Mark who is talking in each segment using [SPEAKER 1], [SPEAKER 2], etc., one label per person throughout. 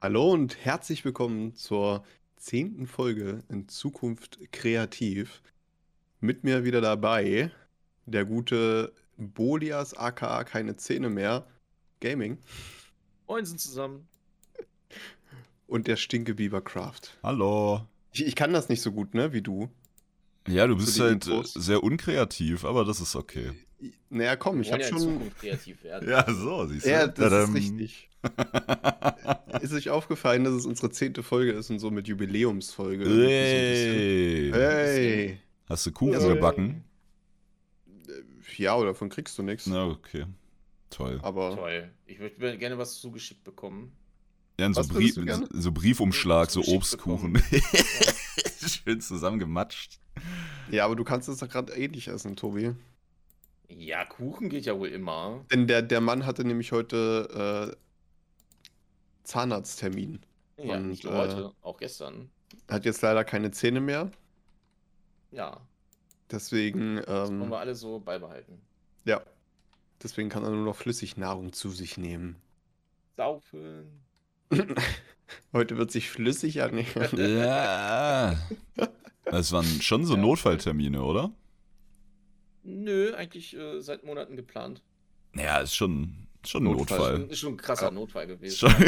[SPEAKER 1] Hallo und herzlich willkommen zur zehnten Folge in Zukunft kreativ. Mit mir wieder dabei der gute Bolias aka keine Zähne mehr, Gaming
[SPEAKER 2] Moin sind zusammen.
[SPEAKER 1] und der Stinkebiber Craft.
[SPEAKER 3] Hallo.
[SPEAKER 1] Ich, ich kann das nicht so gut, ne, wie du.
[SPEAKER 3] Ja, du
[SPEAKER 1] Zu
[SPEAKER 3] bist
[SPEAKER 1] den
[SPEAKER 3] halt äh,
[SPEAKER 1] Infos.
[SPEAKER 3] sehr unkreativ, aber das ist okay.
[SPEAKER 1] I- Naja, komm, ich
[SPEAKER 2] Wir
[SPEAKER 1] hab
[SPEAKER 2] wollen ja in
[SPEAKER 1] schon.
[SPEAKER 2] Zukunft kreativ werden.
[SPEAKER 3] Ja, so, siehst du.
[SPEAKER 1] Ja, das ist
[SPEAKER 3] Tadam.
[SPEAKER 1] richtig. Ist euch aufgefallen, dass es unsere zehnte Folge ist und so mit Jubiläumsfolge? So ein bisschen-
[SPEAKER 3] Hey.
[SPEAKER 1] Hey!
[SPEAKER 3] Hast du Kuchen
[SPEAKER 1] Also-
[SPEAKER 3] gebacken?
[SPEAKER 1] Ja, oder davon kriegst du nichts.
[SPEAKER 3] Na, okay. Toll.
[SPEAKER 1] Aber
[SPEAKER 2] Toll. Ich würde mir gerne was zugeschickt bekommen.
[SPEAKER 3] Ja, und so,
[SPEAKER 1] was würdest
[SPEAKER 3] Brief,
[SPEAKER 1] du gerne?
[SPEAKER 3] so Briefumschlag, so
[SPEAKER 2] Geschickt
[SPEAKER 3] Obstkuchen.
[SPEAKER 2] bekommen.
[SPEAKER 3] Schön zusammengematscht.
[SPEAKER 1] ja, aber du kannst es doch gerade eh nicht essen, Tobi.
[SPEAKER 2] Ja, Kuchen geht ja wohl immer.
[SPEAKER 1] Denn der, der Mann hatte nämlich heute äh, Zahnarzttermin.
[SPEAKER 2] Ja,
[SPEAKER 1] Und,
[SPEAKER 2] nicht
[SPEAKER 1] äh,
[SPEAKER 2] nur heute, auch gestern.
[SPEAKER 1] Hat jetzt leider keine Zähne mehr.
[SPEAKER 2] Ja,
[SPEAKER 1] Deswegen,
[SPEAKER 2] das wollen
[SPEAKER 3] hm.
[SPEAKER 1] ähm,
[SPEAKER 2] wir alle so beibehalten.
[SPEAKER 1] deswegen kann er nur noch flüssig Nahrung zu sich nehmen.
[SPEAKER 2] Saufen.
[SPEAKER 1] Heute wird sich flüssig ernähren.
[SPEAKER 3] Ja. Das waren schon so
[SPEAKER 2] Ja.
[SPEAKER 3] Notfalltermine, oder?
[SPEAKER 2] Nö, eigentlich äh, seit Monaten geplant.
[SPEAKER 3] Ja, ist schon, schon ein
[SPEAKER 1] Notfall.
[SPEAKER 3] Notfall.
[SPEAKER 2] Schon, schon ein krasser
[SPEAKER 1] Ja.
[SPEAKER 2] Notfall gewesen.
[SPEAKER 3] Schon,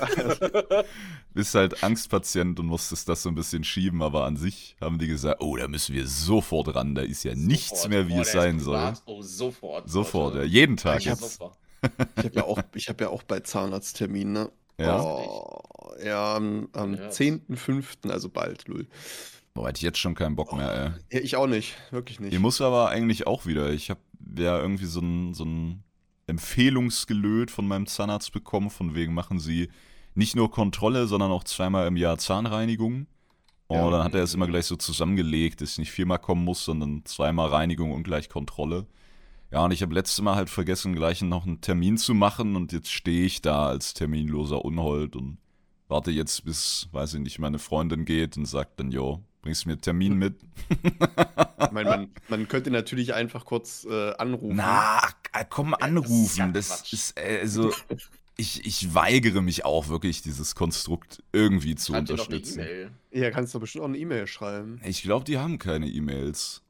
[SPEAKER 3] bist halt Angstpatient und musstest das so ein bisschen schieben, aber an sich haben die gesagt, oh, da müssen wir sofort ran, da ist ja nichts
[SPEAKER 2] Sofort.
[SPEAKER 3] mehr, wie
[SPEAKER 2] Oh,
[SPEAKER 3] es
[SPEAKER 2] der ist
[SPEAKER 3] sein soll.
[SPEAKER 2] privat. Oh, sofort.
[SPEAKER 3] Sofort, ja,
[SPEAKER 2] Leute.
[SPEAKER 3] jeden Tag
[SPEAKER 1] Ich
[SPEAKER 2] Ja,
[SPEAKER 1] hab's-
[SPEAKER 3] jetzt.
[SPEAKER 2] sofort.
[SPEAKER 1] Ich habe ja, auch- ich hab ja auch bei Zahnarzttermin, ne?
[SPEAKER 3] Ja.
[SPEAKER 1] Oh, ja, am, am
[SPEAKER 2] Ja.
[SPEAKER 1] 10.05., also bald, Lul.
[SPEAKER 3] Boah, hätte ich jetzt schon keinen Bock mehr,
[SPEAKER 1] Ja, ich auch nicht, wirklich
[SPEAKER 3] ey.
[SPEAKER 1] nicht.
[SPEAKER 3] Ihr muss aber eigentlich auch wieder. Ich habe ja irgendwie so ein, so ein Empfehlungsgelöt von meinem Zahnarzt bekommen, von wegen machen sie nicht nur Kontrolle, sondern auch zweimal im Jahr Zahnreinigung. Und
[SPEAKER 1] Ja.
[SPEAKER 3] dann hat er es immer gleich so zusammengelegt, dass ich nicht viermal kommen muss, sondern zweimal Reinigung und gleich Kontrolle. Ja, und ich habe letztes Mal halt vergessen, gleich noch einen Termin zu machen und jetzt stehe ich da als terminloser Unhold und warte jetzt, bis, weiß ich nicht, meine Freundin geht und sagt dann, jo, bringst du mir einen
[SPEAKER 1] Hm.
[SPEAKER 3] Termin mit?
[SPEAKER 1] Ich mein, man, man könnte natürlich einfach kurz äh, anrufen.
[SPEAKER 3] Na, k- komm, anrufen.
[SPEAKER 2] Äh, das ist ja
[SPEAKER 3] Das
[SPEAKER 2] Quatsch.
[SPEAKER 3] ist, äh, also, ich, ich weigere mich auch wirklich, dieses Konstrukt irgendwie zu
[SPEAKER 2] Schreibt ihr doch eine
[SPEAKER 3] unterstützen.
[SPEAKER 2] E-Mail.
[SPEAKER 1] Ja, kannst du bestimmt auch eine E-Mail schreiben.
[SPEAKER 3] Ich glaube, die haben keine E-Mails.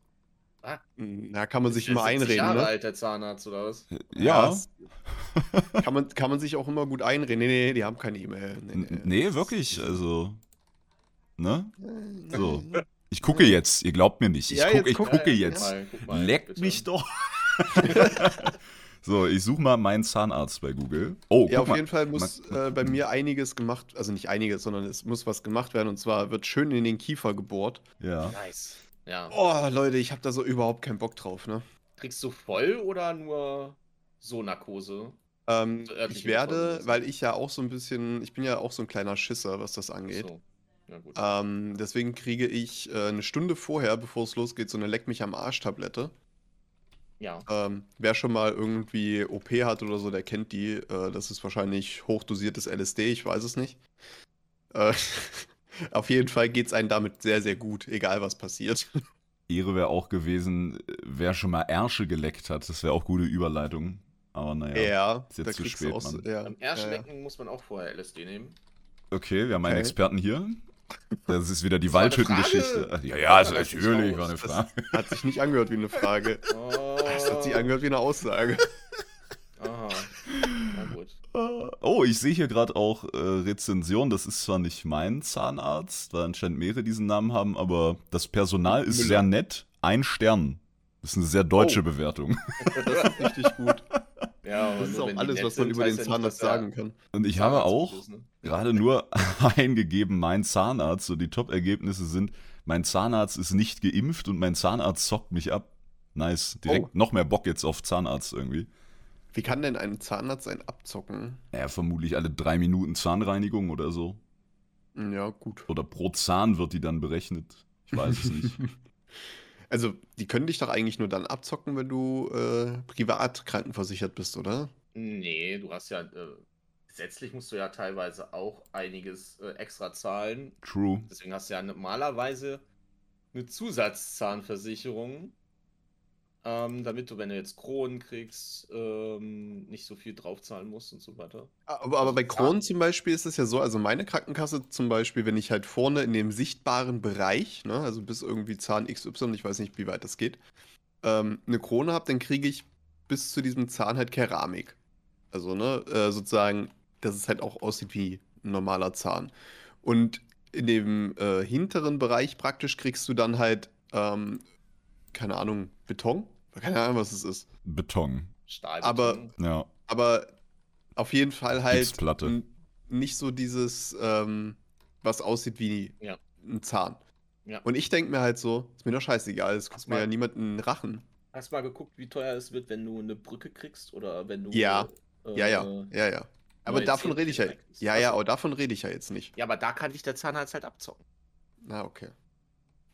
[SPEAKER 1] Da kann man sich
[SPEAKER 2] Mhm. Ist der
[SPEAKER 1] immer
[SPEAKER 2] 70
[SPEAKER 1] einreden,
[SPEAKER 2] Jahre
[SPEAKER 1] ne?
[SPEAKER 2] alt, der Zahnarzt oder was?
[SPEAKER 3] Ja,
[SPEAKER 1] das- kann, man, kann man sich auch immer gut einreden. Nee, nee, die haben keine E-Mail.
[SPEAKER 3] n-
[SPEAKER 2] äh,
[SPEAKER 3] nee, wirklich, also, ne?
[SPEAKER 1] Äh,
[SPEAKER 3] so. Ich gucke jetzt, ihr glaubt mir nicht. Ich,
[SPEAKER 1] Ja,
[SPEAKER 3] guck,
[SPEAKER 1] jetzt
[SPEAKER 3] ich
[SPEAKER 1] guck-
[SPEAKER 3] gucke
[SPEAKER 2] Ja, ja,
[SPEAKER 3] jetzt.
[SPEAKER 2] guck mal, guck mal,
[SPEAKER 3] Leckt
[SPEAKER 2] bitte.
[SPEAKER 3] mich doch. so, ich suche mal meinen Zahnarzt bei Google. Oh,
[SPEAKER 1] Ja,
[SPEAKER 3] guck
[SPEAKER 1] auf
[SPEAKER 3] mal.
[SPEAKER 1] jeden Fall muss äh, bei mir einiges gemacht, also nicht einiges, sondern es muss was gemacht werden. Und zwar wird schön in den Kiefer gebohrt.
[SPEAKER 3] Ja.
[SPEAKER 2] Nice. Ja.
[SPEAKER 1] Oh, Leute, ich habe da so überhaupt keinen Bock drauf, ne?
[SPEAKER 2] Kriegst du voll oder nur so Narkose?
[SPEAKER 1] Ähm,
[SPEAKER 2] So örtliche
[SPEAKER 1] ich werde,
[SPEAKER 2] Betäubung.
[SPEAKER 1] weil ich ja auch so ein bisschen, ich bin ja auch so ein kleiner Schisser, was das angeht.
[SPEAKER 2] So. Ja, gut.
[SPEAKER 1] Ähm, deswegen kriege ich äh, eine Stunde vorher, bevor es losgeht, so eine Leck mich am Arsch-Tablette.
[SPEAKER 2] ja.
[SPEAKER 1] Ähm, wer schon mal irgendwie OP hat oder so, der kennt die. Äh, das ist wahrscheinlich hochdosiertes LSD, ich weiß es nicht. Äh, auf jeden Fall geht es einem damit sehr, sehr gut, egal was passiert.
[SPEAKER 3] Ehre wäre auch gewesen, äh, wer schon mal Ärsche geleckt hat. Das wäre auch gute Überleitung. Aber naja.
[SPEAKER 1] Ja,
[SPEAKER 3] ist jetzt zu
[SPEAKER 1] kriegst
[SPEAKER 3] spät,
[SPEAKER 1] du so-
[SPEAKER 3] Mann.
[SPEAKER 1] ja,
[SPEAKER 2] Am
[SPEAKER 1] ja, ja.
[SPEAKER 2] Erschlecken muss man auch vorher LSD nehmen.
[SPEAKER 3] Okay, wir haben einen
[SPEAKER 1] Okay.
[SPEAKER 3] Experten hier. Das ist wieder die
[SPEAKER 2] Das war eine
[SPEAKER 3] Waldhüttengeschichte.
[SPEAKER 2] Frage.
[SPEAKER 3] Ja, ja,
[SPEAKER 2] Das
[SPEAKER 3] also
[SPEAKER 2] war ganz
[SPEAKER 3] natürlich
[SPEAKER 2] raus.
[SPEAKER 3] war eine
[SPEAKER 1] Das-
[SPEAKER 3] Frage.
[SPEAKER 1] Hat sich nicht angehört wie eine Frage.
[SPEAKER 2] Oh.
[SPEAKER 1] Das hat sich angehört wie eine Aussage.
[SPEAKER 2] Aha. Na gut.
[SPEAKER 3] Oh, ich sehe hier gerade auch äh, Rezension. Das ist zwar nicht mein Zahnarzt, weil anscheinend mehrere diesen Namen haben, aber das Personal ist
[SPEAKER 1] Müller.
[SPEAKER 3] sehr nett. Ein Stern. Das ist eine sehr deutsche
[SPEAKER 1] Oh.
[SPEAKER 3] Bewertung.
[SPEAKER 1] Das ist richtig gut.
[SPEAKER 2] Ja,
[SPEAKER 1] Das
[SPEAKER 2] und
[SPEAKER 1] ist
[SPEAKER 2] nur
[SPEAKER 1] auch
[SPEAKER 2] Also wenn die
[SPEAKER 1] alles,
[SPEAKER 2] nett
[SPEAKER 1] was man
[SPEAKER 2] sind,
[SPEAKER 1] über den
[SPEAKER 2] heißt ja nicht,
[SPEAKER 1] Zahnarzt
[SPEAKER 2] dass der
[SPEAKER 1] sagen kann.
[SPEAKER 3] Und ich habe
[SPEAKER 2] Zahnarzt
[SPEAKER 3] auch
[SPEAKER 2] gut ist, ne?
[SPEAKER 3] gerade nur eingegeben, mein Zahnarzt und die Top-Ergebnisse sind, mein Zahnarzt ist nicht geimpft und mein Zahnarzt zockt mich ab. Nice. Direkt
[SPEAKER 1] Oh.
[SPEAKER 3] noch mehr Bock jetzt auf Zahnarzt irgendwie.
[SPEAKER 1] Wie kann denn ein Zahnarzt einen abzocken?
[SPEAKER 3] Naja, vermutlich alle drei Minuten Zahnreinigung oder so.
[SPEAKER 1] Hm, Ja, gut.
[SPEAKER 3] Oder pro Zahn wird die dann berechnet. Ich weiß es nicht.
[SPEAKER 1] Also, die können dich doch eigentlich nur dann abzocken, wenn du äh, privat krankenversichert bist, oder?
[SPEAKER 2] Nee, du hast ja. Äh, gesetzlich musst du ja teilweise auch einiges äh, extra zahlen.
[SPEAKER 3] True.
[SPEAKER 2] Deswegen hast du ja normalerweise eine Zusatzzahnversicherung. Ähm, damit du, wenn du jetzt Kronen kriegst, ähm, nicht so viel draufzahlen musst und so weiter.
[SPEAKER 1] Aber, aber bei Kronen zum Beispiel ist es ja so, also meine Krankenkasse zum Beispiel, wenn ich halt vorne in dem sichtbaren Bereich, ne, also bis irgendwie Zahn XY, ich weiß nicht, wie weit das geht, ähm, eine Krone habe, dann kriege ich bis zu diesem Zahn halt Keramik. Also, ne, äh, sozusagen, dass es halt auch aussieht wie ein normaler Zahn. Und in dem äh, hinteren Bereich praktisch kriegst du dann halt, ähm, keine Ahnung, Beton? Keine Ahnung, was es ist.
[SPEAKER 3] Beton.
[SPEAKER 2] Stahl.
[SPEAKER 1] Aber-
[SPEAKER 3] Ja.
[SPEAKER 1] Aber auf jeden Fall halt
[SPEAKER 3] Gipsplatte.
[SPEAKER 1] n- nicht so dieses, ähm, was aussieht wie
[SPEAKER 2] Ja.
[SPEAKER 1] ein Zahn.
[SPEAKER 2] Ja.
[SPEAKER 1] Und ich denke mir halt so, ist mir doch scheißegal, es guckt mir
[SPEAKER 2] Mal-
[SPEAKER 1] ja niemand in den Rachen.
[SPEAKER 2] Hast mal geguckt, wie teuer es wird, wenn du eine Brücke kriegst oder wenn du.
[SPEAKER 1] Ja.
[SPEAKER 2] äh,
[SPEAKER 1] Ja, ja, ja, ja. Aber
[SPEAKER 2] neue
[SPEAKER 1] davon
[SPEAKER 2] Zähne
[SPEAKER 1] rede ich ja.
[SPEAKER 2] direkt.
[SPEAKER 1] Ja, ja,
[SPEAKER 2] Also-
[SPEAKER 1] aber davon rede ich ja jetzt nicht.
[SPEAKER 2] Ja, aber da kann dich der Zahnarzt halt abzocken.
[SPEAKER 1] Na, okay.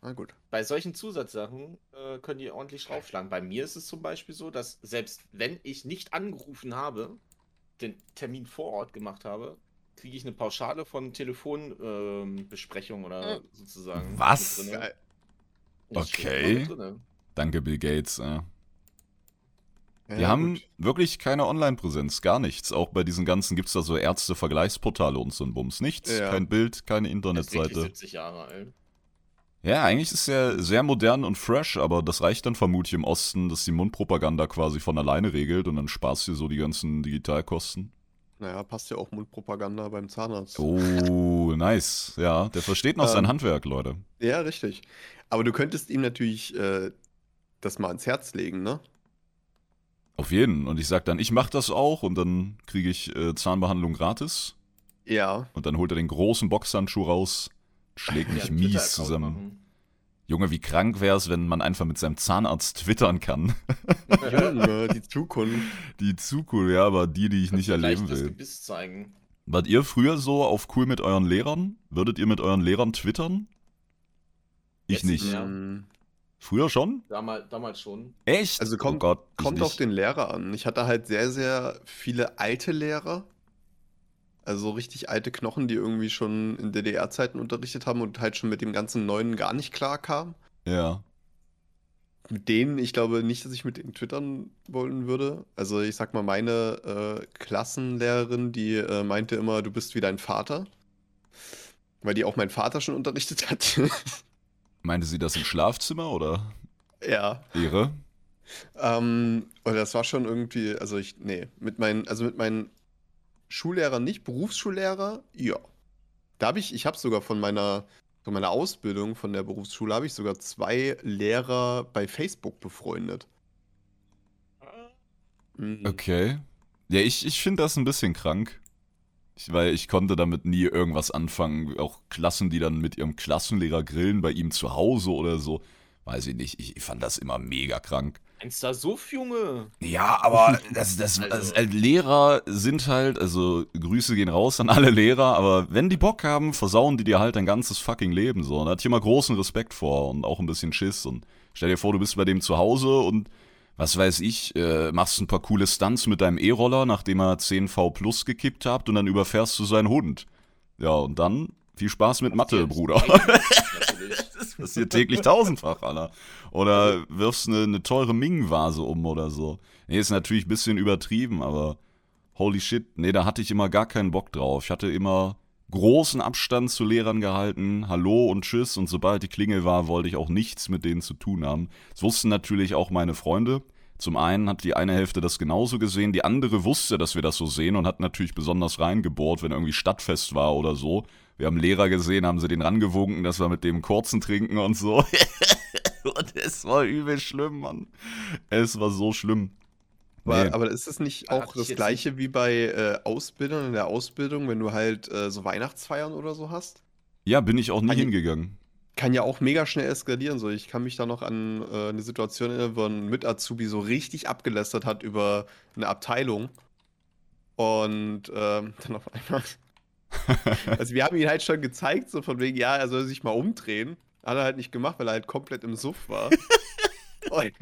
[SPEAKER 1] Na gut.
[SPEAKER 2] Bei solchen Zusatzsachen äh, können die ordentlich draufschlagen. Bei mir ist es zum Beispiel so, dass selbst wenn ich nicht angerufen habe, den Termin vor Ort gemacht habe, kriege ich eine Pauschale von Telefonbesprechung oder sozusagen.
[SPEAKER 3] Was?
[SPEAKER 2] mit drinne.
[SPEAKER 1] Geil.
[SPEAKER 2] Das steht
[SPEAKER 3] Okay.
[SPEAKER 2] immer mit drinne.
[SPEAKER 3] Danke, Bill Gates. Ja.
[SPEAKER 1] Ja,
[SPEAKER 3] Die
[SPEAKER 1] ja,
[SPEAKER 3] haben
[SPEAKER 1] gut.
[SPEAKER 3] wirklich keine Online-Präsenz, gar nichts. Auch bei diesen ganzen gibt es da so Ärzte-Vergleichsportale und so ein Bums. Nichts,
[SPEAKER 1] Ja.
[SPEAKER 3] kein Bild, keine
[SPEAKER 2] Das ist wirklich
[SPEAKER 3] Internetseite.
[SPEAKER 2] 70 Jahre alt.
[SPEAKER 3] Ja, eigentlich ist er sehr modern und fresh, aber das reicht dann vermutlich im Osten, dass die Mundpropaganda quasi von alleine regelt und dann sparst du dir so die ganzen Digitalkosten.
[SPEAKER 1] Naja, passt ja auch Mundpropaganda beim Zahnarzt.
[SPEAKER 3] Oh, nice. Ja, der versteht noch sein
[SPEAKER 1] Ähm.
[SPEAKER 3] Handwerk, Leute.
[SPEAKER 1] Ja, richtig. Aber du könntest ihm natürlich äh, das mal ans Herz legen, ne?
[SPEAKER 3] Auf jeden. Und ich sag dann, ich mach das auch und dann kriege ich äh, Zahnbehandlung gratis.
[SPEAKER 1] Ja.
[SPEAKER 3] Und dann holt er den großen Boxhandschuh raus, schlägt mich
[SPEAKER 2] Ja, einen
[SPEAKER 3] mies
[SPEAKER 2] Twitter-Account
[SPEAKER 3] zusammen.
[SPEAKER 2] machen.
[SPEAKER 3] Junge, wie krank wär's, wenn man einfach mit seinem Zahnarzt twittern kann.
[SPEAKER 1] Junge, die Zukunft.
[SPEAKER 3] Die Zukunft, ja, aber die, die ich nicht
[SPEAKER 2] Vielleicht
[SPEAKER 3] erleben
[SPEAKER 2] das
[SPEAKER 3] will.
[SPEAKER 2] Gebiss zeigen.
[SPEAKER 3] Wart ihr früher so auf cool mit euren Lehrern? Würdet ihr mit euren Lehrern twittern? Ich
[SPEAKER 2] Jetzt
[SPEAKER 3] nicht.
[SPEAKER 2] nicht mehr. Ja.
[SPEAKER 1] Mhm.
[SPEAKER 3] Früher schon?
[SPEAKER 2] Damals, damals schon.
[SPEAKER 3] Echt? Oh
[SPEAKER 1] Also kommt-
[SPEAKER 3] Gott, ich
[SPEAKER 1] Kommt
[SPEAKER 3] nicht.
[SPEAKER 1] auf den Lehrer an. Ich hatte halt sehr, sehr viele alte Lehrer. Also richtig alte Knochen, die irgendwie schon in DDR-Zeiten unterrichtet haben und halt schon mit dem ganzen Neuen gar nicht klar kamen.
[SPEAKER 3] Ja.
[SPEAKER 1] Mit denen, ich glaube nicht, dass ich mit denen twittern wollen würde. Also ich sag mal, meine äh, Klassenlehrerin, die äh, meinte immer, du bist wie dein Vater. Weil die auch mein Vater schon unterrichtet hat.
[SPEAKER 3] Meinte sie das im Schlafzimmer oder?
[SPEAKER 1] ja.
[SPEAKER 3] Ehre?
[SPEAKER 1] Ähm, und das war schon irgendwie, also ich, nee, mit meinen, also mit meinen Schullehrern nicht, Berufsschullehrer, ja. Da habe ich, ich habe sogar von meiner, von meiner Ausbildung, von der Berufsschule, habe ich sogar zwei Lehrer bei Facebook befreundet. Mhm.
[SPEAKER 3] Okay. Ja, ich, ich finde das ein bisschen krank. Ich, weil ich konnte damit nie irgendwas anfangen. Auch Klassen, die dann mit ihrem Klassenlehrer grillen, bei ihm zu Hause oder so. Weiß ich nicht. Ich, ich fand das immer mega krank.
[SPEAKER 2] Insta Suff, Junge.
[SPEAKER 3] Ja, aber das, das,
[SPEAKER 2] Also-
[SPEAKER 3] das, äh, Lehrer sind halt, also Grüße gehen raus an alle Lehrer, aber wenn die Bock haben, versauen die dir halt dein ganzes fucking Leben so. Und da hatte ich immer großen Respekt vor und auch ein bisschen Schiss. Und stell dir vor, du bist bei dem zu Hause und was weiß ich, äh, machst ein paar coole Stunts mit deinem E-Roller, nachdem er 10V plus gekippt habt und dann überfährst du seinen Hund. Ja, und dann viel Spaß mit Mathe, Bruder.
[SPEAKER 2] Natürlich.
[SPEAKER 3] Das passiert täglich tausendfach, Alter. Oder wirfst eine, eine teure Ming-Vase um oder so. Nee, ist natürlich ein bisschen übertrieben, aber holy shit. Nee, da hatte ich immer gar keinen Bock drauf. Ich hatte immer großen Abstand zu Lehrern gehalten. Hallo und Tschüss. Und sobald die Klingel war, wollte ich auch nichts mit denen zu tun haben. Das wussten natürlich auch meine Freunde. Zum einen hat die eine Hälfte das genauso gesehen, die andere wusste, dass wir das so sehen und hat natürlich besonders reingebohrt, wenn irgendwie Stadtfest war oder so. Wir haben Lehrer gesehen, haben sie den rangewunken, dass wir mit dem kurzen trinken und so. und es war übel schlimm, Mann. Es war so schlimm.
[SPEAKER 1] Aber,
[SPEAKER 3] Nee.
[SPEAKER 1] aber ist es nicht
[SPEAKER 2] Hab
[SPEAKER 1] auch
[SPEAKER 2] ich
[SPEAKER 1] das
[SPEAKER 2] jetzt
[SPEAKER 1] gleiche wie bei äh, Ausbildern in der Ausbildung, wenn du halt äh, so Weihnachtsfeiern oder so hast?
[SPEAKER 3] Ja, bin ich auch nie
[SPEAKER 1] Hat die-
[SPEAKER 3] hingegangen.
[SPEAKER 1] kann ja auch mega schnell eskalieren. So, ich kann mich da noch an äh, eine Situation erinnern, wo ein Mit-Azubi so richtig abgelästert hat über eine Abteilung. Und ähm, dann auf einmal. also, wir haben ihn halt schon gezeigt, so von wegen, ja, er soll sich mal umdrehen. Hat er halt nicht gemacht, weil er halt komplett im Suff war. und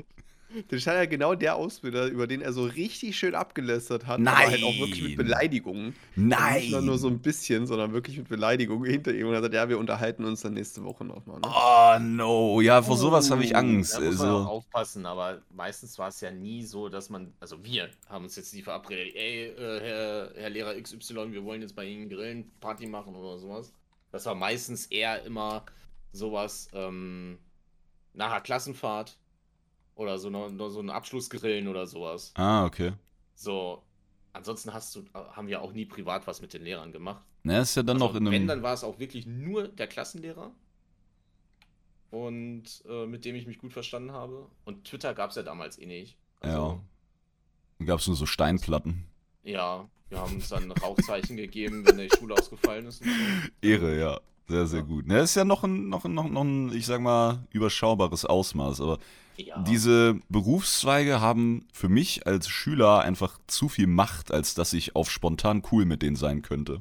[SPEAKER 1] Das scheint ja genau der Ausbilder, über den er so richtig schön abgelästert hat.
[SPEAKER 3] Nein.
[SPEAKER 1] Aber halt auch wirklich mit Beleidigungen. Nicht mal
[SPEAKER 3] Nein!
[SPEAKER 1] nur so ein bisschen, sondern wirklich mit Beleidigungen hinter ihm. Und er sagt, ja, wir unterhalten uns dann nächste Woche nochmal. Ne?
[SPEAKER 3] Oh no, ja, vor sowas habe ich
[SPEAKER 2] Uh,
[SPEAKER 3] Angst.
[SPEAKER 2] Da muss man auch
[SPEAKER 3] Also,
[SPEAKER 2] aufpassen, aber meistens war es ja nie so, dass man, also wir haben uns jetzt nie verabredet, ey, äh, Herr, Herr Lehrer XY, wir wollen jetzt bei Ihnen grillen, Party machen oder sowas. Das war meistens eher immer sowas, ähm, nach einer Klassenfahrt oder so, ne, ne- so ein Abschlussgrillen oder sowas.
[SPEAKER 3] ah, okay.
[SPEAKER 2] So, ansonsten hast du, haben wir auch nie privat was mit den Lehrern gemacht.
[SPEAKER 3] Na, ist ja dann
[SPEAKER 2] Also,
[SPEAKER 3] noch in
[SPEAKER 2] Wenn,
[SPEAKER 3] einem.
[SPEAKER 2] dann war es auch wirklich nur der Klassenlehrer. Und äh, mit dem ich mich gut verstanden habe. Und Twitter gab es ja damals eh nicht.
[SPEAKER 3] Ja. Gab es nur so Steinplatten.
[SPEAKER 2] Ja, wir haben uns dann Rauchzeichen gegeben, wenn die Schule ausgefallen ist. Und so.
[SPEAKER 3] Ehre, ja. Sehr, sehr
[SPEAKER 2] Ja.
[SPEAKER 3] gut. Na, ist ja noch ein, noch, ein- noch, noch ein, ich sag mal, überschaubares Ausmaß. Aber
[SPEAKER 2] Ja.
[SPEAKER 3] diese Berufszweige haben für mich als Schüler einfach zu viel Macht, als dass ich auf spontan cool mit denen sein könnte.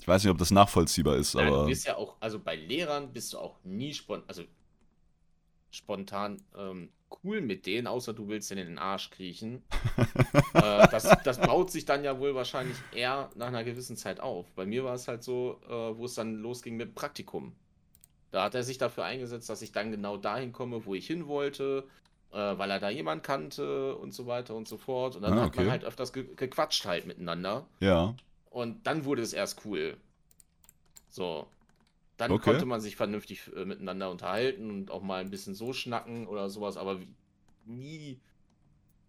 [SPEAKER 3] Ich weiß nicht, ob das nachvollziehbar ist,
[SPEAKER 2] Nein, du
[SPEAKER 3] aber.
[SPEAKER 2] bist ja auch, also bei Lehrern bist du auch nie spontan, also spontan ähm, cool mit denen, außer du willst denen in den Arsch kriechen. äh, das, das baut sich dann ja wohl wahrscheinlich eher nach einer gewissen Zeit auf. Bei mir war es halt so, äh, wo es dann losging mit Praktikum. Da hat er sich dafür eingesetzt, dass ich dann genau dahin komme, wo ich hin wollte, äh, weil er da jemand kannte und so weiter und so fort. Und dann
[SPEAKER 3] Ah,
[SPEAKER 2] hat man
[SPEAKER 3] okay.
[SPEAKER 2] halt öfters ge gequatscht halt miteinander.
[SPEAKER 3] Ja.
[SPEAKER 2] Und dann wurde es erst cool. So. Dann
[SPEAKER 3] Okay.
[SPEAKER 2] konnte man sich vernünftig äh, miteinander unterhalten und auch mal ein bisschen so schnacken oder sowas, aber wie- nie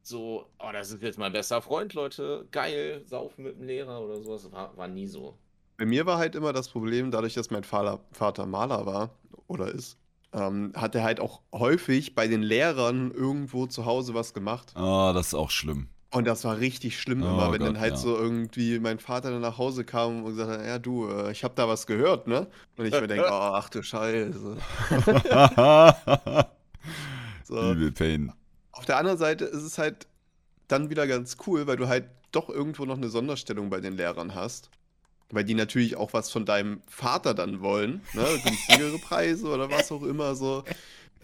[SPEAKER 2] so, oh, das ist jetzt mein bester Freund, Leute, geil, saufen mit dem Lehrer oder sowas, war, war nie so.
[SPEAKER 1] Bei mir war halt immer das Problem, dadurch, dass mein Vater, Vater Maler war oder ist, ähm, hat er halt auch häufig bei den Lehrern irgendwo zu Hause was gemacht.
[SPEAKER 3] Ah, das ist auch schlimm.
[SPEAKER 1] Und das war richtig schlimm
[SPEAKER 3] Oh
[SPEAKER 1] immer, wenn
[SPEAKER 3] Gott,
[SPEAKER 1] dann halt
[SPEAKER 3] ja.
[SPEAKER 1] so irgendwie mein Vater dann nach Hause kam und gesagt hat, ja du, äh, ich hab da was gehört, ne? Und ich mir denke, oh, ach du Scheiße. So.
[SPEAKER 3] Übel Pain.
[SPEAKER 1] Auf der anderen Seite ist es halt dann wieder ganz cool, weil du halt doch irgendwo noch eine Sonderstellung bei den Lehrern hast. Weil die natürlich auch was von deinem Vater dann wollen, ne? Günstigere Preise oder was auch immer so.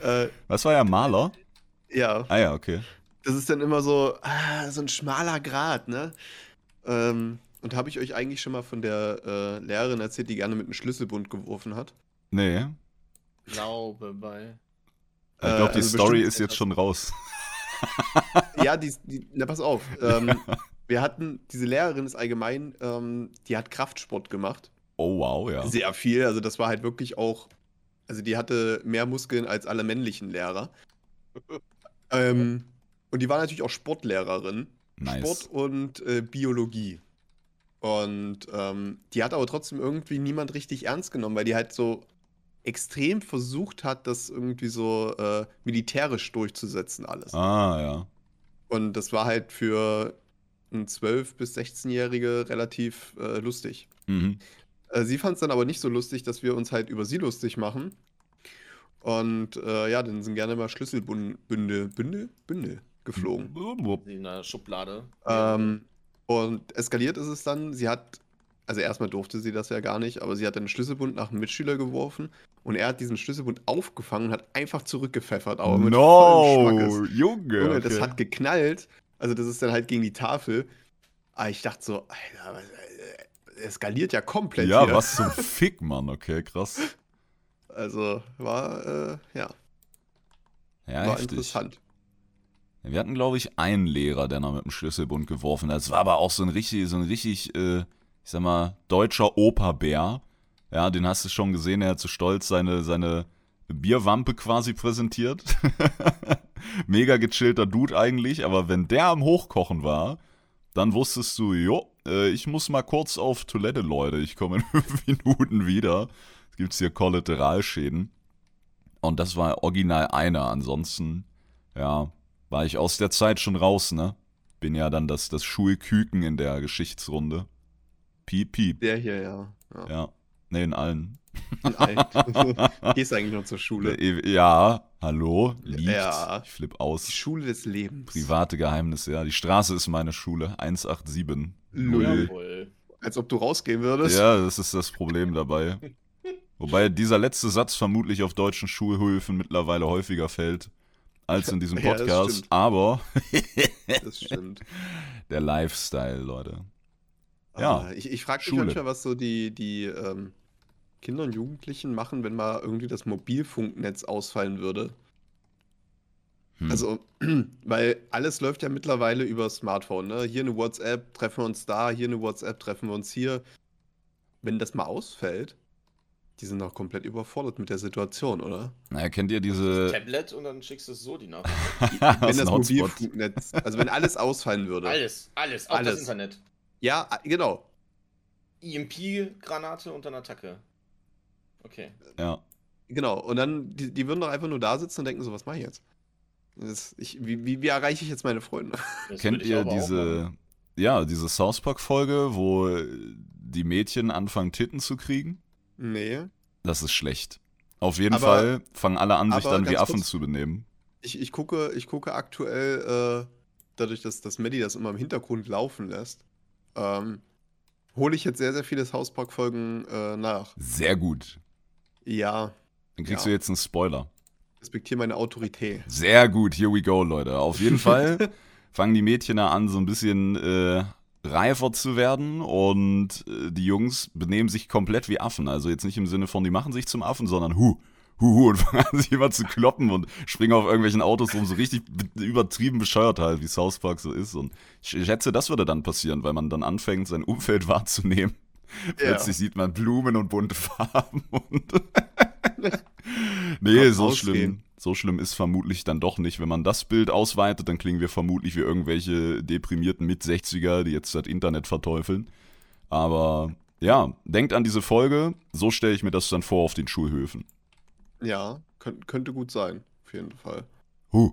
[SPEAKER 1] Äh,
[SPEAKER 3] Was war ja Maler?
[SPEAKER 1] ja,
[SPEAKER 3] Ah ja, okay.
[SPEAKER 1] das ist dann immer so, ah, so ein schmaler Grat, ne? Ähm, und habe ich euch eigentlich schon mal von der äh, Lehrerin erzählt, die gerne mit einem Schlüsselbund geworfen hat?
[SPEAKER 3] Nee.
[SPEAKER 2] Glaube bei.
[SPEAKER 3] Ich glaube,
[SPEAKER 1] Äh,
[SPEAKER 3] die
[SPEAKER 1] also
[SPEAKER 3] Story
[SPEAKER 1] bestimmt
[SPEAKER 3] ist jetzt schon raus.
[SPEAKER 1] ja, die, die, na pass auf. Ähm, wir hatten, diese Lehrerin ist allgemein, ähm, die hat Kraftsport gemacht.
[SPEAKER 3] Oh wow, ja.
[SPEAKER 1] Sehr viel. Also das war halt wirklich auch, also die hatte mehr Muskeln als alle männlichen Lehrer. ähm, und die war natürlich auch Sportlehrerin. Sport
[SPEAKER 3] Nice.
[SPEAKER 1] und äh, Biologie. Und ähm, die hat aber trotzdem irgendwie niemand richtig ernst genommen, weil die halt so extrem versucht hat, das irgendwie so äh, militärisch durchzusetzen, alles.
[SPEAKER 3] Ah ja.
[SPEAKER 1] Und das war halt für einen 12- bis 16-Jährige relativ äh, lustig.
[SPEAKER 3] Mhm.
[SPEAKER 1] Äh, sie fand es dann aber nicht so lustig, dass wir uns halt über sie lustig machen. Und äh, ja, dann sind gerne mal Schlüsselbünde, Bünde, Bünde, Bünde geflogen.
[SPEAKER 2] In der Schublade.
[SPEAKER 1] Ähm, und eskaliert ist es dann, sie hat, also erstmal durfte sie das ja gar nicht, aber sie hat einen Schlüsselbund nach einem Mitschüler geworfen und er hat diesen Schlüsselbund aufgefangen und hat einfach zurückgepfeffert, aber mit vollem Schmackes.
[SPEAKER 3] No, Junge.
[SPEAKER 1] Junge,
[SPEAKER 3] okay.
[SPEAKER 1] das hat geknallt. Also das ist dann halt gegen die Tafel. Aber ich dachte so, Alter, was, äh, eskaliert ja komplett
[SPEAKER 3] ja,
[SPEAKER 1] hier.
[SPEAKER 3] was zum Fick, Mann. Okay, krass.
[SPEAKER 1] Also war, äh, ja,
[SPEAKER 3] Ja,
[SPEAKER 1] war
[SPEAKER 3] heftig.
[SPEAKER 1] interessant.
[SPEAKER 3] Wir hatten, glaube ich, einen Lehrer, der noch mit dem Schlüsselbund geworfen hat. Das war aber auch so ein richtig, so ein richtig, äh, ich sag mal, deutscher Operbär. Ja, den hast du schon gesehen, er hat so stolz seine, seine Bierwampe quasi präsentiert. Mega gechillter Dude eigentlich, aber wenn der am Hochkochen war, dann wusstest du, jo, äh, ich muss mal kurz auf Toilette, Leute, ich komme in fünf Minuten wieder. Es gibt hier Kollateralschäden. Und das war original einer, ansonsten, ja, war ich aus der Zeit schon raus, ne? Bin ja dann das, das Schulküken in der Geschichtsrunde. Piep, piep.
[SPEAKER 1] Der hier, ja. ja.
[SPEAKER 3] Ja. Ne, in allen.
[SPEAKER 1] Alt. Gehst eigentlich noch zur Schule.
[SPEAKER 3] Äh, Ja, hallo, liegt.
[SPEAKER 1] Ja.
[SPEAKER 3] Ich flipp
[SPEAKER 1] Die
[SPEAKER 3] aus.
[SPEAKER 1] Schule des Lebens.
[SPEAKER 3] Private Geheimnisse, ja. Die Straße ist meine Schule. 187.
[SPEAKER 1] Null.
[SPEAKER 2] Jawohl.
[SPEAKER 1] Als ob du rausgehen würdest.
[SPEAKER 3] Ja, das ist das Problem dabei. Wobei dieser letzte Satz vermutlich auf deutschen Schulhöfen mittlerweile häufiger fällt. als in diesem
[SPEAKER 1] Ja, das
[SPEAKER 3] Podcast,
[SPEAKER 1] stimmt.
[SPEAKER 3] aber
[SPEAKER 1] Das stimmt.
[SPEAKER 3] der Lifestyle, Leute. Ja,
[SPEAKER 1] Ah, ich ich frage mich
[SPEAKER 3] Schule.
[SPEAKER 1] manchmal, was so die, die ähm, Kinder und Jugendlichen machen, wenn mal irgendwie das Mobilfunknetz ausfallen würde.
[SPEAKER 3] Hm.
[SPEAKER 1] Also, weil alles läuft ja mittlerweile über Smartphone. Ne? Hier eine WhatsApp, treffen wir uns da, hier eine WhatsApp, treffen wir uns hier. Wenn das mal ausfällt, die sind doch komplett überfordert mit der Situation, oder?
[SPEAKER 3] naja, kennt ihr diese.
[SPEAKER 2] Tablet und dann schickst du so die nach.
[SPEAKER 1] Wenn
[SPEAKER 3] Hast
[SPEAKER 1] das
[SPEAKER 3] einen Hotspot?
[SPEAKER 1] Mobilfunknetz, also wenn alles ausfallen würde.
[SPEAKER 2] Alles, alles, auch
[SPEAKER 1] Alles.
[SPEAKER 2] das Internet.
[SPEAKER 1] Ja, genau.
[SPEAKER 2] EMP-Granate und dann Attacke. Okay.
[SPEAKER 3] Ja.
[SPEAKER 1] Genau, und dann, die, die würden doch einfach nur da sitzen und denken so, was mache ich jetzt? Das, ich, wie, wie, wie erreiche ich jetzt meine Freunde?
[SPEAKER 2] Das
[SPEAKER 3] Kennt
[SPEAKER 2] würd ich
[SPEAKER 3] ihr
[SPEAKER 2] aber auch machen.
[SPEAKER 3] diese, ja, diese South Park-Folge, wo äh, die Mädchen anfangen, Titten zu kriegen?
[SPEAKER 1] Nee.
[SPEAKER 3] Das ist schlecht. Auf jeden
[SPEAKER 1] Aber-
[SPEAKER 3] Fall fangen alle an, sich
[SPEAKER 1] aber
[SPEAKER 3] dann wie
[SPEAKER 1] ganz
[SPEAKER 3] Affen
[SPEAKER 1] kurz-
[SPEAKER 3] zu benehmen.
[SPEAKER 1] Ich, ich, gucke, ich gucke aktuell, äh, dadurch, dass, dass Maddie das immer im Hintergrund laufen lässt, ähm, hole ich jetzt sehr, sehr viele South Park-Folgen äh, nach.
[SPEAKER 3] Sehr gut.
[SPEAKER 1] Ja,
[SPEAKER 3] Dann kriegst
[SPEAKER 1] Ja.
[SPEAKER 3] du jetzt einen Spoiler.
[SPEAKER 1] respektiere meine Autorität.
[SPEAKER 3] Sehr gut, here we go, Leute. Auf jeden Fall fangen die Mädchen da an, so ein bisschen äh, reifer zu werden und äh, die Jungs benehmen sich komplett wie Affen. Also jetzt nicht im Sinne von, die machen sich zum Affen, sondern hu, hu, hu und fangen an, sich immer zu kloppen und springen auf irgendwelchen Autos rum, so richtig be- übertrieben bescheuert halt, wie South Park so ist. Und ich schätze, das würde dann passieren, weil man dann anfängt, sein Umfeld wahrzunehmen. Plötzlich sieht man Blumen und bunte Farben und. nee,
[SPEAKER 1] Kann
[SPEAKER 3] so
[SPEAKER 1] ausgehen.
[SPEAKER 3] schlimm. So schlimm ist vermutlich dann doch nicht. Wenn man das Bild ausweitet, dann klingen wir vermutlich wie irgendwelche deprimierten Mit-60er, die jetzt das Internet verteufeln. Aber ja, denkt an diese Folge. So stelle ich mir das dann vor auf den Schulhöfen.
[SPEAKER 1] Ja, könnt, könnte gut sein, auf jeden Fall.
[SPEAKER 3] Huh.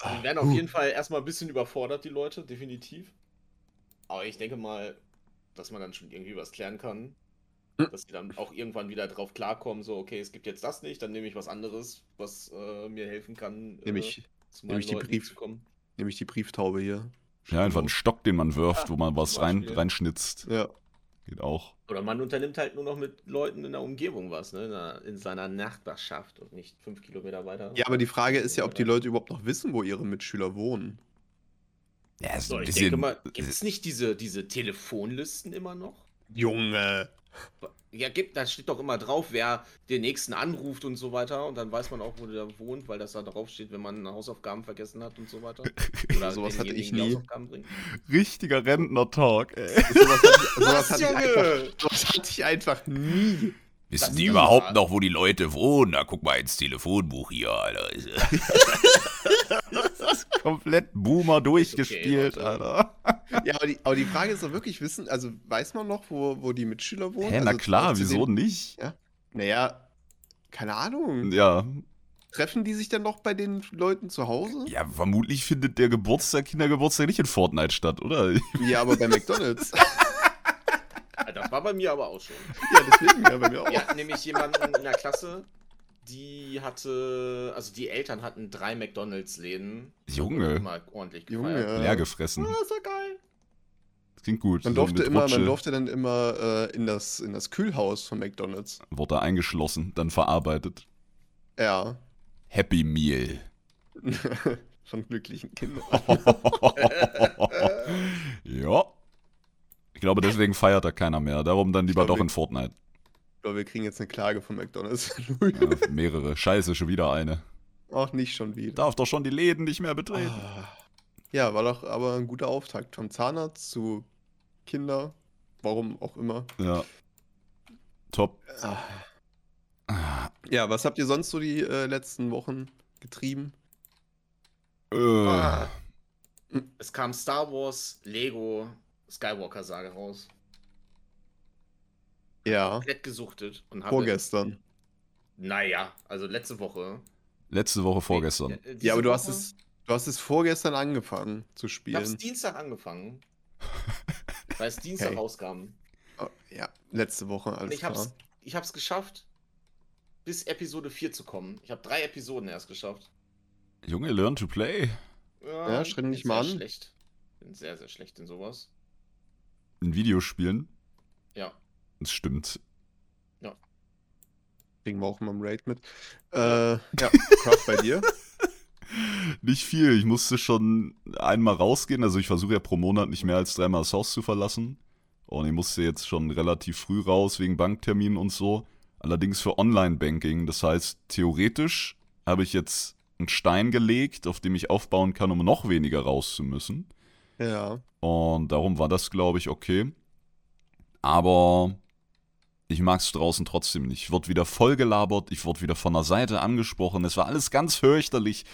[SPEAKER 1] Ah,
[SPEAKER 2] Die werden
[SPEAKER 1] hm.
[SPEAKER 2] auf jeden Fall erstmal ein bisschen überfordert, die Leute, definitiv. Aber ich denke mal, dass man dann schon irgendwie was klären kann.
[SPEAKER 1] Hm.
[SPEAKER 2] Dass die dann auch irgendwann wieder drauf klarkommen, so, okay, es gibt jetzt das nicht, dann nehme ich was anderes, was äh, mir helfen kann, äh,
[SPEAKER 1] Nämlich,
[SPEAKER 2] zu
[SPEAKER 1] nämlich die Brief-
[SPEAKER 2] zu kommen.
[SPEAKER 1] nämlich die Brieftaube hier.
[SPEAKER 3] Ja, einfach ein Stock, den man wirft, wo man was
[SPEAKER 2] zum
[SPEAKER 3] rein,
[SPEAKER 2] Beispiel.
[SPEAKER 3] reinschnitzt.
[SPEAKER 1] Ja,
[SPEAKER 3] Geht auch.
[SPEAKER 2] Oder man unternimmt halt nur noch mit Leuten in der Umgebung was, ne? in der- In seiner Nachbarschaft und nicht fünf Kilometer weiter.
[SPEAKER 1] ja aber die Frage ist ja, ob die Leute überhaupt noch wissen, wo ihre Mitschüler wohnen.
[SPEAKER 3] Ja, ist
[SPEAKER 2] So,
[SPEAKER 3] ein
[SPEAKER 2] ich denke
[SPEAKER 3] bisschen.
[SPEAKER 1] äh,
[SPEAKER 2] mal, gibt es nicht diese, diese Telefonlisten immer noch?
[SPEAKER 1] Junge!
[SPEAKER 2] Ja, gibt, da steht doch immer drauf, wer den nächsten anruft und so weiter. Und dann weiß man auch, wo der wohnt, weil das da drauf steht, wenn man Hausaufgaben vergessen hat und so weiter. Oder
[SPEAKER 1] Sowas hatte ich
[SPEAKER 2] denjenigen, die
[SPEAKER 1] nie.
[SPEAKER 2] Hausaufgaben bringt.
[SPEAKER 3] richtiger Rentner-Talk, ey.
[SPEAKER 1] Sowas hatte ich, sowas hatte ich, einfach,
[SPEAKER 2] Junge!
[SPEAKER 1] sowas hatte ich einfach nie.
[SPEAKER 2] Wissen die überhaupt noch,
[SPEAKER 3] wo die Leute wohnen? Na, guck mal ins Telefonbuch hier, Alter. das ist komplett Boomer durchgespielt,
[SPEAKER 2] Okay, Leute.
[SPEAKER 3] Alter.
[SPEAKER 1] Ja, aber die, aber die Frage ist doch wirklich, wissen, also weiß man noch, wo, wo die Mitschüler wohnen?
[SPEAKER 3] Hä, na
[SPEAKER 1] Also
[SPEAKER 3] klar,
[SPEAKER 1] zu
[SPEAKER 3] wieso
[SPEAKER 1] den-
[SPEAKER 3] nicht?
[SPEAKER 1] Naja, keine Ahnung.
[SPEAKER 3] Ja.
[SPEAKER 1] Treffen die sich dann noch bei den Leuten zu Hause?
[SPEAKER 3] ja, vermutlich findet der Geburtstag, Kindergeburtstag nicht in Fortnite statt, oder?
[SPEAKER 1] Ja, aber bei McDonalds.
[SPEAKER 2] Ah, Das war bei mir aber auch schon.
[SPEAKER 1] ja, deswegen, ja, bei mir auch.
[SPEAKER 2] Wir hatten nämlich jemanden in der Klasse, die hatte, also die Eltern hatten drei McDonalds-Läden.
[SPEAKER 3] Junge.
[SPEAKER 2] Mal ordentlich
[SPEAKER 1] Junge.
[SPEAKER 2] gefeiert.
[SPEAKER 3] Leer gefressen.
[SPEAKER 2] Ah, ist ja geil.
[SPEAKER 3] Das klingt gut.
[SPEAKER 1] Man
[SPEAKER 3] So
[SPEAKER 1] durfte,
[SPEAKER 3] mit
[SPEAKER 1] immer,
[SPEAKER 3] Rutsche
[SPEAKER 1] man durfte dann immer äh, in, das, in das Kühlhaus von McDonalds.
[SPEAKER 3] Wurde da eingeschlossen, dann verarbeitet.
[SPEAKER 1] Ja.
[SPEAKER 3] Happy Meal.
[SPEAKER 1] von glücklichen Kindern. Oh,
[SPEAKER 3] ja. Ich glaube, deswegen feiert da keiner mehr. Darum dann lieber
[SPEAKER 1] Ich glaube,
[SPEAKER 3] doch in Fortnite.
[SPEAKER 1] Ich glaube, wir kriegen jetzt eine Klage von McDonalds.
[SPEAKER 3] Ja, mehrere. Scheiße, schon wieder eine.
[SPEAKER 1] Auch nicht schon wieder.
[SPEAKER 3] Darf doch schon die Läden nicht mehr betreten.
[SPEAKER 1] Ah. Ja, war doch aber ein guter Auftakt. Vom Zahnarzt zu Kinder, warum auch immer.
[SPEAKER 3] Ja. Top.
[SPEAKER 1] Ah.
[SPEAKER 3] Ah,
[SPEAKER 1] Ja, was habt ihr sonst so die äh, letzten Wochen getrieben?
[SPEAKER 3] Äh,
[SPEAKER 2] Es kam Star Wars, Lego, Skywalker-Sage raus.
[SPEAKER 1] Ja,
[SPEAKER 2] Komplett gesuchtet und habe.
[SPEAKER 1] vorgestern.
[SPEAKER 2] Naja, also letzte Woche.
[SPEAKER 3] letzte Woche vorgestern.
[SPEAKER 2] Äh, äh, diese
[SPEAKER 1] Ja, aber du hast
[SPEAKER 2] Woche-
[SPEAKER 1] es, du hast es vorgestern angefangen zu
[SPEAKER 2] Ich hab's
[SPEAKER 1] spielen.
[SPEAKER 2] Dienstag angefangen. weil es Dienstag
[SPEAKER 1] Hey.
[SPEAKER 2] rauskam.
[SPEAKER 1] Oh, ja, letzte Woche,
[SPEAKER 2] Und
[SPEAKER 1] alles
[SPEAKER 2] ich
[SPEAKER 1] klar.
[SPEAKER 2] hab's, ich hab's geschafft, bis Episode 4 zu kommen. Ich habe drei Episoden erst geschafft.
[SPEAKER 3] Junge, learn to play.
[SPEAKER 1] Ja, streng
[SPEAKER 2] bin
[SPEAKER 1] dich
[SPEAKER 2] sehr
[SPEAKER 1] mal an.
[SPEAKER 2] Schlecht. Bin sehr, sehr schlecht in sowas.
[SPEAKER 3] In Videospielen.
[SPEAKER 2] Ja.
[SPEAKER 3] Das stimmt.
[SPEAKER 1] Kriegen wir auch immer im Raid mit. Äh, ja, Kraft bei dir.
[SPEAKER 3] Nicht viel. Ich musste schon einmal rausgehen. Also ich versuche ja pro Monat nicht mehr als dreimal das Haus zu verlassen. Und ich musste jetzt schon relativ früh raus wegen Bankterminen und so. Allerdings für Online-Banking. Das heißt, theoretisch habe ich jetzt einen Stein gelegt, auf dem ich aufbauen kann, um noch weniger raus zu müssen.
[SPEAKER 1] Ja.
[SPEAKER 3] Und darum war das, glaube ich, okay. Aber ich mag es draußen trotzdem nicht. Ich wurde wieder vollgelabert, ich wurde wieder von der Seite angesprochen. Es war alles ganz fürchterlich.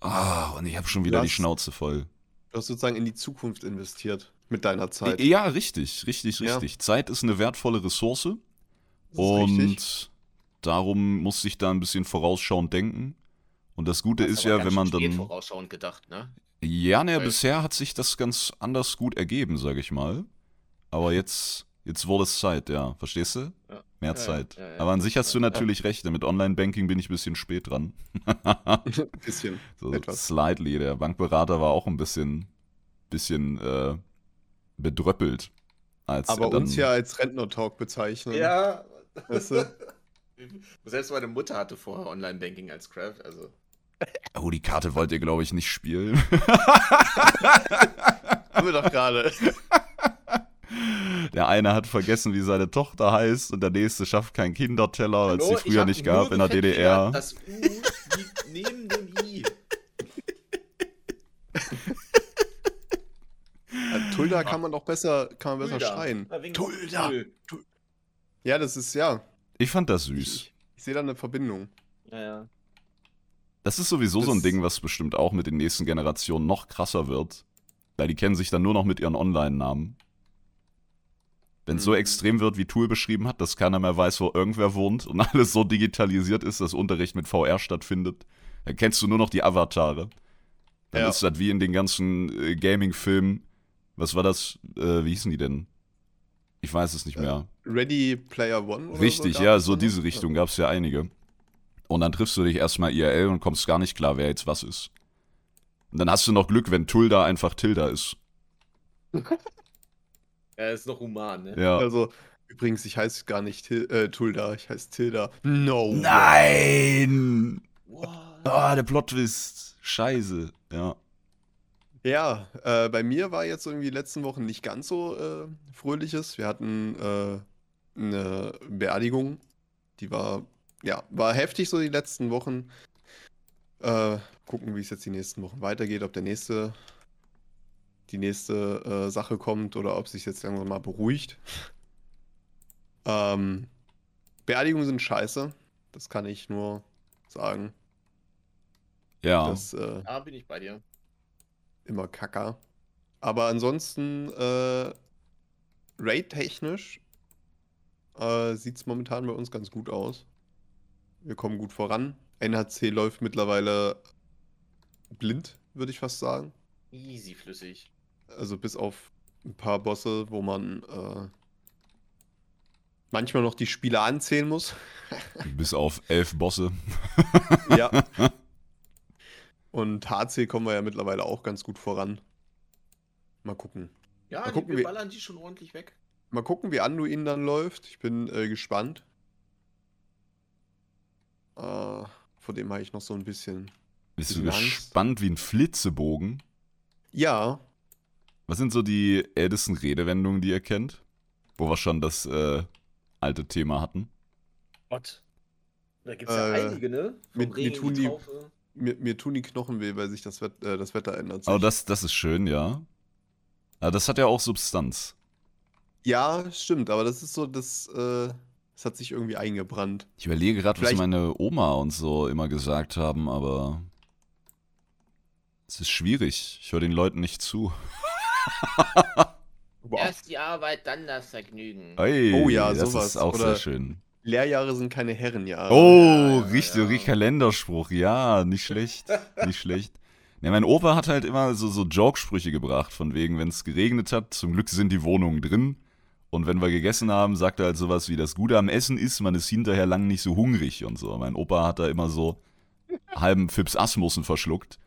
[SPEAKER 3] Ah, und ich habe schon wieder die
[SPEAKER 1] Lass-
[SPEAKER 3] Schnauze voll.
[SPEAKER 1] Du hast sozusagen in die Zukunft investiert mit deiner Zeit.
[SPEAKER 3] Ja, richtig, richtig,
[SPEAKER 1] Ja.
[SPEAKER 3] richtig. Zeit ist eine wertvolle Ressource.
[SPEAKER 1] Das ist
[SPEAKER 3] Und
[SPEAKER 1] richtig.
[SPEAKER 3] darum muss ich da ein bisschen vorausschauend denken. Und das Gute
[SPEAKER 2] Hast
[SPEAKER 3] ist
[SPEAKER 2] aber
[SPEAKER 3] ja,
[SPEAKER 2] ganz
[SPEAKER 3] wenn man
[SPEAKER 2] schön spät
[SPEAKER 3] dann.
[SPEAKER 2] vorausschauend gedacht, ne?
[SPEAKER 3] Ja, ne,
[SPEAKER 2] Weil-
[SPEAKER 3] bisher hat sich das ganz anders gut ergeben, sage ich mal. Aber jetzt, jetzt wurde es Zeit, ja. Verstehst du?
[SPEAKER 2] Ja.
[SPEAKER 3] Mehr
[SPEAKER 2] Ja, ja,
[SPEAKER 3] Zeit.
[SPEAKER 2] ja, ja.
[SPEAKER 3] Aber an sich hast du
[SPEAKER 2] Ja.
[SPEAKER 3] natürlich recht, denn mit Online-Banking bin ich ein bisschen spät dran.
[SPEAKER 1] Ein bisschen.
[SPEAKER 3] So
[SPEAKER 1] Etwas.
[SPEAKER 3] slightly. Der Bankberater war auch ein bisschen, bisschen äh, bedröppelt. Als er
[SPEAKER 1] Aber
[SPEAKER 3] dann,
[SPEAKER 1] uns ja als Rentner-Talk bezeichnen.
[SPEAKER 2] Ja.
[SPEAKER 1] Weißt du?
[SPEAKER 2] Selbst meine Mutter hatte vorher Online-Banking als Craft, also.
[SPEAKER 3] Oh, die Karte wollt ihr, glaube ich, nicht spielen.
[SPEAKER 1] Haben wir doch gerade.
[SPEAKER 3] Der eine hat vergessen, wie seine Tochter heißt und der nächste schafft keinen Kinderteller, weil es
[SPEAKER 2] Hallo,
[SPEAKER 3] die
[SPEAKER 2] ich
[SPEAKER 3] früher
[SPEAKER 2] hab
[SPEAKER 3] nicht
[SPEAKER 2] nur
[SPEAKER 3] gab in der
[SPEAKER 2] gefällt,
[SPEAKER 3] DDR.
[SPEAKER 2] Das U liegt neben dem I.
[SPEAKER 1] Ja, Tulda kann man doch besser, kann man besser
[SPEAKER 2] Tulda.
[SPEAKER 1] schreien.
[SPEAKER 2] Na, Ah, wegen
[SPEAKER 1] Tulda.
[SPEAKER 2] Tul.
[SPEAKER 1] Ja, das ist ja.
[SPEAKER 3] Ich fand das süß.
[SPEAKER 1] Ich sehe da eine Verbindung.
[SPEAKER 2] Ja, ja.
[SPEAKER 3] Das ist sowieso so ein
[SPEAKER 1] Das-
[SPEAKER 3] Ding, was bestimmt auch mit den nächsten Generationen noch krasser wird. Weil die kennen sich dann nur noch mit ihren Online-Namen. Wenn es so
[SPEAKER 1] Mhm.
[SPEAKER 3] extrem wird, wie Tool beschrieben hat, dass keiner mehr weiß, wo irgendwer wohnt und alles so digitalisiert ist, dass Unterricht mit VR stattfindet, dann kennst du nur noch die Avatare. Dann
[SPEAKER 1] Ja.
[SPEAKER 3] ist das wie in den ganzen äh, Gaming-Filmen. Was war das? Äh, wie hießen die denn? Ich weiß es nicht
[SPEAKER 1] Äh,
[SPEAKER 3] mehr.
[SPEAKER 1] Ready Player One oder
[SPEAKER 3] Richtig,
[SPEAKER 1] so
[SPEAKER 3] ja,
[SPEAKER 1] gab's ne?
[SPEAKER 3] so
[SPEAKER 1] dann noch?
[SPEAKER 3] diese Richtung gab es ja einige. Und dann triffst du dich erstmal IRL und kommst gar nicht klar, wer jetzt was ist. Und dann hast du noch Glück, wenn Tulda einfach Tilda ist.
[SPEAKER 2] Er ist noch human, ne?
[SPEAKER 1] Ja.
[SPEAKER 3] Ja.
[SPEAKER 1] Also, übrigens, ich heiße gar nicht Til äh, Tulda, ich heiße Tilda. No.
[SPEAKER 3] Nein!
[SPEAKER 2] What?
[SPEAKER 3] Ah, der Plot-Twist. Scheiße. Ja.
[SPEAKER 1] Ja, äh, bei mir war jetzt irgendwie die letzten Wochen nicht ganz so äh, fröhliches. Wir hatten äh, eine Beerdigung, die war, ja, war heftig so die letzten Wochen. Äh, gucken, wie es jetzt die nächsten Wochen weitergeht, ob der nächste, die nächste äh, Sache kommt oder ob sich jetzt langsam mal beruhigt. Ähm, Beerdigungen sind scheiße, das kann ich nur sagen.
[SPEAKER 3] Ja.
[SPEAKER 1] Das, äh,
[SPEAKER 2] Da bin ich bei dir.
[SPEAKER 1] immer kacker. Aber ansonsten, äh, Raid-technisch äh, sieht es momentan bei uns ganz gut aus. Wir kommen gut voran. NHC läuft mittlerweile blind, würde ich fast sagen.
[SPEAKER 2] Easy flüssig.
[SPEAKER 1] Also bis auf ein paar Bosse, wo man äh, manchmal noch die Spieler anzählen muss.
[SPEAKER 3] Bis auf elf Bosse.
[SPEAKER 1] Ja. Und HC kommen wir ja mittlerweile auch ganz gut voran. Mal gucken.
[SPEAKER 2] Ja,
[SPEAKER 1] Mal
[SPEAKER 2] die,
[SPEAKER 1] gucken,
[SPEAKER 2] wir
[SPEAKER 1] wie-
[SPEAKER 2] ballern die schon ordentlich weg.
[SPEAKER 1] Mal gucken, wie Anduin dann läuft. Ich bin äh, gespannt. Äh, vor dem habe ich noch so ein bisschen.
[SPEAKER 3] Bist du
[SPEAKER 1] Bisschen Angst.
[SPEAKER 3] gespannt wie ein Flitzebogen?
[SPEAKER 1] Ja,
[SPEAKER 3] Was sind so die ältesten Redewendungen, die ihr kennt? Wo wir schon das äh, alte Thema hatten.
[SPEAKER 2] Gott. Da gibt's
[SPEAKER 1] Äh,
[SPEAKER 2] ja einige, ne? Vom
[SPEAKER 1] mit- mir
[SPEAKER 2] Regen in
[SPEAKER 1] tun die-
[SPEAKER 2] Traufe.
[SPEAKER 1] mir, mir tun die Knochen weh, weil sich das, Wet äh, das Wetter ändert. Sich.
[SPEAKER 3] Aber das, das ist schön, ja. Aber das hat ja auch Substanz.
[SPEAKER 1] ja, stimmt, aber das ist so, das, äh, das hat sich irgendwie eingebrannt.
[SPEAKER 3] Ich überlege gerade, was
[SPEAKER 1] Vielleicht-
[SPEAKER 3] meine Oma und so immer gesagt haben, aber es ist schwierig. Ich höre den Leuten nicht zu.
[SPEAKER 2] Erst die Arbeit, dann das Vergnügen.
[SPEAKER 3] Ey,
[SPEAKER 1] Oh ja,
[SPEAKER 3] das
[SPEAKER 1] sowas.
[SPEAKER 3] ist auch
[SPEAKER 1] Oder-
[SPEAKER 3] sehr schön.
[SPEAKER 1] Lehrjahre sind keine Herrenjahre.
[SPEAKER 3] Oh,
[SPEAKER 2] ja,
[SPEAKER 3] richtig,
[SPEAKER 2] ja.
[SPEAKER 3] richtig Kalenderspruch. Ja, nicht schlecht, nicht schlecht. Ne, mein Opa hat halt immer so, so Joke-Sprüche gebracht, von wegen, wenn es geregnet hat, zum Glück sind die Wohnungen drin. Und wenn wir gegessen haben, sagt er halt sowas wie, das Gute am Essen ist, man ist hinterher lang nicht so hungrig und so. Mein Opa hat da immer so halben Fips Asmussen verschluckt.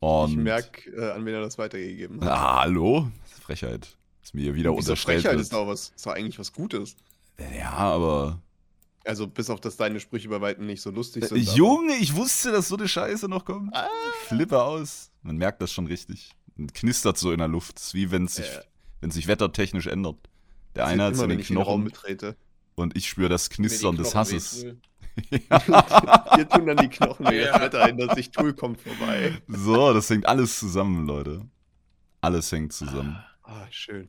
[SPEAKER 3] Und
[SPEAKER 1] ich merke, äh, an wen er das weitergegeben hat.
[SPEAKER 3] Ah, hallo? Frechheit. Ist mir hier wieder
[SPEAKER 1] Diese
[SPEAKER 3] unterstellt.
[SPEAKER 1] Frechheit ist
[SPEAKER 3] Wird.
[SPEAKER 1] doch was, ist doch eigentlich was Gutes.
[SPEAKER 3] Ja, aber
[SPEAKER 1] Also bis auf, dass deine Sprüche bei weitem nicht so lustig
[SPEAKER 3] Äh,
[SPEAKER 1] sind. aber-
[SPEAKER 3] Junge, ich wusste, dass so eine Scheiße noch kommt.
[SPEAKER 1] Ah.
[SPEAKER 3] Flippe aus. Man merkt das schon richtig. Und knistert so in der Luft. Ist wie wenn sich,
[SPEAKER 1] Äh.
[SPEAKER 3] wenn sich wettertechnisch ändert. Der
[SPEAKER 1] Das
[SPEAKER 3] eine
[SPEAKER 1] sind
[SPEAKER 3] hat es in
[SPEAKER 1] wenn
[SPEAKER 3] den
[SPEAKER 1] ich Raum
[SPEAKER 3] Knochen
[SPEAKER 1] betrete.
[SPEAKER 3] und ich spüre das Knistern des Hasses.
[SPEAKER 1] Hier tun dann die Knochen weh, das
[SPEAKER 2] Ja.
[SPEAKER 1] Wetter ändert sich, Tool kommt vorbei.
[SPEAKER 3] So, das hängt alles zusammen, Leute. Alles hängt zusammen.
[SPEAKER 1] Ah, schön.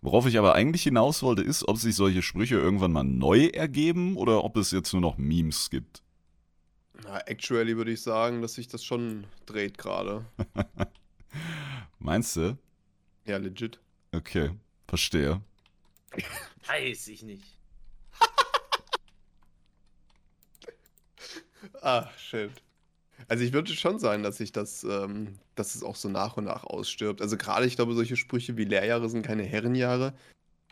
[SPEAKER 3] Worauf ich aber eigentlich hinaus wollte, ist, ob sich solche Sprüche irgendwann mal neu ergeben oder ob es jetzt nur noch Memes gibt.
[SPEAKER 1] Na, actually würde ich sagen, dass sich das schon dreht gerade.
[SPEAKER 3] Meinst du?
[SPEAKER 1] Ja, legit.
[SPEAKER 3] Okay, verstehe.
[SPEAKER 2] Weiß ich nicht.
[SPEAKER 1] Ah, shit. Also ich würde schon sagen, dass sich das, ähm, dass es auch so nach und nach ausstirbt. Also gerade, ich glaube, solche Sprüche wie Lehrjahre sind keine Herrenjahre.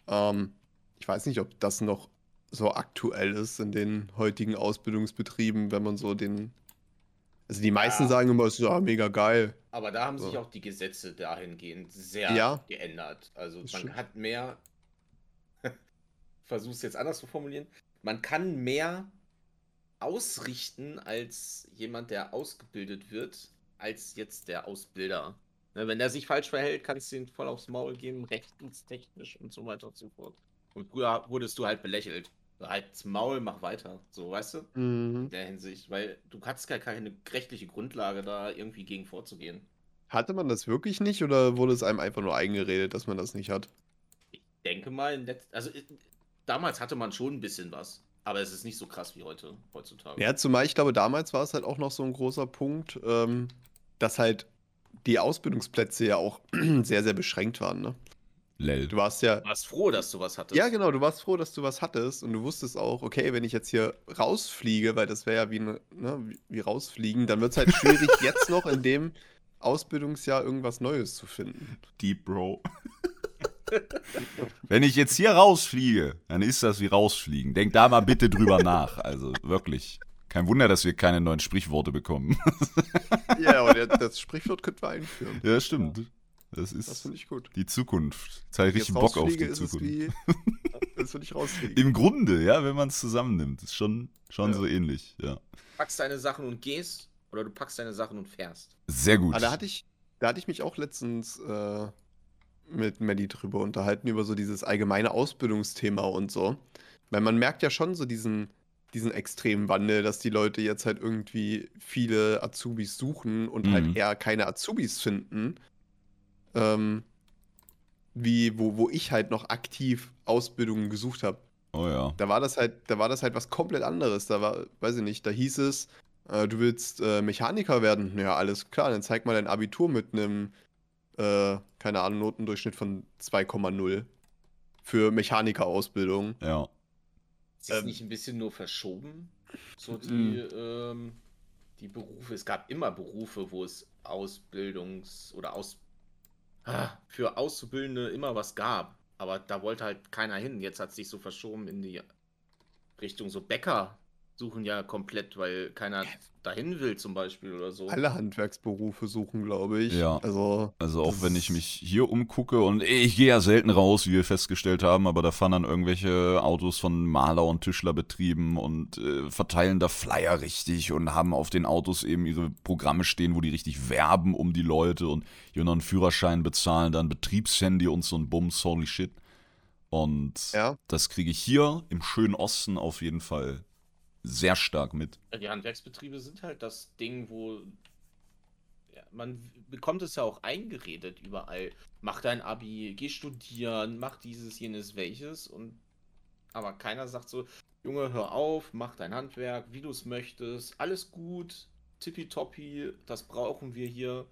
[SPEAKER 1] Ähm, ich weiß nicht, ob das noch so aktuell ist in den heutigen Ausbildungsbetrieben, wenn man so den. Also die meisten
[SPEAKER 2] Ja.
[SPEAKER 1] sagen immer, es ist ja mega geil.
[SPEAKER 2] Aber da haben sich
[SPEAKER 1] So.
[SPEAKER 2] auch die Gesetze dahingehend sehr
[SPEAKER 1] Ja.
[SPEAKER 2] geändert. Also
[SPEAKER 1] Das
[SPEAKER 2] man
[SPEAKER 1] stimmt.
[SPEAKER 2] hat mehr, versuch es jetzt anders zu formulieren, man kann mehr ausrichten als jemand, der ausgebildet wird, als jetzt der Ausbilder. Ne, wenn er sich falsch verhält, kannst du ihn voll aufs Maul geben, rechtstechnisch und so weiter und so fort. Und früher wurdest du halt belächelt. So, Halt's Maul, mach weiter. So, weißt du?
[SPEAKER 1] Mhm.
[SPEAKER 2] In der Hinsicht, weil du hast gar keine rechtliche Grundlage, da irgendwie gegen vorzugehen.
[SPEAKER 1] Hatte man das wirklich nicht oder wurde es einem einfach nur eingeredet, dass man das nicht hat?
[SPEAKER 2] Ich denke mal, in letz also i- damals hatte man schon ein bisschen was, aber es ist nicht so krass wie heute, heutzutage.
[SPEAKER 1] Ja, zumal ich glaube, damals war es halt auch noch so ein großer Punkt, ähm, dass halt die Ausbildungsplätze ja auch sehr, sehr beschränkt waren. Ne?
[SPEAKER 3] Lel.
[SPEAKER 1] Du warst ja,
[SPEAKER 2] Du warst froh, dass du was hattest.
[SPEAKER 1] ja genau, du warst froh, dass du was hattest und du wusstest auch, okay, wenn ich jetzt hier rausfliege, weil das wäre ja wie, ne, ne, wie- wie rausfliegen, dann wird es halt schwierig, jetzt noch in dem Ausbildungsjahr irgendwas Neues zu finden.
[SPEAKER 3] Deep Bro. Wenn ich jetzt hier rausfliege, dann ist das wie rausfliegen. Denk da mal bitte drüber nach. Also wirklich. Kein Wunder, dass wir keine neuen Sprichworte bekommen.
[SPEAKER 1] Ja, aber der- das Sprichwort könnten wir einführen.
[SPEAKER 3] Ja, stimmt.
[SPEAKER 1] Das
[SPEAKER 3] Das ist
[SPEAKER 1] finde ich gut.
[SPEAKER 3] die Zukunft. Jetzt habe ich richtig
[SPEAKER 1] Jetzt
[SPEAKER 3] Bock auf
[SPEAKER 1] rausfliege,
[SPEAKER 3] die
[SPEAKER 1] ist es
[SPEAKER 3] Zukunft.
[SPEAKER 1] wie, als würde ich rausfliegen.
[SPEAKER 3] Im Grunde, ja, wenn man es zusammennimmt. Ist schon, schon
[SPEAKER 1] Ja.
[SPEAKER 3] so ähnlich, ja.
[SPEAKER 2] Du packst deine Sachen und gehst oder du packst deine Sachen und fährst.
[SPEAKER 3] Sehr gut.
[SPEAKER 1] Ah, da hatte ich, da hatte ich mich auch letztens äh, mit Melly drüber unterhalten, über so dieses allgemeine Ausbildungsthema und so. Weil man merkt ja schon so diesen, diesen extremen Wandel, dass die Leute jetzt halt irgendwie viele Azubis suchen und
[SPEAKER 3] Mhm.
[SPEAKER 1] halt eher keine Azubis finden. Ähm, wie, wo, wo ich halt noch aktiv Ausbildungen gesucht habe
[SPEAKER 3] oh ja.
[SPEAKER 1] da war das halt, da war das halt was komplett anderes. Da war, weiß ich nicht, da hieß es, äh, du willst äh, Mechaniker werden. Ja, alles klar, dann zeig mal dein Abitur mit einem, äh, keine Ahnung, Notendurchschnitt von 2,0 für Mechanikerausbildung.
[SPEAKER 3] Ja.
[SPEAKER 2] Ist das
[SPEAKER 1] Ähm.
[SPEAKER 2] nicht ein bisschen nur verschoben? So die,
[SPEAKER 1] Mhm.
[SPEAKER 2] ähm, die Berufe. Es gab immer Berufe, wo es Ausbildungs- oder aus ah, für Auszubildende immer was gab. Aber da wollte halt keiner hin. Jetzt hat es sich so verschoben in die Richtung so Bäcker suchen ja komplett, weil keiner dahin will zum Beispiel oder so.
[SPEAKER 1] Alle Handwerksberufe suchen, glaube ich.
[SPEAKER 3] Ja.
[SPEAKER 1] Also,
[SPEAKER 3] Also auch
[SPEAKER 1] Das
[SPEAKER 3] wenn ich
[SPEAKER 1] ist-
[SPEAKER 3] mich hier umgucke und ich gehe ja selten raus, wie wir festgestellt haben, aber da fahren dann irgendwelche Autos von Maler- und Tischlerbetrieben und äh, verteilen da Flyer richtig und haben auf den Autos eben ihre Programme stehen, wo die richtig werben um die Leute und hier noch einen Führerschein bezahlen, dann Betriebshandy und so ein Bums, holy shit. Und
[SPEAKER 1] ja.
[SPEAKER 3] das kriege ich hier im schönen Osten auf jeden Fall sehr stark mit.
[SPEAKER 2] Die Handwerksbetriebe sind halt das Ding, wo ja, man bekommt es ja auch eingeredet überall. Mach dein Abi, geh studieren, mach dieses, jenes, welches und aber keiner sagt so, Junge, hör auf, mach dein Handwerk, wie du es möchtest, alles gut, tippitoppi, das brauchen wir hier.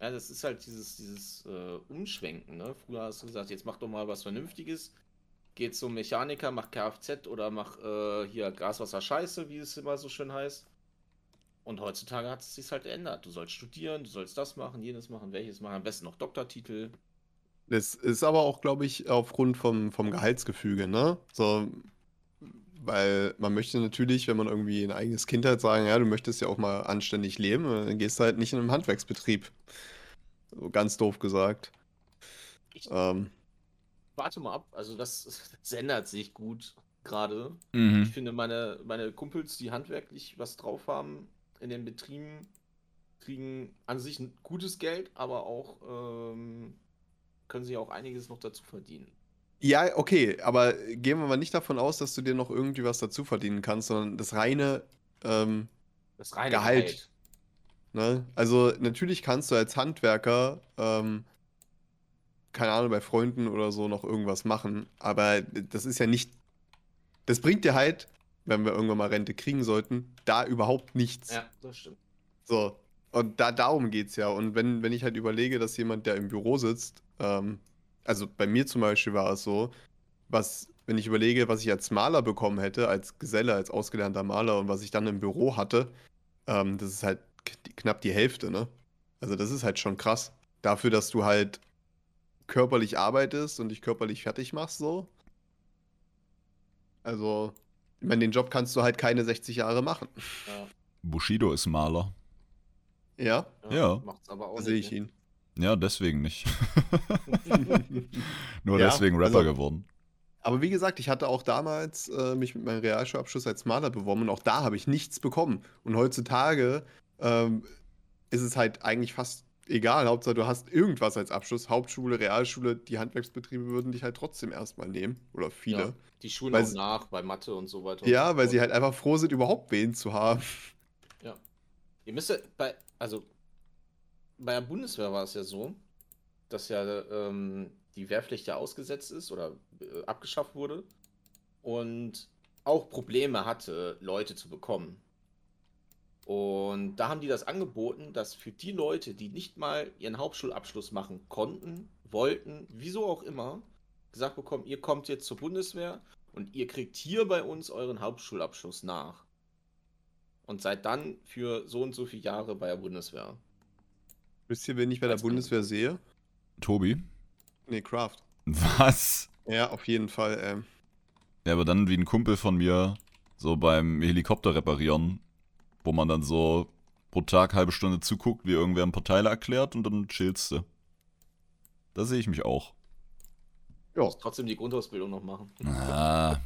[SPEAKER 2] Ja, das ist halt dieses, dieses äh, Umschwenken, ne? Früher hast du gesagt, jetzt mach doch mal was Vernünftiges, geh zum um Mechaniker, mach Kfz oder mach äh, hier Gras, Wasser, Scheiße, wie es immer so schön heißt. Und heutzutage hat es sich halt geändert. Du sollst studieren, du sollst das machen, jenes machen, welches machen, am besten noch Doktortitel.
[SPEAKER 1] Das ist aber auch, glaube ich, aufgrund vom, vom Gehaltsgefüge, ne? So, weil man möchte natürlich, wenn man irgendwie ein eigenes Kind hat, sagen, ja, du möchtest ja auch mal anständig leben, und dann gehst du halt nicht in einem Handwerksbetrieb. So ganz doof gesagt.
[SPEAKER 2] Ich-
[SPEAKER 1] Ähm,
[SPEAKER 2] Warte mal ab, also das, das ändert sich gut. gerade. Ich
[SPEAKER 3] Mhm.
[SPEAKER 2] finde, meine, meine Kumpels, die handwerklich was drauf haben in den Betrieben, kriegen an sich ein gutes Geld, aber auch ähm, können sie auch einiges noch dazu verdienen.
[SPEAKER 1] Ja, okay, aber gehen wir mal nicht davon aus, dass du dir noch irgendwie was dazu verdienen kannst, sondern das reine, ähm,
[SPEAKER 2] Das reine
[SPEAKER 1] Gehalt. ne? Also natürlich kannst du als Handwerker, ähm, keine Ahnung, bei Freunden oder so noch irgendwas machen, aber das ist ja nicht, das bringt dir halt, wenn wir irgendwann mal Rente kriegen sollten, da überhaupt nichts.
[SPEAKER 2] Ja, das stimmt.
[SPEAKER 1] So. Und da, darum geht's ja. Und wenn, wenn ich halt überlege, dass jemand, der im Büro sitzt, ähm, also bei mir zum Beispiel war es so, was, wenn ich überlege, was ich als Maler bekommen hätte, als Geselle, als ausgelernter Maler und was ich dann im Büro hatte, ähm, das ist halt k- die- knapp die Hälfte, ne? Also das ist halt schon krass. Dafür, dass du halt körperlich arbeitest und dich körperlich fertig machst, so. Also, ich meine, den Job kannst du halt keine 60 Jahre machen.
[SPEAKER 2] Ja,
[SPEAKER 3] Bushido ist Maler.
[SPEAKER 1] Ja,
[SPEAKER 3] Ja.
[SPEAKER 2] Macht's aber auch
[SPEAKER 1] da sehe
[SPEAKER 2] nicht,
[SPEAKER 1] ich ihn.
[SPEAKER 3] Ja, deswegen nicht.
[SPEAKER 2] ne?
[SPEAKER 3] Nur
[SPEAKER 1] Ja,
[SPEAKER 3] deswegen Rapper
[SPEAKER 1] also-
[SPEAKER 3] geworden.
[SPEAKER 1] Aber wie gesagt, ich hatte auch damals äh, mich mit meinem Realschulabschluss als Maler beworben und auch da habe ich nichts bekommen. Und heutzutage ähm, ist es halt eigentlich fast egal. Hauptsache, du hast irgendwas als Abschluss. Hauptschule, Realschule, die Handwerksbetriebe würden dich halt trotzdem erstmal nehmen. Oder viele.
[SPEAKER 2] Die schulen
[SPEAKER 1] Weil
[SPEAKER 2] auch
[SPEAKER 1] sie-
[SPEAKER 2] nach bei Mathe und so weiter.
[SPEAKER 1] Ja,
[SPEAKER 2] und so
[SPEAKER 1] weil
[SPEAKER 2] fort.
[SPEAKER 1] sie halt einfach froh sind, überhaupt wen zu haben.
[SPEAKER 2] Ihr müsst ja bei, also bei der Bundeswehr war es ja so, dass ja ähm, die Wehrpflicht ja ausgesetzt ist oder äh, abgeschafft wurde und auch Probleme hatte, Leute zu bekommen. Und da haben die das angeboten, dass für die Leute, die nicht mal ihren Hauptschulabschluss machen konnten, wollten, wieso auch immer, gesagt bekommen, ihr kommt jetzt zur Bundeswehr und ihr kriegt hier bei uns euren Hauptschulabschluss nach und seid dann für so und so viele Jahre bei der Bundeswehr.
[SPEAKER 1] Wisst ihr, wen ich bei der
[SPEAKER 2] Weiß man
[SPEAKER 1] Bundeswehr sehe?
[SPEAKER 3] Tobi?
[SPEAKER 1] Nee, Kraft.
[SPEAKER 3] Was?
[SPEAKER 1] Ja, auf jeden Fall. Ähm.
[SPEAKER 3] Ja, aber dann wie ein Kumpel von mir, so beim Helikopter reparieren, wo man dann so pro Tag halbe Stunde zuguckt, wie irgendwer ein paar Teile erklärt und dann chillst du. Da sehe ich mich auch.
[SPEAKER 1] Ja,
[SPEAKER 2] Muss trotzdem die Grundausbildung noch machen.
[SPEAKER 3] Ah,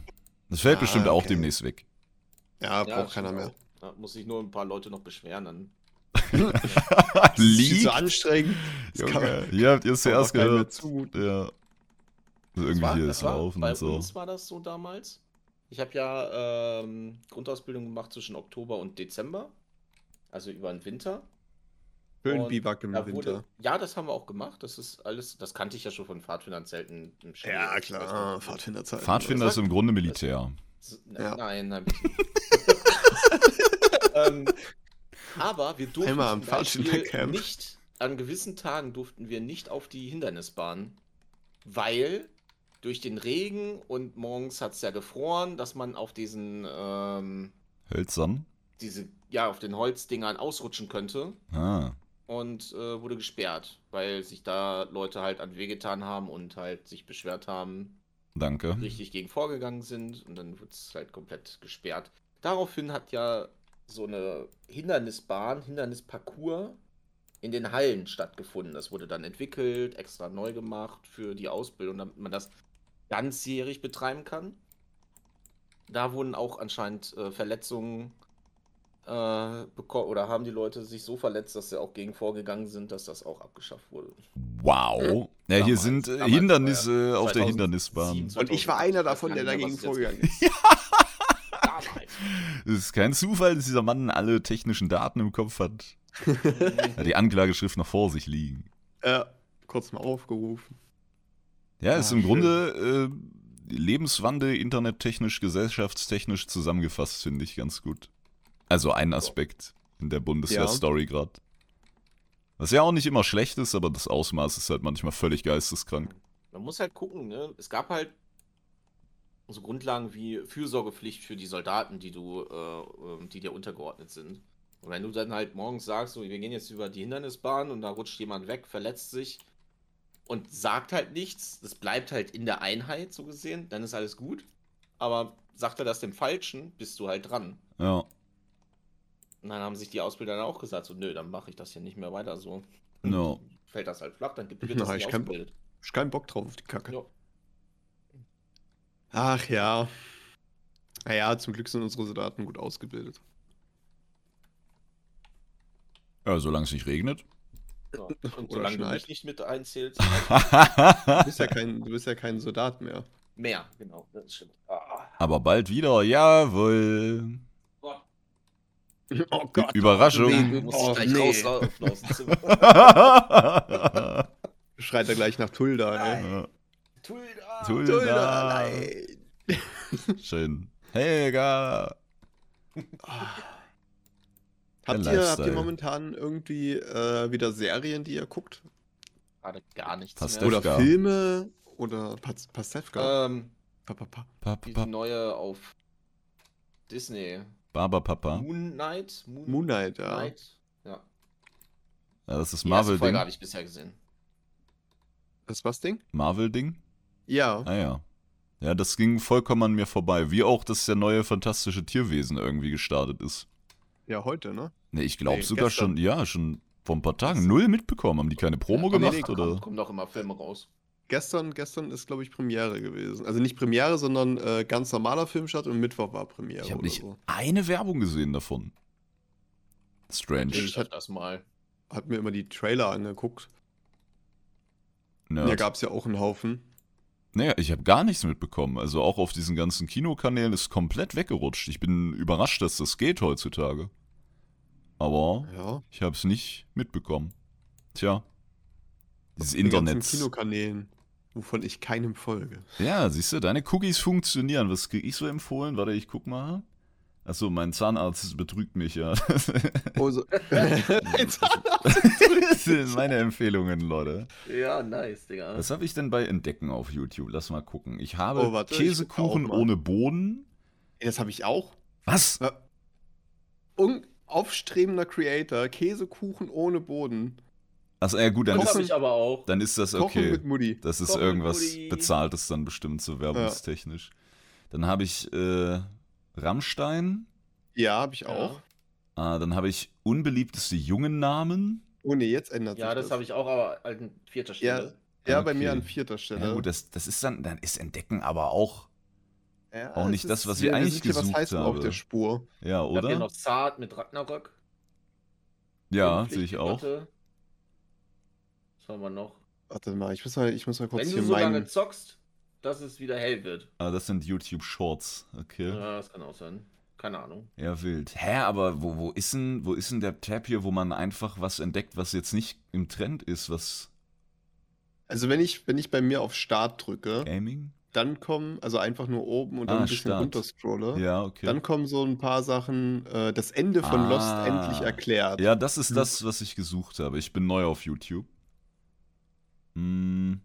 [SPEAKER 3] das fällt
[SPEAKER 1] Ah,
[SPEAKER 3] bestimmt auch
[SPEAKER 1] okay.
[SPEAKER 3] demnächst weg.
[SPEAKER 1] ja,
[SPEAKER 2] Ja,
[SPEAKER 1] braucht keiner
[SPEAKER 2] stimmt
[SPEAKER 1] mehr.
[SPEAKER 2] auch. Da muss sich nur ein paar Leute noch beschweren. Dann.
[SPEAKER 1] Das ist viel
[SPEAKER 3] Leak?
[SPEAKER 1] zu anstrengend. Das kann man-
[SPEAKER 3] Junge, hier habt ihr es
[SPEAKER 1] kann man
[SPEAKER 3] zuerst
[SPEAKER 1] auch keinem mehr
[SPEAKER 3] gehört.
[SPEAKER 1] zumuten.
[SPEAKER 3] Ja. Also irgendwie
[SPEAKER 2] war-
[SPEAKER 3] hier ist
[SPEAKER 2] war-
[SPEAKER 3] Laufen
[SPEAKER 2] bei
[SPEAKER 3] und so.
[SPEAKER 2] uns war das so damals. Ich habe ja ähm, Grundausbildung gemacht zwischen Oktober und Dezember. Also über den Winter.
[SPEAKER 1] Schön
[SPEAKER 2] Und
[SPEAKER 1] Biwak im
[SPEAKER 2] Da
[SPEAKER 1] Winter.
[SPEAKER 2] Wurde, ja, das haben wir auch gemacht. Das ist alles, das kannte ich ja schon von Pfadfinderzelten im Schnee.
[SPEAKER 1] Ja,
[SPEAKER 2] Ich weiß
[SPEAKER 1] klar,
[SPEAKER 2] nicht.
[SPEAKER 1] Pfadfinderzeit.
[SPEAKER 3] Pfadfinder ist im Grunde Militär.
[SPEAKER 2] S-
[SPEAKER 1] Ja.
[SPEAKER 2] ne, Nein, nein, bitte nicht. ähm, aber wir durften
[SPEAKER 1] Einmal am
[SPEAKER 2] zum Beispiel
[SPEAKER 1] Pfadfindercamp.
[SPEAKER 2] nicht, an gewissen Tagen durften wir nicht auf die Hindernisbahn, weil durch den Regen und morgens hat es ja gefroren, dass man auf diesen, ähm,
[SPEAKER 3] Hölzern?
[SPEAKER 2] diese, ja, auf den Holzdingern ausrutschen könnte
[SPEAKER 3] Ah.
[SPEAKER 2] und äh, wurde gesperrt, weil sich da Leute halt an wehgetan haben und halt sich beschwert haben,
[SPEAKER 3] Danke.
[SPEAKER 2] richtig gegen vorgegangen sind und dann wird es halt komplett gesperrt. Daraufhin hat ja so eine Hindernisbahn, Hindernisparcours in den Hallen stattgefunden. Das wurde dann entwickelt, extra neu gemacht für die Ausbildung, damit man das ganzjährig betreiben kann. Da wurden auch anscheinend äh, Verletzungen äh, beko- oder haben die Leute sich so verletzt, dass sie auch gegen vorgegangen sind, dass das auch abgeschafft wurde.
[SPEAKER 3] Wow. Ja, hier
[SPEAKER 2] Damals-
[SPEAKER 3] sind äh,
[SPEAKER 2] damals
[SPEAKER 3] Hindernisse
[SPEAKER 2] war ja
[SPEAKER 3] auf der
[SPEAKER 2] 2007,
[SPEAKER 3] Hindernisbahn.
[SPEAKER 2] 2008.
[SPEAKER 1] Und ich war einer davon, der dagegen
[SPEAKER 2] Was ist jetzt-
[SPEAKER 1] vorgegangen ist.
[SPEAKER 2] Damals.
[SPEAKER 3] Es ist kein Zufall, dass dieser Mann alle technischen Daten im Kopf hat. Ja, die Anklageschrift noch vor sich liegen.
[SPEAKER 1] Äh, kurz mal aufgerufen.
[SPEAKER 3] Ja,
[SPEAKER 1] Ah,
[SPEAKER 3] ist im
[SPEAKER 1] schön.
[SPEAKER 3] Grunde äh, Lebenswandel internettechnisch, gesellschaftstechnisch zusammengefasst, finde ich ganz gut. Also ein Aspekt in der Bundeswehr-Story gerade. Was ja auch nicht immer schlecht ist, aber das Ausmaß ist halt manchmal völlig geisteskrank.
[SPEAKER 2] Man muss halt gucken, ne? Es gab halt so Grundlagen wie Fürsorgepflicht für die Soldaten, die du, äh, ähm, die dir untergeordnet sind. Und wenn du dann halt morgens sagst, so, wir gehen jetzt über die Hindernisbahn und da rutscht jemand weg, verletzt sich und sagt halt nichts, das bleibt halt in der Einheit so gesehen, dann ist alles gut. Aber sagt er das dem Falschen, bist du halt dran.
[SPEAKER 3] Ja.
[SPEAKER 2] Und dann haben sich die Ausbilder dann auch gesagt, so, nö, dann mache ich das hier nicht mehr weiter so.
[SPEAKER 3] Ja.
[SPEAKER 2] Fällt das halt flach, dann gibt wird
[SPEAKER 1] Na,
[SPEAKER 2] das nicht
[SPEAKER 1] ich kann-
[SPEAKER 2] ausgebildet.
[SPEAKER 1] Ich keinen Bock drauf auf die Kacke.
[SPEAKER 2] Ja.
[SPEAKER 1] Ach ja. Naja, zum Glück sind unsere Soldaten gut ausgebildet.
[SPEAKER 3] Ja, solange es nicht regnet.
[SPEAKER 2] Ja. Und solange du
[SPEAKER 1] schneit.
[SPEAKER 2] mich nicht mit einzählst,
[SPEAKER 1] Du bist ja kein, du bist ja kein Soldat mehr.
[SPEAKER 2] mehr, genau, das stimmt. Ah,
[SPEAKER 3] Aber bald wieder, jawohl.
[SPEAKER 2] Gott,
[SPEAKER 1] Oh
[SPEAKER 3] Überraschung.
[SPEAKER 2] muss ich
[SPEAKER 1] Oh,
[SPEAKER 2] gleich
[SPEAKER 1] nee.
[SPEAKER 2] rauslaufen aus dem Zimmer.
[SPEAKER 3] Tulda.
[SPEAKER 1] Schreit er gleich nach Tulda, ey. Ah.
[SPEAKER 2] Tulda!
[SPEAKER 1] nein.
[SPEAKER 3] Schön. Helga.
[SPEAKER 1] Habt
[SPEAKER 3] Der
[SPEAKER 1] ihr, habt
[SPEAKER 3] Lifestyle.
[SPEAKER 1] ihr momentan irgendwie äh, wieder Serien, die ihr guckt?
[SPEAKER 2] Gerade gar nichts
[SPEAKER 3] Passt
[SPEAKER 2] mehr.
[SPEAKER 3] der-
[SPEAKER 1] Oder
[SPEAKER 3] Defka.
[SPEAKER 1] Filme? Oder Paz Pazefka?
[SPEAKER 2] Ähm,
[SPEAKER 1] Pa, pa, pa.
[SPEAKER 3] Pa,
[SPEAKER 2] diese
[SPEAKER 3] pa,
[SPEAKER 2] neue auf Disney.
[SPEAKER 3] Baba Papa.
[SPEAKER 2] Moon Knight? Moon,
[SPEAKER 1] Moon Knight, ja.
[SPEAKER 2] Knight? Ja.
[SPEAKER 3] Ja, das ist
[SPEAKER 2] Die erste Folge
[SPEAKER 3] Marvel-Ding.
[SPEAKER 2] habe ich bisher gesehen.
[SPEAKER 1] Das was Ding?
[SPEAKER 3] Marvel-Ding?
[SPEAKER 1] Ja.
[SPEAKER 3] Ah ja. Ja, das ging vollkommen an mir vorbei. Wie auch, dass der neue fantastische Tierwesen irgendwie gestartet ist.
[SPEAKER 1] Ja, heute, ne?
[SPEAKER 3] Ne, ich glaube
[SPEAKER 1] Nee,
[SPEAKER 3] sogar
[SPEAKER 1] gestern.
[SPEAKER 3] schon, ja, schon vor ein paar Tagen. Null mitbekommen. Haben die keine Promo
[SPEAKER 1] Ja, nee,
[SPEAKER 3] gemacht?
[SPEAKER 1] nee,
[SPEAKER 3] oder?
[SPEAKER 2] Kommen doch immer Filme raus.
[SPEAKER 1] Gestern, gestern ist, glaube ich, Premiere gewesen. Also nicht Premiere, sondern äh, ganz normaler Filmstart und Mittwoch war Premiere.
[SPEAKER 3] Ich habe
[SPEAKER 1] oder
[SPEAKER 3] nicht
[SPEAKER 1] So.
[SPEAKER 3] eine Werbung gesehen davon. Strange.
[SPEAKER 2] Ich hatte das mal.
[SPEAKER 1] Hab mir immer die Trailer angeguckt. Da
[SPEAKER 3] Nerd.
[SPEAKER 1] gab es ja auch einen Haufen.
[SPEAKER 3] Naja, ich habe gar nichts mitbekommen. Also auch auf diesen ganzen Kinokanälen ist komplett weggerutscht. Ich bin überrascht, dass das geht heutzutage. Aber
[SPEAKER 1] Ja.
[SPEAKER 3] ich habe es nicht mitbekommen. Tja. Dieses
[SPEAKER 1] Die ganzen
[SPEAKER 3] Internet.
[SPEAKER 1] Kinokanälen, wovon ich keinem folge.
[SPEAKER 3] Ja, siehst du, deine Cookies funktionieren. Was krieg ich so empfohlen? Warte, ich guck mal. Achso, mein Zahnarzt betrügt mich ja.
[SPEAKER 1] Oh,
[SPEAKER 2] Also
[SPEAKER 1] so.
[SPEAKER 3] das sind meine Empfehlungen, Leute.
[SPEAKER 2] Ja, nice, Digga.
[SPEAKER 3] Was habe ich denn bei Entdecken auf YouTube? Lass mal gucken. Ich habe
[SPEAKER 1] Oh, warte, ich
[SPEAKER 3] Käsekuchen
[SPEAKER 1] guck auch mal.
[SPEAKER 3] ohne Boden.
[SPEAKER 1] das habe ich auch.
[SPEAKER 3] Was?
[SPEAKER 1] Un aufstrebender Creator, Käsekuchen ohne Boden.
[SPEAKER 3] Achso, ja gut, dann
[SPEAKER 2] Komm,
[SPEAKER 1] Kochen-
[SPEAKER 3] ist,
[SPEAKER 2] hab ich aber auch.
[SPEAKER 3] dann ist das
[SPEAKER 1] Kochen
[SPEAKER 3] okay.
[SPEAKER 1] mit Mutti.
[SPEAKER 3] Das ist
[SPEAKER 2] Kochen mit
[SPEAKER 3] irgendwas
[SPEAKER 2] Mutti.
[SPEAKER 3] Bezahltes dann bestimmt, so werbungstechnisch. Dann habe ich äh, Rammstein.
[SPEAKER 1] Ja, habe ich
[SPEAKER 2] Ja.
[SPEAKER 1] auch.
[SPEAKER 3] Ah, dann habe ich unbeliebteste Jungennamen.
[SPEAKER 1] Oh ne, jetzt ändert
[SPEAKER 2] Ja,
[SPEAKER 1] sich
[SPEAKER 2] das habe ich auch, aber an vierter Stelle.
[SPEAKER 1] Ja, bei
[SPEAKER 3] Okay.
[SPEAKER 1] mir an ne? vierter Stelle.
[SPEAKER 3] Ja, gut, das, das ist dann, dann ist Entdecken aber auch,
[SPEAKER 1] Ja,
[SPEAKER 3] auch
[SPEAKER 1] es
[SPEAKER 3] nicht das, was ich
[SPEAKER 1] wir- wir
[SPEAKER 3] eigentlich
[SPEAKER 1] sind hier
[SPEAKER 3] gesucht
[SPEAKER 1] was heißt denn auf
[SPEAKER 3] habe.
[SPEAKER 1] der Spur.
[SPEAKER 3] ja,
[SPEAKER 2] Ich habe hier
[SPEAKER 3] oder?
[SPEAKER 1] genau.
[SPEAKER 2] noch Zart mit Ragnarök.
[SPEAKER 3] Ja,
[SPEAKER 2] Pflicht-
[SPEAKER 3] sehe ich auch.
[SPEAKER 2] Lotte. Was haben wir noch?
[SPEAKER 1] Warte mal, ich muss mal, ich muss mal kurz
[SPEAKER 2] Wenn
[SPEAKER 1] hier
[SPEAKER 2] du so lange
[SPEAKER 1] meinen.
[SPEAKER 2] zockst, dass es wieder hell wird.
[SPEAKER 3] Ah, das sind YouTube Shorts, okay.
[SPEAKER 2] Ja.
[SPEAKER 3] Ja,
[SPEAKER 2] das kann auch sein. Keine Ahnung.
[SPEAKER 3] wild. Hä, aber wo, wo, ist denn, wo ist denn der Tab hier, wo man einfach was entdeckt, was jetzt nicht im Trend ist, was
[SPEAKER 1] Also wenn ich, wenn ich bei mir auf Start drücke,
[SPEAKER 3] Gaming?
[SPEAKER 1] dann kommen, also einfach nur oben und dann
[SPEAKER 3] Ah,
[SPEAKER 1] ein bisschen
[SPEAKER 3] Start.
[SPEAKER 1] runter scrolle,
[SPEAKER 3] Ja,
[SPEAKER 1] Hm?
[SPEAKER 3] okay.
[SPEAKER 1] dann kommen so ein paar Sachen, äh, das Ende von
[SPEAKER 3] Ah.
[SPEAKER 1] Lost endlich erklärt.
[SPEAKER 3] ja, das ist das, was ich gesucht habe. Ich bin neu auf YouTube. Hm,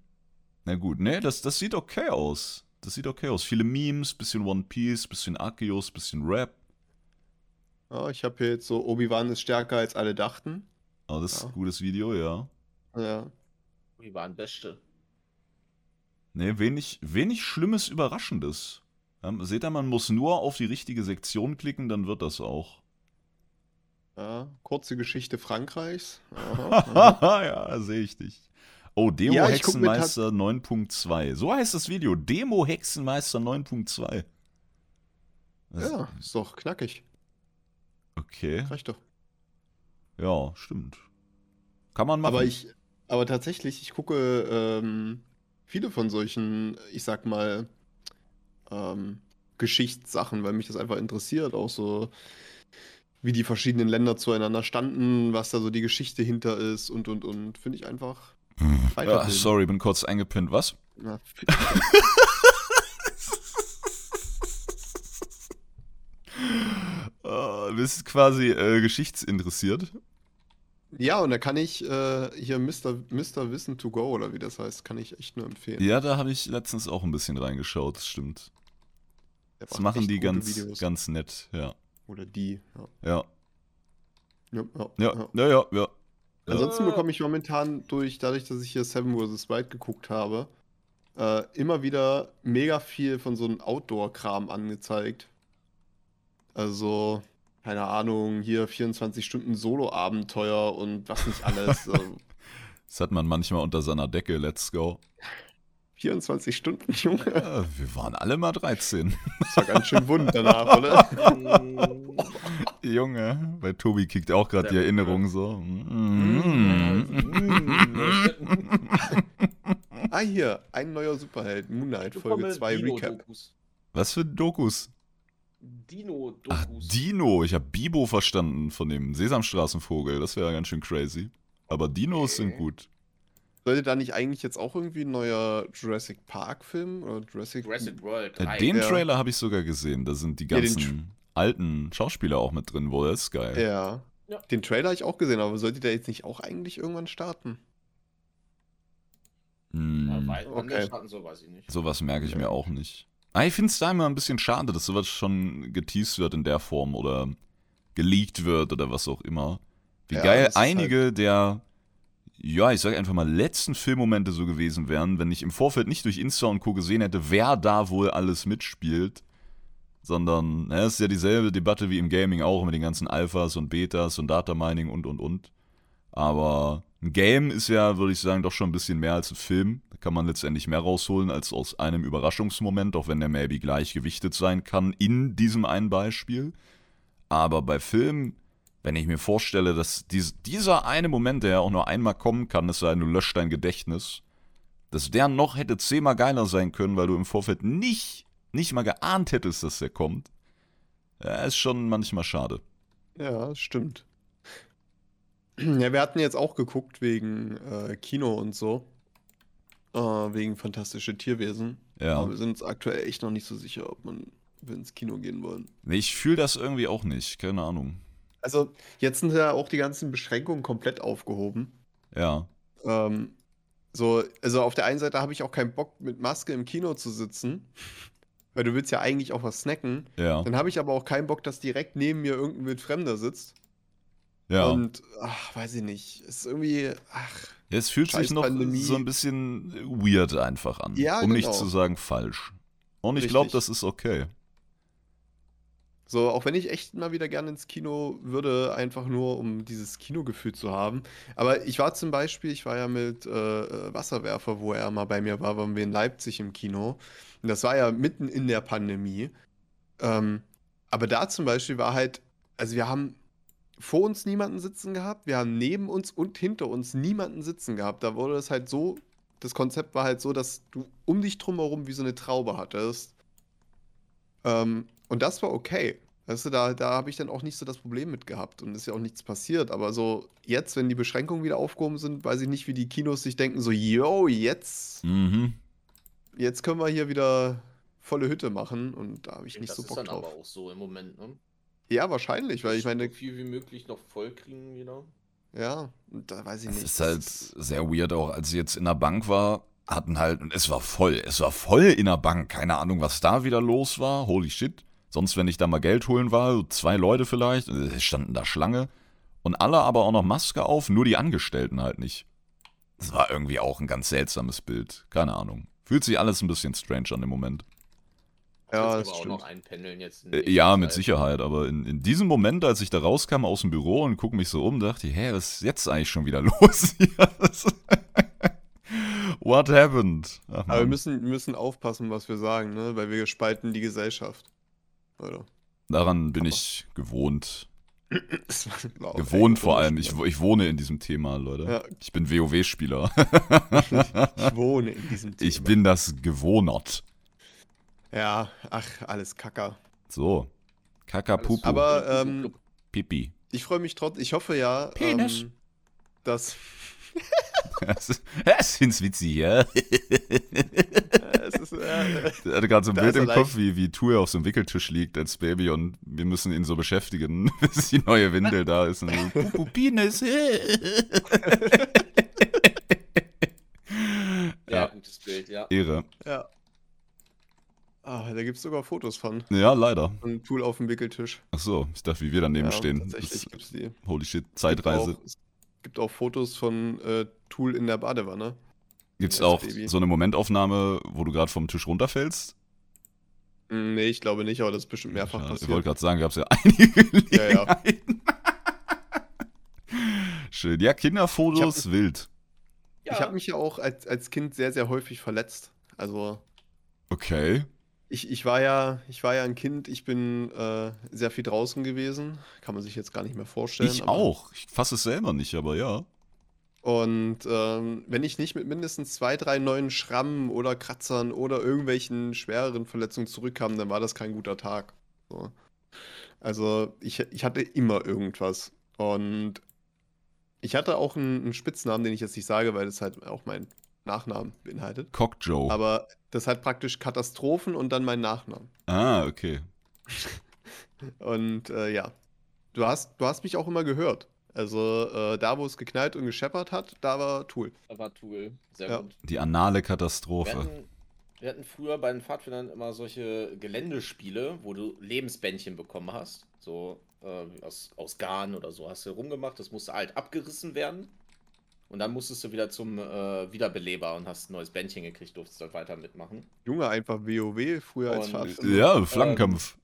[SPEAKER 3] na gut, nee, das, das sieht okay aus. Das sieht okay aus. Viele Memes, bisschen One Piece, bisschen Arceus, bisschen Rap.
[SPEAKER 1] Ja, ich habe hier jetzt so, Obi-Wan ist stärker als alle dachten.
[SPEAKER 3] Ah, das ist
[SPEAKER 1] Ja.
[SPEAKER 3] ein gutes Video, ja.
[SPEAKER 1] Ja.
[SPEAKER 2] Wir waren Beste.
[SPEAKER 3] Nee, wenig, wenig Schlimmes, Überraschendes. Ähm, seht ihr, man muss nur auf die richtige Sektion klicken, dann wird das auch.
[SPEAKER 1] Ja, kurze Geschichte Frankreichs. Aha, aha.
[SPEAKER 3] ja, sehe ich dich. Oh, Demo
[SPEAKER 1] Ja, ich guck mir
[SPEAKER 3] Hexenmeister 9.2. So heißt das Video. Demo Hexenmeister 9.2. Das-
[SPEAKER 1] ja, ist doch knackig.
[SPEAKER 3] Okay.
[SPEAKER 1] Reicht doch.
[SPEAKER 3] Ja, stimmt. Kann man machen.
[SPEAKER 1] Aber ich, aber tatsächlich, ich gucke ähm, viele von solchen, ich sag mal, ähm, Geschichtssachen, weil mich das einfach interessiert, auch so, wie die verschiedenen Länder zueinander standen, was da so die Geschichte hinter ist und und und. Finde ich einfach
[SPEAKER 3] ah,
[SPEAKER 1] weiterbilden.
[SPEAKER 3] sorry, bin kurz eingepinnt. Was?
[SPEAKER 1] Ja.
[SPEAKER 3] Ah, du bist quasi äh, geschichtsinteressiert.
[SPEAKER 1] ja, und da kann ich äh, hier Mr. Mr. Wissen to go oder wie das heißt, kann ich echt nur empfehlen.
[SPEAKER 3] Ja, da habe ich letztens auch ein bisschen reingeschaut, das stimmt.
[SPEAKER 1] Der
[SPEAKER 3] Das
[SPEAKER 1] macht
[SPEAKER 3] machen
[SPEAKER 1] echt
[SPEAKER 3] die
[SPEAKER 1] gute
[SPEAKER 3] ganz,
[SPEAKER 1] Videos.
[SPEAKER 3] ganz nett, ja.
[SPEAKER 1] Oder die. Ja.
[SPEAKER 3] Ja,
[SPEAKER 1] Ja, ja,
[SPEAKER 3] ja,
[SPEAKER 1] ja.
[SPEAKER 3] ja, ja. ja.
[SPEAKER 1] Ansonsten bekomme ich momentan durch, dadurch, dass ich hier Seven vs. Wild geguckt habe, äh, immer wieder mega viel von so einem Outdoor-Kram angezeigt. Also, keine Ahnung, hier 24 Stunden Solo-Abenteuer und was nicht alles. also,
[SPEAKER 3] Das hat man manchmal unter seiner Decke, let's go.
[SPEAKER 1] 24 Stunden, Junge.
[SPEAKER 3] Ja, wir waren alle mal 13.
[SPEAKER 1] Das war ganz schön wund danach, oder?
[SPEAKER 2] Mm,
[SPEAKER 3] Junge, bei Tobi kickt auch gerade die
[SPEAKER 2] Sehr gut,
[SPEAKER 3] Erinnerung so.
[SPEAKER 1] Mhm. Hm.
[SPEAKER 3] Mhm.
[SPEAKER 2] mm,
[SPEAKER 1] Ah, hier, ein neuer Superheld, Moon Knight, Folge 2 Recap.
[SPEAKER 2] Dino-Dokus.
[SPEAKER 3] Was für Dokus?
[SPEAKER 1] Ah,
[SPEAKER 3] Ach,
[SPEAKER 2] Dino-Dokus.
[SPEAKER 3] Dino. Ich habe Bibo verstanden von dem Sesamstraßenvogel. Das wäre ja ganz schön crazy. Aber Dinos sind
[SPEAKER 2] Okay.
[SPEAKER 3] gut.
[SPEAKER 1] Sollte da nicht eigentlich jetzt auch irgendwie ein neuer Jurassic Park-Film oder Jurassic,
[SPEAKER 2] Jurassic
[SPEAKER 1] Äh,
[SPEAKER 2] World
[SPEAKER 3] Ja,
[SPEAKER 2] 3.
[SPEAKER 3] Äh, den
[SPEAKER 1] Ja.
[SPEAKER 3] Trailer habe ich sogar gesehen. Da sind die
[SPEAKER 1] Ja, den
[SPEAKER 3] ganzen alten Schauspieler auch mit drin. Wo das ist geil.
[SPEAKER 1] Ja.
[SPEAKER 2] Ja.
[SPEAKER 1] Den Trailer habe ich auch gesehen, aber sollte der jetzt nicht auch eigentlich irgendwann starten?
[SPEAKER 2] Mal
[SPEAKER 3] Hm.
[SPEAKER 2] weit
[SPEAKER 1] Okay.
[SPEAKER 2] anders hatten so, weiß ich nicht.
[SPEAKER 3] Sowas merke ich
[SPEAKER 1] Ja.
[SPEAKER 3] mir auch nicht. Aber ich finde es da immer ein bisschen schade, dass sowas schon geteased wird in der Form oder geleakt wird oder was auch immer. Wie
[SPEAKER 1] Ja,
[SPEAKER 3] geil
[SPEAKER 1] das ist halt
[SPEAKER 3] einige der, ja, ich sag einfach mal, letzten Filmmomente so gewesen wären, wenn ich im Vorfeld nicht durch Insta und Co. gesehen hätte, wer da wohl alles mitspielt. Sondern, na, es ist ja dieselbe Debatte wie im Gaming auch mit den ganzen Alphas und Betas und Data Mining und und und. Aber ein Game ist ja, würde ich sagen, doch schon ein bisschen mehr als ein Film. Da kann man letztendlich mehr rausholen als aus einem Überraschungsmoment, auch wenn der maybe gleich gewichtet sein kann in diesem einen Beispiel. Aber bei Filmen, wenn ich mir vorstelle, dass dies, dieser eine Moment, der ja auch nur einmal kommen kann, es sei denn, du löscht dein Gedächtnis, dass der noch hätte zehnmal geiler sein können, weil du im Vorfeld nicht, nicht mal geahnt hättest, dass der kommt, ja, ist schon manchmal schade.
[SPEAKER 1] Ja, das stimmt. Ja, wir hatten jetzt auch geguckt wegen äh, Kino und so. Äh, wegen fantastische Tierwesen.
[SPEAKER 3] Ja.
[SPEAKER 1] Aber wir sind uns aktuell echt noch nicht so sicher, ob man wir ins Kino gehen wollen.
[SPEAKER 3] Nee, ich fühle das irgendwie auch nicht, keine Ahnung.
[SPEAKER 1] Also, jetzt sind ja auch die ganzen Beschränkungen komplett aufgehoben.
[SPEAKER 3] Ja.
[SPEAKER 1] Ähm, so, also auf der einen Seite habe ich auch keinen Bock, mit Maske im Kino zu sitzen, weil du willst ja eigentlich auch was snacken.
[SPEAKER 3] Ja,
[SPEAKER 1] Dann habe ich aber auch keinen Bock, dass direkt neben mir irgendein Wildfremder sitzt.
[SPEAKER 3] ja.
[SPEAKER 1] Und, ach, weiß ich nicht, ist irgendwie, ach,
[SPEAKER 3] es fühlt sich
[SPEAKER 1] scheiß
[SPEAKER 3] noch
[SPEAKER 1] Pandemie.
[SPEAKER 3] so ein bisschen weird einfach an.
[SPEAKER 1] Ja,
[SPEAKER 3] um nicht
[SPEAKER 1] genau.
[SPEAKER 3] zu sagen falsch. Und ich glaube,
[SPEAKER 1] Richtig.
[SPEAKER 3] das ist okay.
[SPEAKER 1] so, auch wenn ich echt mal wieder gerne ins Kino würde, einfach nur, um dieses Kinogefühl zu haben. Aber ich war zum Beispiel, ich war ja mit äh, äh, Wasserwerfer, wo er mal bei mir war, waren wir in Leipzig im Kino. Und das war ja mitten in der Pandemie. Ähm, aber da zum Beispiel war halt, also wir haben vor uns niemanden sitzen gehabt, wir haben neben uns und hinter uns niemanden sitzen gehabt. Da wurde es halt so, das Konzept war halt so, dass du um dich drumherum wie so eine Traube hattest. Ähm, und das war okay. Weißt du, da, da habe ich dann auch nicht so das Problem mit gehabt und ist ja auch nichts passiert. Aber so jetzt, wenn die Beschränkungen wieder aufgehoben sind, weiß ich nicht, wie die Kinos sich denken, so, yo, jetzt,
[SPEAKER 3] Mhm.
[SPEAKER 1] jetzt können wir hier wieder volle Hütte machen und da habe ich nicht
[SPEAKER 2] das
[SPEAKER 1] so
[SPEAKER 2] ist
[SPEAKER 1] Bock
[SPEAKER 2] dann
[SPEAKER 1] drauf.
[SPEAKER 2] aber auch so im Moment, ne?
[SPEAKER 1] Ja, wahrscheinlich, weil ich meine,
[SPEAKER 2] so viel wie möglich noch voll kriegen wieder.
[SPEAKER 1] ja, da weiß ich
[SPEAKER 3] Es
[SPEAKER 1] nicht.
[SPEAKER 3] ist
[SPEAKER 1] das
[SPEAKER 3] halt
[SPEAKER 1] ist-
[SPEAKER 3] sehr weird, auch als ich jetzt in der Bank war, hatten halt, und es war voll, es war voll in der Bank. Keine Ahnung, was da wieder los war. Holy shit. Sonst, wenn ich da mal Geld holen war, so zwei Leute vielleicht, äh, standen da Schlange. Und alle aber auch noch Maske auf, nur die Angestellten halt nicht. Das war irgendwie auch ein ganz seltsames Bild. Keine Ahnung. Fühlt sich alles ein bisschen strange an im Moment.
[SPEAKER 1] ja,
[SPEAKER 2] Kannst
[SPEAKER 1] das
[SPEAKER 2] aber auch
[SPEAKER 1] stimmt.
[SPEAKER 2] noch einpendeln jetzt. in
[SPEAKER 3] Äh,
[SPEAKER 2] nächster
[SPEAKER 3] Ja, mit
[SPEAKER 2] Zeit.
[SPEAKER 3] Sicherheit, aber in, in diesem Moment, als ich da rauskam aus dem Büro und guck mich so um, dachte ich, hä, was ist jetzt eigentlich schon wieder los hier? Das- What happened? Ach,
[SPEAKER 1] Aber wir
[SPEAKER 3] Mann.
[SPEAKER 1] müssen, wir müssen aufpassen, was wir sagen, ne? weil wir spalten die Gesellschaft. Oder?
[SPEAKER 3] Daran bin ich gewohnt.
[SPEAKER 1] Das war auch
[SPEAKER 3] Gewohnt
[SPEAKER 1] echt
[SPEAKER 3] vor allem. Ich,
[SPEAKER 1] wunderschön.
[SPEAKER 3] ich wohne in diesem Thema, Leute.
[SPEAKER 1] Ja.
[SPEAKER 3] Ich bin WoW-Spieler.
[SPEAKER 1] ich wohne in diesem Thema.
[SPEAKER 3] Ich bin das gewohnert.
[SPEAKER 1] Ja, ach, alles Kacker.
[SPEAKER 3] So.
[SPEAKER 2] Alles-
[SPEAKER 3] Kakapupu.
[SPEAKER 1] Aber, ähm,
[SPEAKER 3] Pipi.
[SPEAKER 1] Ich freue mich trotzdem, ich hoffe ja,
[SPEAKER 3] Penis.
[SPEAKER 1] Ähm, dass.
[SPEAKER 3] Das ist, das ist witzig, ja?
[SPEAKER 1] Äh, es ist, äh,
[SPEAKER 3] Er hatte gerade so ein
[SPEAKER 1] Da ist
[SPEAKER 3] Bild
[SPEAKER 1] er
[SPEAKER 3] im
[SPEAKER 1] leicht.
[SPEAKER 3] Kopf, wie, wie Tue auf so einem Wickeltisch liegt als Baby und wir müssen ihn so beschäftigen, bis die neue Windel da ist. Und so, "Pupu, Penis.
[SPEAKER 2] Ja,
[SPEAKER 3] Ja.
[SPEAKER 2] gutes Bild, ja.
[SPEAKER 3] Ehre.
[SPEAKER 1] ja. Ah, da gibt es sogar Fotos von.
[SPEAKER 3] Ja, leider.
[SPEAKER 1] Ein Tool auf dem Wickeltisch.
[SPEAKER 3] Ach so, ich dachte, wie wir daneben
[SPEAKER 1] ja,
[SPEAKER 3] stehen.
[SPEAKER 1] Tatsächlich
[SPEAKER 3] Das,
[SPEAKER 1] gibt es die.
[SPEAKER 3] holy shit, Zeitreise.
[SPEAKER 1] Auch, es gibt auch Fotos von äh, Tool in der Badewanne.
[SPEAKER 3] Gibt's
[SPEAKER 1] als
[SPEAKER 3] auch
[SPEAKER 1] Baby.
[SPEAKER 3] so eine Momentaufnahme, wo du gerade vom Tisch runterfällst?
[SPEAKER 1] Hm, nee, ich glaube nicht, aber das ist bestimmt mehrfach
[SPEAKER 3] ja, Ich
[SPEAKER 1] passiert.
[SPEAKER 3] wollte gerade sagen, gab's ja einige
[SPEAKER 1] Ja, ja.
[SPEAKER 3] Gelegenheiten. Schön. Ja, Kinderfotos, wild.
[SPEAKER 1] Ich habe mich ja auch als, als Kind sehr, sehr häufig verletzt. Also
[SPEAKER 3] Okay.
[SPEAKER 1] ich, ich war ja, ich war ja ein Kind, ich bin äh, sehr viel draußen gewesen. Kann man sich jetzt gar nicht mehr vorstellen.
[SPEAKER 3] Ich
[SPEAKER 1] aber-
[SPEAKER 3] auch. Ich fasse es selber nicht, aber ja.
[SPEAKER 1] Und ähm, wenn ich nicht mit mindestens zwei, drei neuen Schrammen oder Kratzern oder irgendwelchen schwereren Verletzungen zurückkam, dann war das kein guter Tag. So. Also ich, ich hatte immer irgendwas. Und ich hatte auch einen, einen Spitznamen, den ich jetzt nicht sage, weil das halt auch meinen Nachnamen beinhaltet.
[SPEAKER 3] Cock Joe.
[SPEAKER 1] Aber das hat praktisch Katastrophen und dann meinen Nachnamen.
[SPEAKER 3] ah, okay.
[SPEAKER 1] Und äh, ja, du hast, du hast mich auch immer gehört. Also äh, da, wo es geknallt und gescheppert hat, da war Tool.
[SPEAKER 2] Da war Tool. Sehr
[SPEAKER 1] Ja.
[SPEAKER 2] gut.
[SPEAKER 3] Die anale
[SPEAKER 2] Wir
[SPEAKER 3] Katastrophe.
[SPEAKER 2] hatten, wir hatten früher bei den Pfadfindern immer solche Geländespiele, wo du Lebensbändchen bekommen hast. So äh, aus, aus Garn oder so hast du rumgemacht. Das musste halt abgerissen werden. Und dann musstest du wieder zum äh, Wiederbeleber und hast ein neues Bändchen gekriegt, durftest dann weiter mitmachen.
[SPEAKER 1] Junge, einfach WoW früher als
[SPEAKER 2] Und-
[SPEAKER 1] Pfadfinder.
[SPEAKER 3] Ja, Flammenkampf.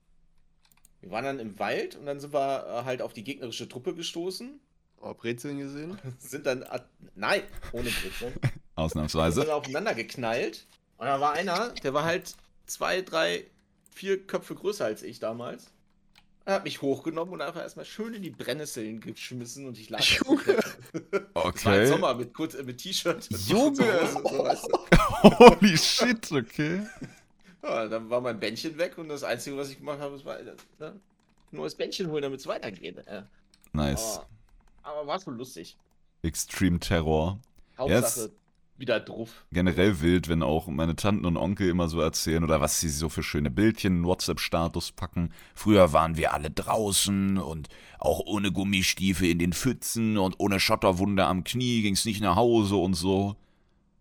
[SPEAKER 2] Wir waren dann im Wald und dann sind wir äh, halt auf die gegnerische Truppe gestoßen.
[SPEAKER 1] Oh, Brezeln gesehen?
[SPEAKER 2] Sind dann. at- Nein, ohne Blitze. sind
[SPEAKER 3] Ausnahmsweise.
[SPEAKER 2] dann aufeinander geknallt. Und da war einer, der war halt zwei, drei, vier Köpfe größer als ich damals. Er hat mich hochgenommen und einfach erstmal schön in die Brennnesseln geschmissen und ich lag. da
[SPEAKER 1] Junge.
[SPEAKER 2] komplett. Es war halt
[SPEAKER 3] Okay.
[SPEAKER 2] Sommer mit, kurz, äh, mit T-Shirt.
[SPEAKER 3] Junge.
[SPEAKER 2] So, so, weißt du.
[SPEAKER 3] Holy shit, okay.
[SPEAKER 2] ja, dann war mein Bändchen weg und das Einzige, was ich gemacht habe, ist, war, äh, ne, ein neues Bändchen holen, damit es weitergeht. Äh,
[SPEAKER 3] Nice.
[SPEAKER 2] aber, aber war schon lustig.
[SPEAKER 3] Extreme Terror.
[SPEAKER 2] Hauptsache wieder drauf.
[SPEAKER 3] generell wild, wenn auch meine Tanten und Onkel immer so erzählen oder was sie so für schöne Bildchen in WhatsApp-Status packen. Früher waren wir alle draußen und auch ohne Gummistiefel in den Pfützen und ohne Schotterwunde am Knie ging's nicht nach Hause und so.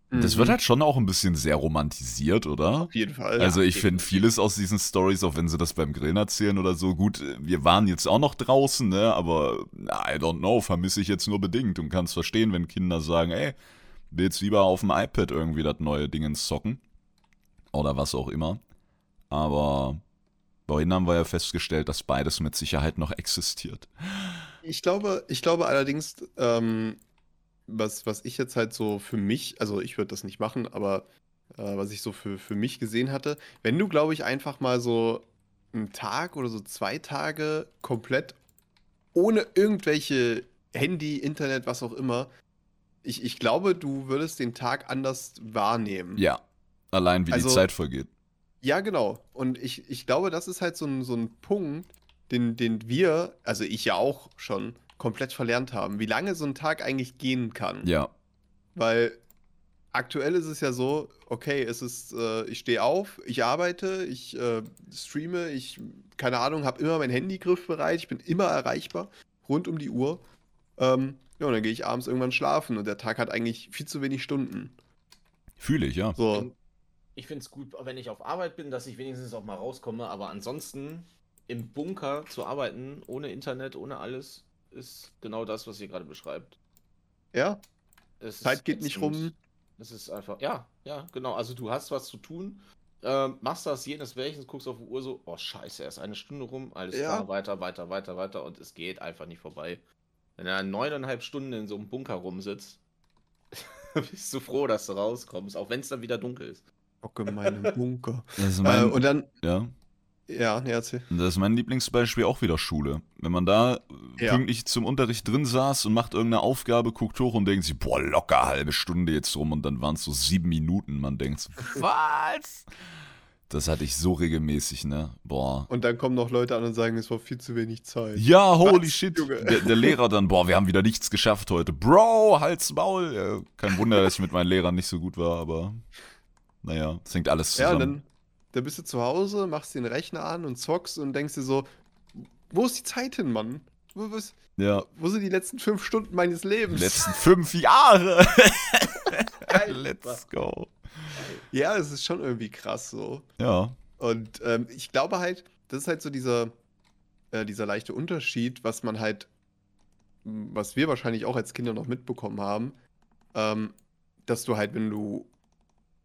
[SPEAKER 3] Das
[SPEAKER 1] Mhm.
[SPEAKER 3] wird halt schon auch ein bisschen sehr romantisiert, oder?
[SPEAKER 1] Auf jeden Fall.
[SPEAKER 3] Also ich finde
[SPEAKER 2] definitiv.
[SPEAKER 3] vieles aus diesen Stories, auch wenn sie das beim Grillen erzählen oder so, gut, wir waren jetzt auch noch draußen, ne, aber I don't know, vermisse ich jetzt nur bedingt und kann's verstehen, wenn Kinder sagen, ey, will jetzt lieber auf dem iPad irgendwie das neue Dingens zocken oder was auch immer. Aber vorhin haben wir ja festgestellt, dass beides mit Sicherheit noch existiert.
[SPEAKER 1] ich, glaube, ich glaube allerdings, ähm, was, was ich jetzt halt so für mich, also ich würde das nicht machen, aber äh, was ich so für, für mich gesehen hatte, wenn du, glaube ich, einfach mal so einen Tag oder so zwei Tage komplett ohne irgendwelche Handy, Internet, was auch immer, ich, ich glaube, du würdest den Tag anders wahrnehmen.
[SPEAKER 3] Ja, allein wie die
[SPEAKER 1] Also-
[SPEAKER 3] Zeit vergeht.
[SPEAKER 1] Ja, genau. Und ich, ich glaube, das ist halt so ein, so ein Punkt, den, den wir, also ich ja auch schon, komplett verlernt haben, wie lange so ein Tag eigentlich gehen kann.
[SPEAKER 3] Ja,
[SPEAKER 1] Weil aktuell ist es ja so, okay, es ist, äh, ich stehe auf, ich arbeite, ich äh, streame, ich, keine Ahnung, habe immer mein Handy griffbereit, ich bin immer erreichbar, rund um die Uhr. Ähm, ja, und dann gehe ich abends irgendwann schlafen und der Tag hat eigentlich viel zu wenig Stunden.
[SPEAKER 3] fühle ich, ja.
[SPEAKER 1] So.
[SPEAKER 2] Und Ich finde es gut, wenn ich auf Arbeit bin, dass ich wenigstens auch mal rauskomme, aber ansonsten im Bunker zu arbeiten, ohne Internet, ohne alles, ist genau das, was ihr gerade beschreibt.
[SPEAKER 1] Ja,
[SPEAKER 2] Es ist
[SPEAKER 1] Zeit geht nicht
[SPEAKER 2] ätzend.
[SPEAKER 1] rum.
[SPEAKER 2] Es ist einfach, ja, ja, genau. Also du hast was zu tun, äh, machst das jenes welches, guckst auf die Uhr so, oh scheiße, erst eine Stunde rum, alles
[SPEAKER 1] Ja.
[SPEAKER 2] klar, weiter, weiter, weiter, weiter und es geht einfach nicht vorbei. Wenn du dann neuneinhalb Stunden in so einem Bunker rumsitzt, bist du froh, dass du rauskommst, auch wenn es dann wieder dunkel ist.
[SPEAKER 1] Bocke meinem Bunker.
[SPEAKER 3] Also
[SPEAKER 1] äh,
[SPEAKER 3] mein,
[SPEAKER 1] und dann,
[SPEAKER 3] ja.
[SPEAKER 1] ja, nee, erzähl.
[SPEAKER 3] Und Das ist mein Lieblingsbeispiel auch wieder Schule. Wenn man da äh,
[SPEAKER 1] Ja.
[SPEAKER 3] pünktlich zum Unterricht drin saß und macht irgendeine Aufgabe, guckt hoch und denkt sich, boah, locker halbe Stunde jetzt rum und dann waren es so sieben Minuten. Man denkt, so, was? Das hatte ich so regelmäßig, ne? Boah.
[SPEAKER 1] Und dann kommen noch Leute an und sagen, es war viel zu wenig Zeit.
[SPEAKER 3] Ja, holy
[SPEAKER 1] Was,
[SPEAKER 3] shit.
[SPEAKER 1] Junge?
[SPEAKER 3] Der, der Lehrer dann, boah, wir haben wieder nichts geschafft heute. Bro, halt's Maul. Ja, kein Wunder, dass ich mit meinen Lehrern nicht so gut war, aber naja, es hängt alles
[SPEAKER 1] Ja,
[SPEAKER 3] zusammen.
[SPEAKER 1] dann, dann bist du zu Hause, machst den Rechner an und zockst und denkst dir so, wo ist die Zeit hin, Mann? Wo, wo, ist-
[SPEAKER 3] ja.
[SPEAKER 1] wo sind die letzten fünf Stunden meines
[SPEAKER 3] Die
[SPEAKER 1] Lebens?
[SPEAKER 3] letzten fünf Jahre. Let's go.
[SPEAKER 1] ja, das ist schon irgendwie krass so.
[SPEAKER 3] Ja.
[SPEAKER 1] Und ähm, ich glaube halt, das ist halt so dieser, äh, dieser leichte Unterschied, was man halt, m, was wir wahrscheinlich auch als Kinder noch mitbekommen haben, ähm, dass du halt, wenn du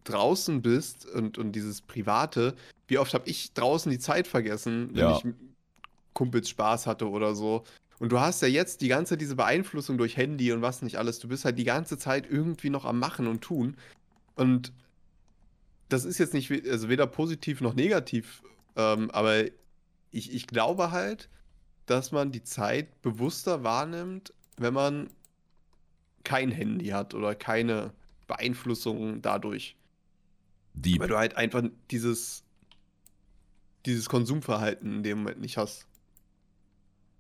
[SPEAKER 1] draußen bist und, und dieses Private, wie oft habe ich draußen die Zeit vergessen, wenn
[SPEAKER 3] Ja.
[SPEAKER 1] ich mit Kumpels Spaß hatte oder so. Und du hast ja jetzt die ganze Zeit diese Beeinflussung durch Handy und was nicht alles. Du bist halt die ganze Zeit irgendwie noch am Machen und Tun. Und das ist jetzt nicht, we- also weder positiv noch negativ, ähm, aber ich, ich glaube halt, dass man die Zeit bewusster wahrnimmt, wenn man kein Handy hat oder keine Beeinflussungen dadurch. Weil
[SPEAKER 3] Dieb.
[SPEAKER 1] du halt einfach dieses, dieses Konsumverhalten in dem Moment nicht hast.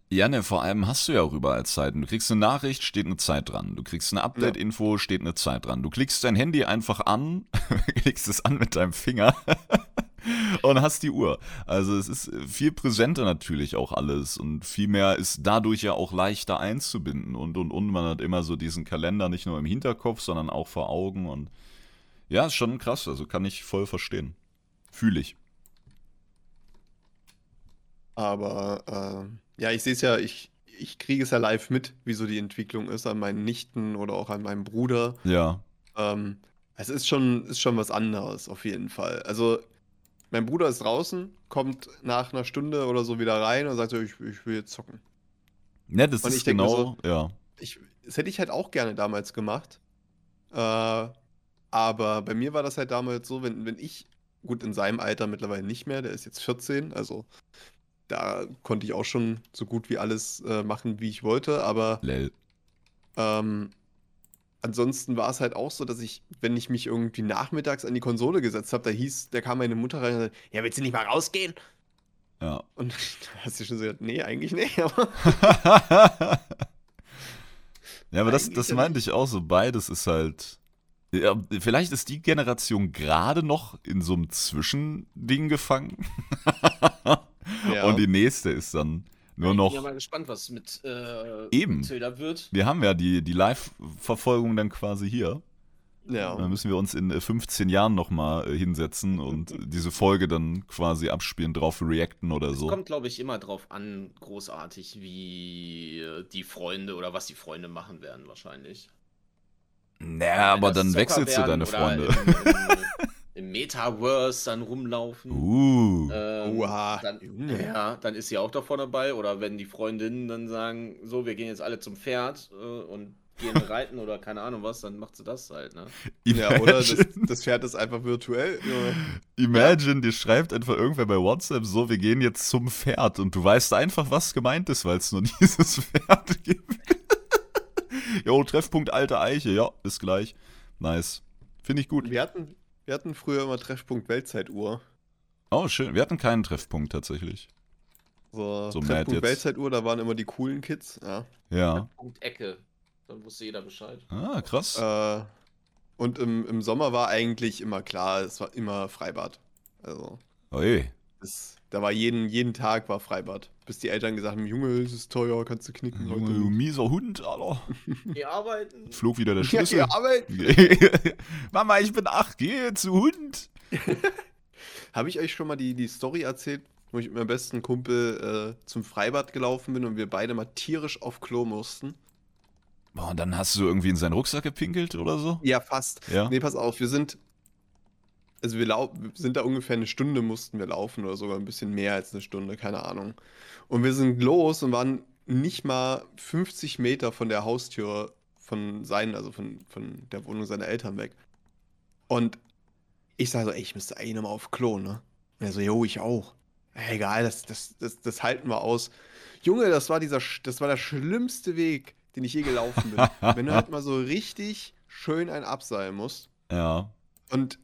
[SPEAKER 3] Ja, ne, vor allem hast du ja auch überall Zeiten. Du kriegst eine Nachricht, steht eine Zeit dran. Du kriegst eine Update-Info, steht eine Zeit dran. Du klickst dein Handy einfach an, klickst es an mit deinem Finger und hast die Uhr. Also es ist viel präsenter natürlich auch alles und viel mehr ist dadurch ja auch leichter einzubinden und und und. Man hat immer so diesen Kalender nicht nur im Hinterkopf, sondern auch vor Augen und ja, ist schon krass. Also kann ich voll verstehen. Fühle ich.
[SPEAKER 1] Aber ähm, ja, ich sehe es ja, ich, ich kriege es ja live mit, wie so die Entwicklung ist an meinen Nichten oder auch an meinem Bruder.
[SPEAKER 3] Ja.
[SPEAKER 1] Ähm, es ist schon, ist schon was anderes, auf jeden Fall. Also, mein Bruder ist draußen, kommt nach einer Stunde oder so wieder rein und sagt so, ich, ich will jetzt zocken.
[SPEAKER 3] Ne, das
[SPEAKER 1] Und ich
[SPEAKER 3] ist
[SPEAKER 1] denk mir
[SPEAKER 3] genau, ja.
[SPEAKER 1] Ich, das hätte ich halt auch gerne damals gemacht. Äh, aber bei mir war das halt damals so, wenn, wenn ich, gut, in seinem Alter mittlerweile nicht mehr, der ist jetzt 14, also da konnte ich auch schon so gut wie alles äh, machen, wie ich wollte, aber
[SPEAKER 3] Lel.
[SPEAKER 1] Ähm, ansonsten war es halt auch so, dass ich, wenn ich mich irgendwie nachmittags an die Konsole gesetzt habe, da hieß, da kam meine Mutter rein und sagte, ja, willst du nicht mal rausgehen?
[SPEAKER 3] Ja.
[SPEAKER 1] Und da hast du schon so gesagt, nee, eigentlich nicht. Aber
[SPEAKER 3] ja, aber das,
[SPEAKER 1] Eigentlich
[SPEAKER 3] das
[SPEAKER 1] ja
[SPEAKER 3] meinte ich auch so. Beides ist halt. Ja, vielleicht ist die Generation gerade noch in so einem Zwischending gefangen.
[SPEAKER 1] ja,
[SPEAKER 3] Und die nächste ist dann nur
[SPEAKER 2] ich
[SPEAKER 3] noch.
[SPEAKER 2] bin ja mal gespannt, was mit äh,
[SPEAKER 3] Eben.
[SPEAKER 2] Zelda wird.
[SPEAKER 3] Wir haben ja die, die Live-Verfolgung dann quasi hier. Da
[SPEAKER 1] ja.
[SPEAKER 3] müssen wir uns in äh, 15 Jahren nochmal hinsetzen und diese Folge dann quasi abspielen, drauf reacten oder
[SPEAKER 2] Es
[SPEAKER 3] so.
[SPEAKER 2] kommt, glaube ich, immer drauf an, großartig, wie äh, die Freunde oder was die Freunde machen werden, wahrscheinlich.
[SPEAKER 3] Naja, aber
[SPEAKER 2] Wenn das
[SPEAKER 3] dann
[SPEAKER 2] Zocker
[SPEAKER 3] wechselst du
[SPEAKER 2] werden
[SPEAKER 3] deine
[SPEAKER 2] oder
[SPEAKER 3] Freunde.
[SPEAKER 2] Im, im, im Metaverse dann rumlaufen.
[SPEAKER 3] Uh.
[SPEAKER 1] äh,
[SPEAKER 2] Ähm,
[SPEAKER 1] Oha,
[SPEAKER 2] dann,
[SPEAKER 1] Junge.
[SPEAKER 2] ja, dann ist sie auch davor dabei. Oder wenn die Freundinnen dann sagen, so, wir gehen jetzt alle zum Pferd äh, und gehen reiten oder keine Ahnung was, dann macht sie das halt, ne?
[SPEAKER 1] ja, oder das, das Pferd ist einfach virtuell. Ja.
[SPEAKER 3] Imagine, dir schreibt einfach irgendwer bei WhatsApp so, wir gehen jetzt zum Pferd und du weißt einfach, was gemeint ist, weil es nur dieses Pferd gibt. Jo, Treffpunkt alte Eiche, ja, bis gleich. Nice. Finde ich gut.
[SPEAKER 1] Wir, hatten, wir hatten früher immer Treffpunkt Weltzeituhr.
[SPEAKER 3] Oh, schön. Wir hatten keinen Treffpunkt tatsächlich.
[SPEAKER 1] So,
[SPEAKER 3] So mad
[SPEAKER 1] Treffpunkt
[SPEAKER 3] jetzt.
[SPEAKER 1] Weltzeituhr, da waren immer die coolen Kids. Ja.
[SPEAKER 3] Ja.
[SPEAKER 2] Punkt Ecke. Dann wusste jeder Bescheid.
[SPEAKER 3] Ah, krass.
[SPEAKER 1] Äh, und im, im Sommer war eigentlich immer klar, es war immer Freibad. Also.
[SPEAKER 3] Oi.
[SPEAKER 1] Das, da war jeden, jeden Tag war Freibad. Bis die Eltern gesagt haben, Junge, es ist teuer, kannst du knicken heute.
[SPEAKER 3] Junge, du mieser Hund, Alter.
[SPEAKER 2] Wir arbeiten.
[SPEAKER 3] Flog wieder der
[SPEAKER 1] Ja,
[SPEAKER 3] Schlüssel.
[SPEAKER 1] ja, aber
[SPEAKER 3] Mama, ich bin acht, geh zu Hund.
[SPEAKER 1] habe ich euch schon mal die, die Story erzählt, wo ich mit meinem besten Kumpel äh, zum Freibad gelaufen bin und wir beide mal tierisch auf Klo mussten?
[SPEAKER 3] Boah, und dann hast du irgendwie in seinen Rucksack gepinkelt oder so?
[SPEAKER 1] Ja, fast.
[SPEAKER 3] Ja.
[SPEAKER 1] Nee, pass auf, wir sind. Also wir, lau wir sind da ungefähr eine Stunde mussten wir laufen oder sogar ein bisschen mehr als eine Stunde, keine Ahnung. Und wir sind los und waren nicht mal 50 Meter von der Haustür von seinen, also von, von der Wohnung seiner Eltern weg. Und ich sage so, ey, ich müsste eigentlich nochmal auf Klo, ne? Und er so, jo, ich auch. "Ja, Egal, das, das, das, das halten wir aus. Junge, das war dieser, sch- das war der schlimmste Weg, den ich je gelaufen bin. Wenn du halt mal so richtig schön ein abseilen musst
[SPEAKER 3] Ja.
[SPEAKER 1] und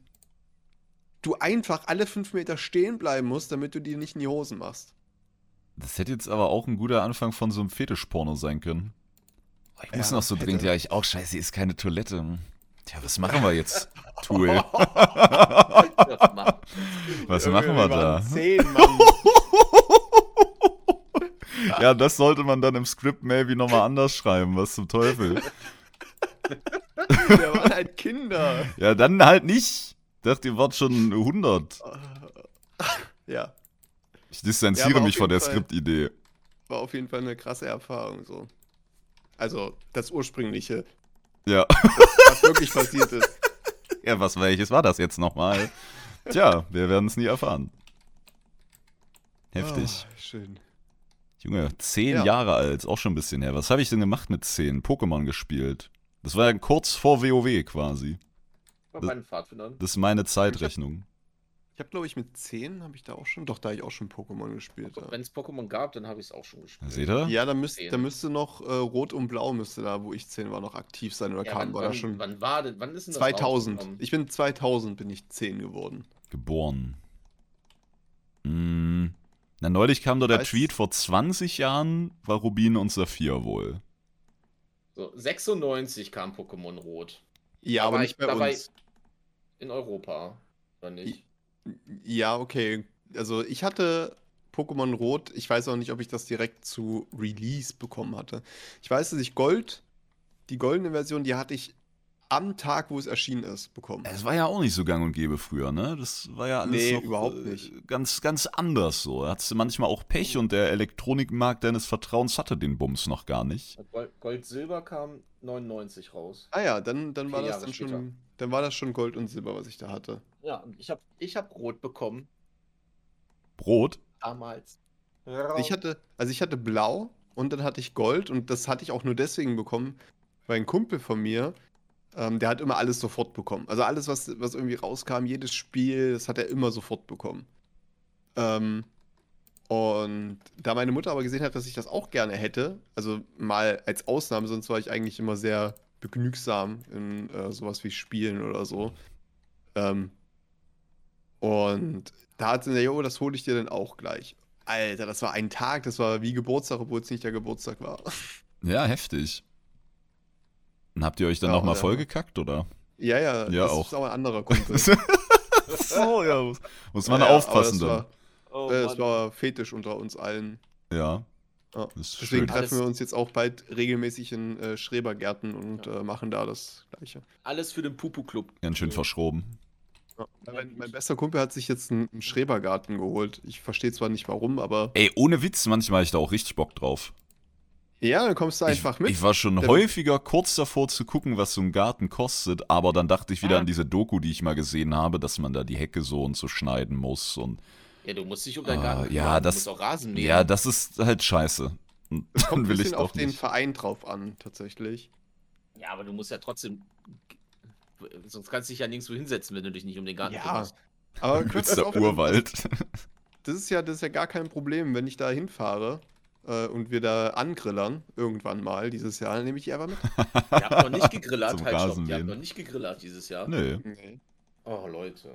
[SPEAKER 1] du einfach alle fünf Meter stehen bleiben musst, damit du dir nicht in die Hosen machst.
[SPEAKER 3] Das hätte jetzt aber auch ein guter Anfang von so einem Fetischporno sein können. Oh, ich muss
[SPEAKER 1] Ja,
[SPEAKER 3] noch so
[SPEAKER 1] hätte.
[SPEAKER 3] dringend, ja, ich auch. Scheiße, hier ist keine Toilette. Hm. Tja, was machen wir jetzt? Tool.
[SPEAKER 2] Das machen.
[SPEAKER 3] Was
[SPEAKER 1] Junge,
[SPEAKER 3] machen wir da?
[SPEAKER 2] Mhm.
[SPEAKER 1] waren Zehn, Mann.
[SPEAKER 3] Ja, das sollte man dann im Skript maybe nochmal anders schreiben. Was zum Teufel?
[SPEAKER 1] Wir waren halt Kinder.
[SPEAKER 3] Ja, dann halt nicht. Ich dachte, ihr wart schon 100.
[SPEAKER 1] Ja,
[SPEAKER 3] Ich
[SPEAKER 1] Ja,
[SPEAKER 3] distanziere
[SPEAKER 1] aber auf
[SPEAKER 3] mich von der
[SPEAKER 1] jeden Fall.
[SPEAKER 3] Skriptidee.
[SPEAKER 1] war auf jeden Fall eine krasse Erfahrung so. Also das ursprüngliche,
[SPEAKER 3] Ja.
[SPEAKER 1] was wirklich passiert ist.
[SPEAKER 3] Ja, was welches war das jetzt nochmal? Tja, wir werden es nie erfahren. Heftig.
[SPEAKER 1] Ah, schön.
[SPEAKER 3] Junge, zehn
[SPEAKER 1] Ja.
[SPEAKER 3] Jahre alt, ist auch schon ein bisschen her. Was habe ich denn gemacht mit zehn? Pokémon gespielt. Das war ja kurz vor WoW quasi.
[SPEAKER 2] Bei
[SPEAKER 3] Das-
[SPEAKER 2] meinen Pfadfindern.
[SPEAKER 3] Das ist meine Zeitrechnung.
[SPEAKER 1] Ich habe, glaube ich, mit 10 habe ich da auch schon. Doch, da habe ich auch schon Pokémon gespielt. Ja,
[SPEAKER 2] Wenn es Pokémon gab, dann habe ich es auch schon gespielt.
[SPEAKER 3] Seht ihr?
[SPEAKER 1] ja da, müsst, da
[SPEAKER 2] 10.
[SPEAKER 1] müsste noch äh, Rot und Blau müsste da, wo ich 10 war, noch aktiv sein. Oder
[SPEAKER 2] Ja,
[SPEAKER 1] kam,
[SPEAKER 2] wann,
[SPEAKER 1] war
[SPEAKER 2] wann,
[SPEAKER 1] da schon.
[SPEAKER 2] wann war denn? Wann ist denn das
[SPEAKER 1] 2000.
[SPEAKER 2] rausgekommen?
[SPEAKER 1] Ich bin 2000 bin ich 10 geworden.
[SPEAKER 3] Geboren. Mm. Na, neulich kam doch der
[SPEAKER 1] Weiß-
[SPEAKER 3] Tweet, vor 20 Jahren war Rubin und Saphir wohl.
[SPEAKER 2] So, 96 kam Pokémon Rot
[SPEAKER 1] Ja,
[SPEAKER 2] Da
[SPEAKER 1] aber
[SPEAKER 2] war
[SPEAKER 1] nicht
[SPEAKER 2] ich-
[SPEAKER 1] bei
[SPEAKER 2] da war
[SPEAKER 1] uns.
[SPEAKER 2] in Europa. Oder nicht?
[SPEAKER 1] Ja, okay. Also ich hatte Pokémon Rot. Ich weiß auch nicht, ob ich das direkt zu Release bekommen hatte. Ich weiß, dass ich Gold, die goldene Version, die hatte ich am Tag, wo es erschienen ist, bekommen.
[SPEAKER 3] Es war ja auch nicht so gang und gäbe früher, ne? Das war ja alles
[SPEAKER 1] Nee,
[SPEAKER 3] noch,
[SPEAKER 1] überhaupt
[SPEAKER 3] äh,
[SPEAKER 1] nicht.
[SPEAKER 3] ganz, ganz anders so. Da hattest du manchmal auch Pech und der Elektronikmarkt deines Vertrauens hatte den Bums noch gar nicht.
[SPEAKER 2] Gold, Gold Silber kam 99 raus.
[SPEAKER 1] Ah ja, dann, dann war
[SPEAKER 2] Vier
[SPEAKER 1] das
[SPEAKER 2] Jahre
[SPEAKER 1] dann
[SPEAKER 2] später.
[SPEAKER 1] schon, dann war das schon Gold und Silber, was ich da hatte.
[SPEAKER 2] Ja, und ich habe ich hab Rot bekommen.
[SPEAKER 3] Brot?
[SPEAKER 2] Damals.
[SPEAKER 1] Ich hatte, also ich hatte Blau und dann hatte ich Gold und das hatte ich auch nur deswegen bekommen, weil ein Kumpel von mir, ähm, der hat immer alles sofort bekommen. Also alles, was, was irgendwie rauskam, jedes Spiel, das hat er immer sofort bekommen. Ähm, und da meine Mutter aber gesehen hat, dass ich das auch gerne hätte, also mal als Ausnahme, sonst war ich eigentlich immer sehr begnügsam in äh, sowas wie Spielen oder so. Ähm, und da hat sie gesagt, jo, das hole ich dir dann auch gleich. Alter, das war ein Tag, das war wie Geburtstag, obwohl es nicht der Geburtstag war.
[SPEAKER 3] Ja, heftig. Und habt ihr euch dann
[SPEAKER 1] Ja,
[SPEAKER 3] nochmal
[SPEAKER 1] oder?
[SPEAKER 3] vollgekackt, oder?
[SPEAKER 1] Ja, ja,
[SPEAKER 3] Ja,
[SPEAKER 1] das
[SPEAKER 3] auch.
[SPEAKER 1] ist aber ein anderer Kumpel.
[SPEAKER 3] so, ja. Muss, muss man
[SPEAKER 1] Ja, ja,
[SPEAKER 3] aufpassen dann.
[SPEAKER 1] aber
[SPEAKER 2] Oh,
[SPEAKER 1] Das war, äh, das
[SPEAKER 2] Mann.
[SPEAKER 1] war fetisch unter uns allen.
[SPEAKER 3] Ja.
[SPEAKER 1] Ja.
[SPEAKER 3] Das ist
[SPEAKER 1] Deswegen halt-
[SPEAKER 3] schön.
[SPEAKER 2] Alles-
[SPEAKER 1] treffen wir uns jetzt auch bald regelmäßig in äh, Schrebergärten und
[SPEAKER 2] Ja.
[SPEAKER 1] äh, machen da das Gleiche.
[SPEAKER 2] Alles für den Pupu-Club.
[SPEAKER 3] Ganz schön verschroben.
[SPEAKER 1] Ja. Mein, mein bester Kumpel hat sich jetzt einen einen Schrebergarten geholt. Ich verstehe zwar nicht warum, aber.
[SPEAKER 3] Ey, ohne Witz, manchmal habe ich da auch richtig Bock drauf.
[SPEAKER 1] Ja, dann kommst du einfach
[SPEAKER 3] ich,
[SPEAKER 1] mit.
[SPEAKER 3] ich war schon
[SPEAKER 1] Der-
[SPEAKER 3] häufiger kurz davor zu gucken, was so ein Garten kostet, aber dann dachte ich wieder
[SPEAKER 2] Ah.
[SPEAKER 3] an diese Doku, die ich mal gesehen habe, dass man da die Hecke so und so schneiden muss und
[SPEAKER 2] Ja, du musst dich um deinen
[SPEAKER 3] Ah,
[SPEAKER 2] Garten
[SPEAKER 3] ja,
[SPEAKER 2] kümmern,
[SPEAKER 3] das-
[SPEAKER 2] du musst auch Rasen mähen.
[SPEAKER 3] ja, das ist halt scheiße. Und
[SPEAKER 1] Kommt
[SPEAKER 3] dann
[SPEAKER 1] ein
[SPEAKER 3] will ich
[SPEAKER 1] bisschen auf
[SPEAKER 3] doch
[SPEAKER 1] den
[SPEAKER 3] nicht.
[SPEAKER 1] Verein drauf an, tatsächlich.
[SPEAKER 2] ja, aber du musst ja trotzdem. Sonst kannst du dich ja nirgendwo hinsetzen, wenn du dich nicht um den Garten
[SPEAKER 1] Ja.
[SPEAKER 2] kümmerst.
[SPEAKER 1] Aber
[SPEAKER 3] Übelster
[SPEAKER 1] Knopf, pass auf,
[SPEAKER 3] Urwald.
[SPEAKER 1] das ist ja, das ist ja gar kein Problem, wenn ich da hinfahre äh, und wir da angrillern irgendwann mal dieses Jahr, dann nehme ich die einfach mit.
[SPEAKER 2] Ihr habt noch nicht gegrillert,
[SPEAKER 3] Zum
[SPEAKER 2] halt stopp. Ihr
[SPEAKER 3] Rasenmähen.
[SPEAKER 2] habt noch nicht gegrillert dieses Jahr.
[SPEAKER 3] Nö.
[SPEAKER 2] Oh, Leute.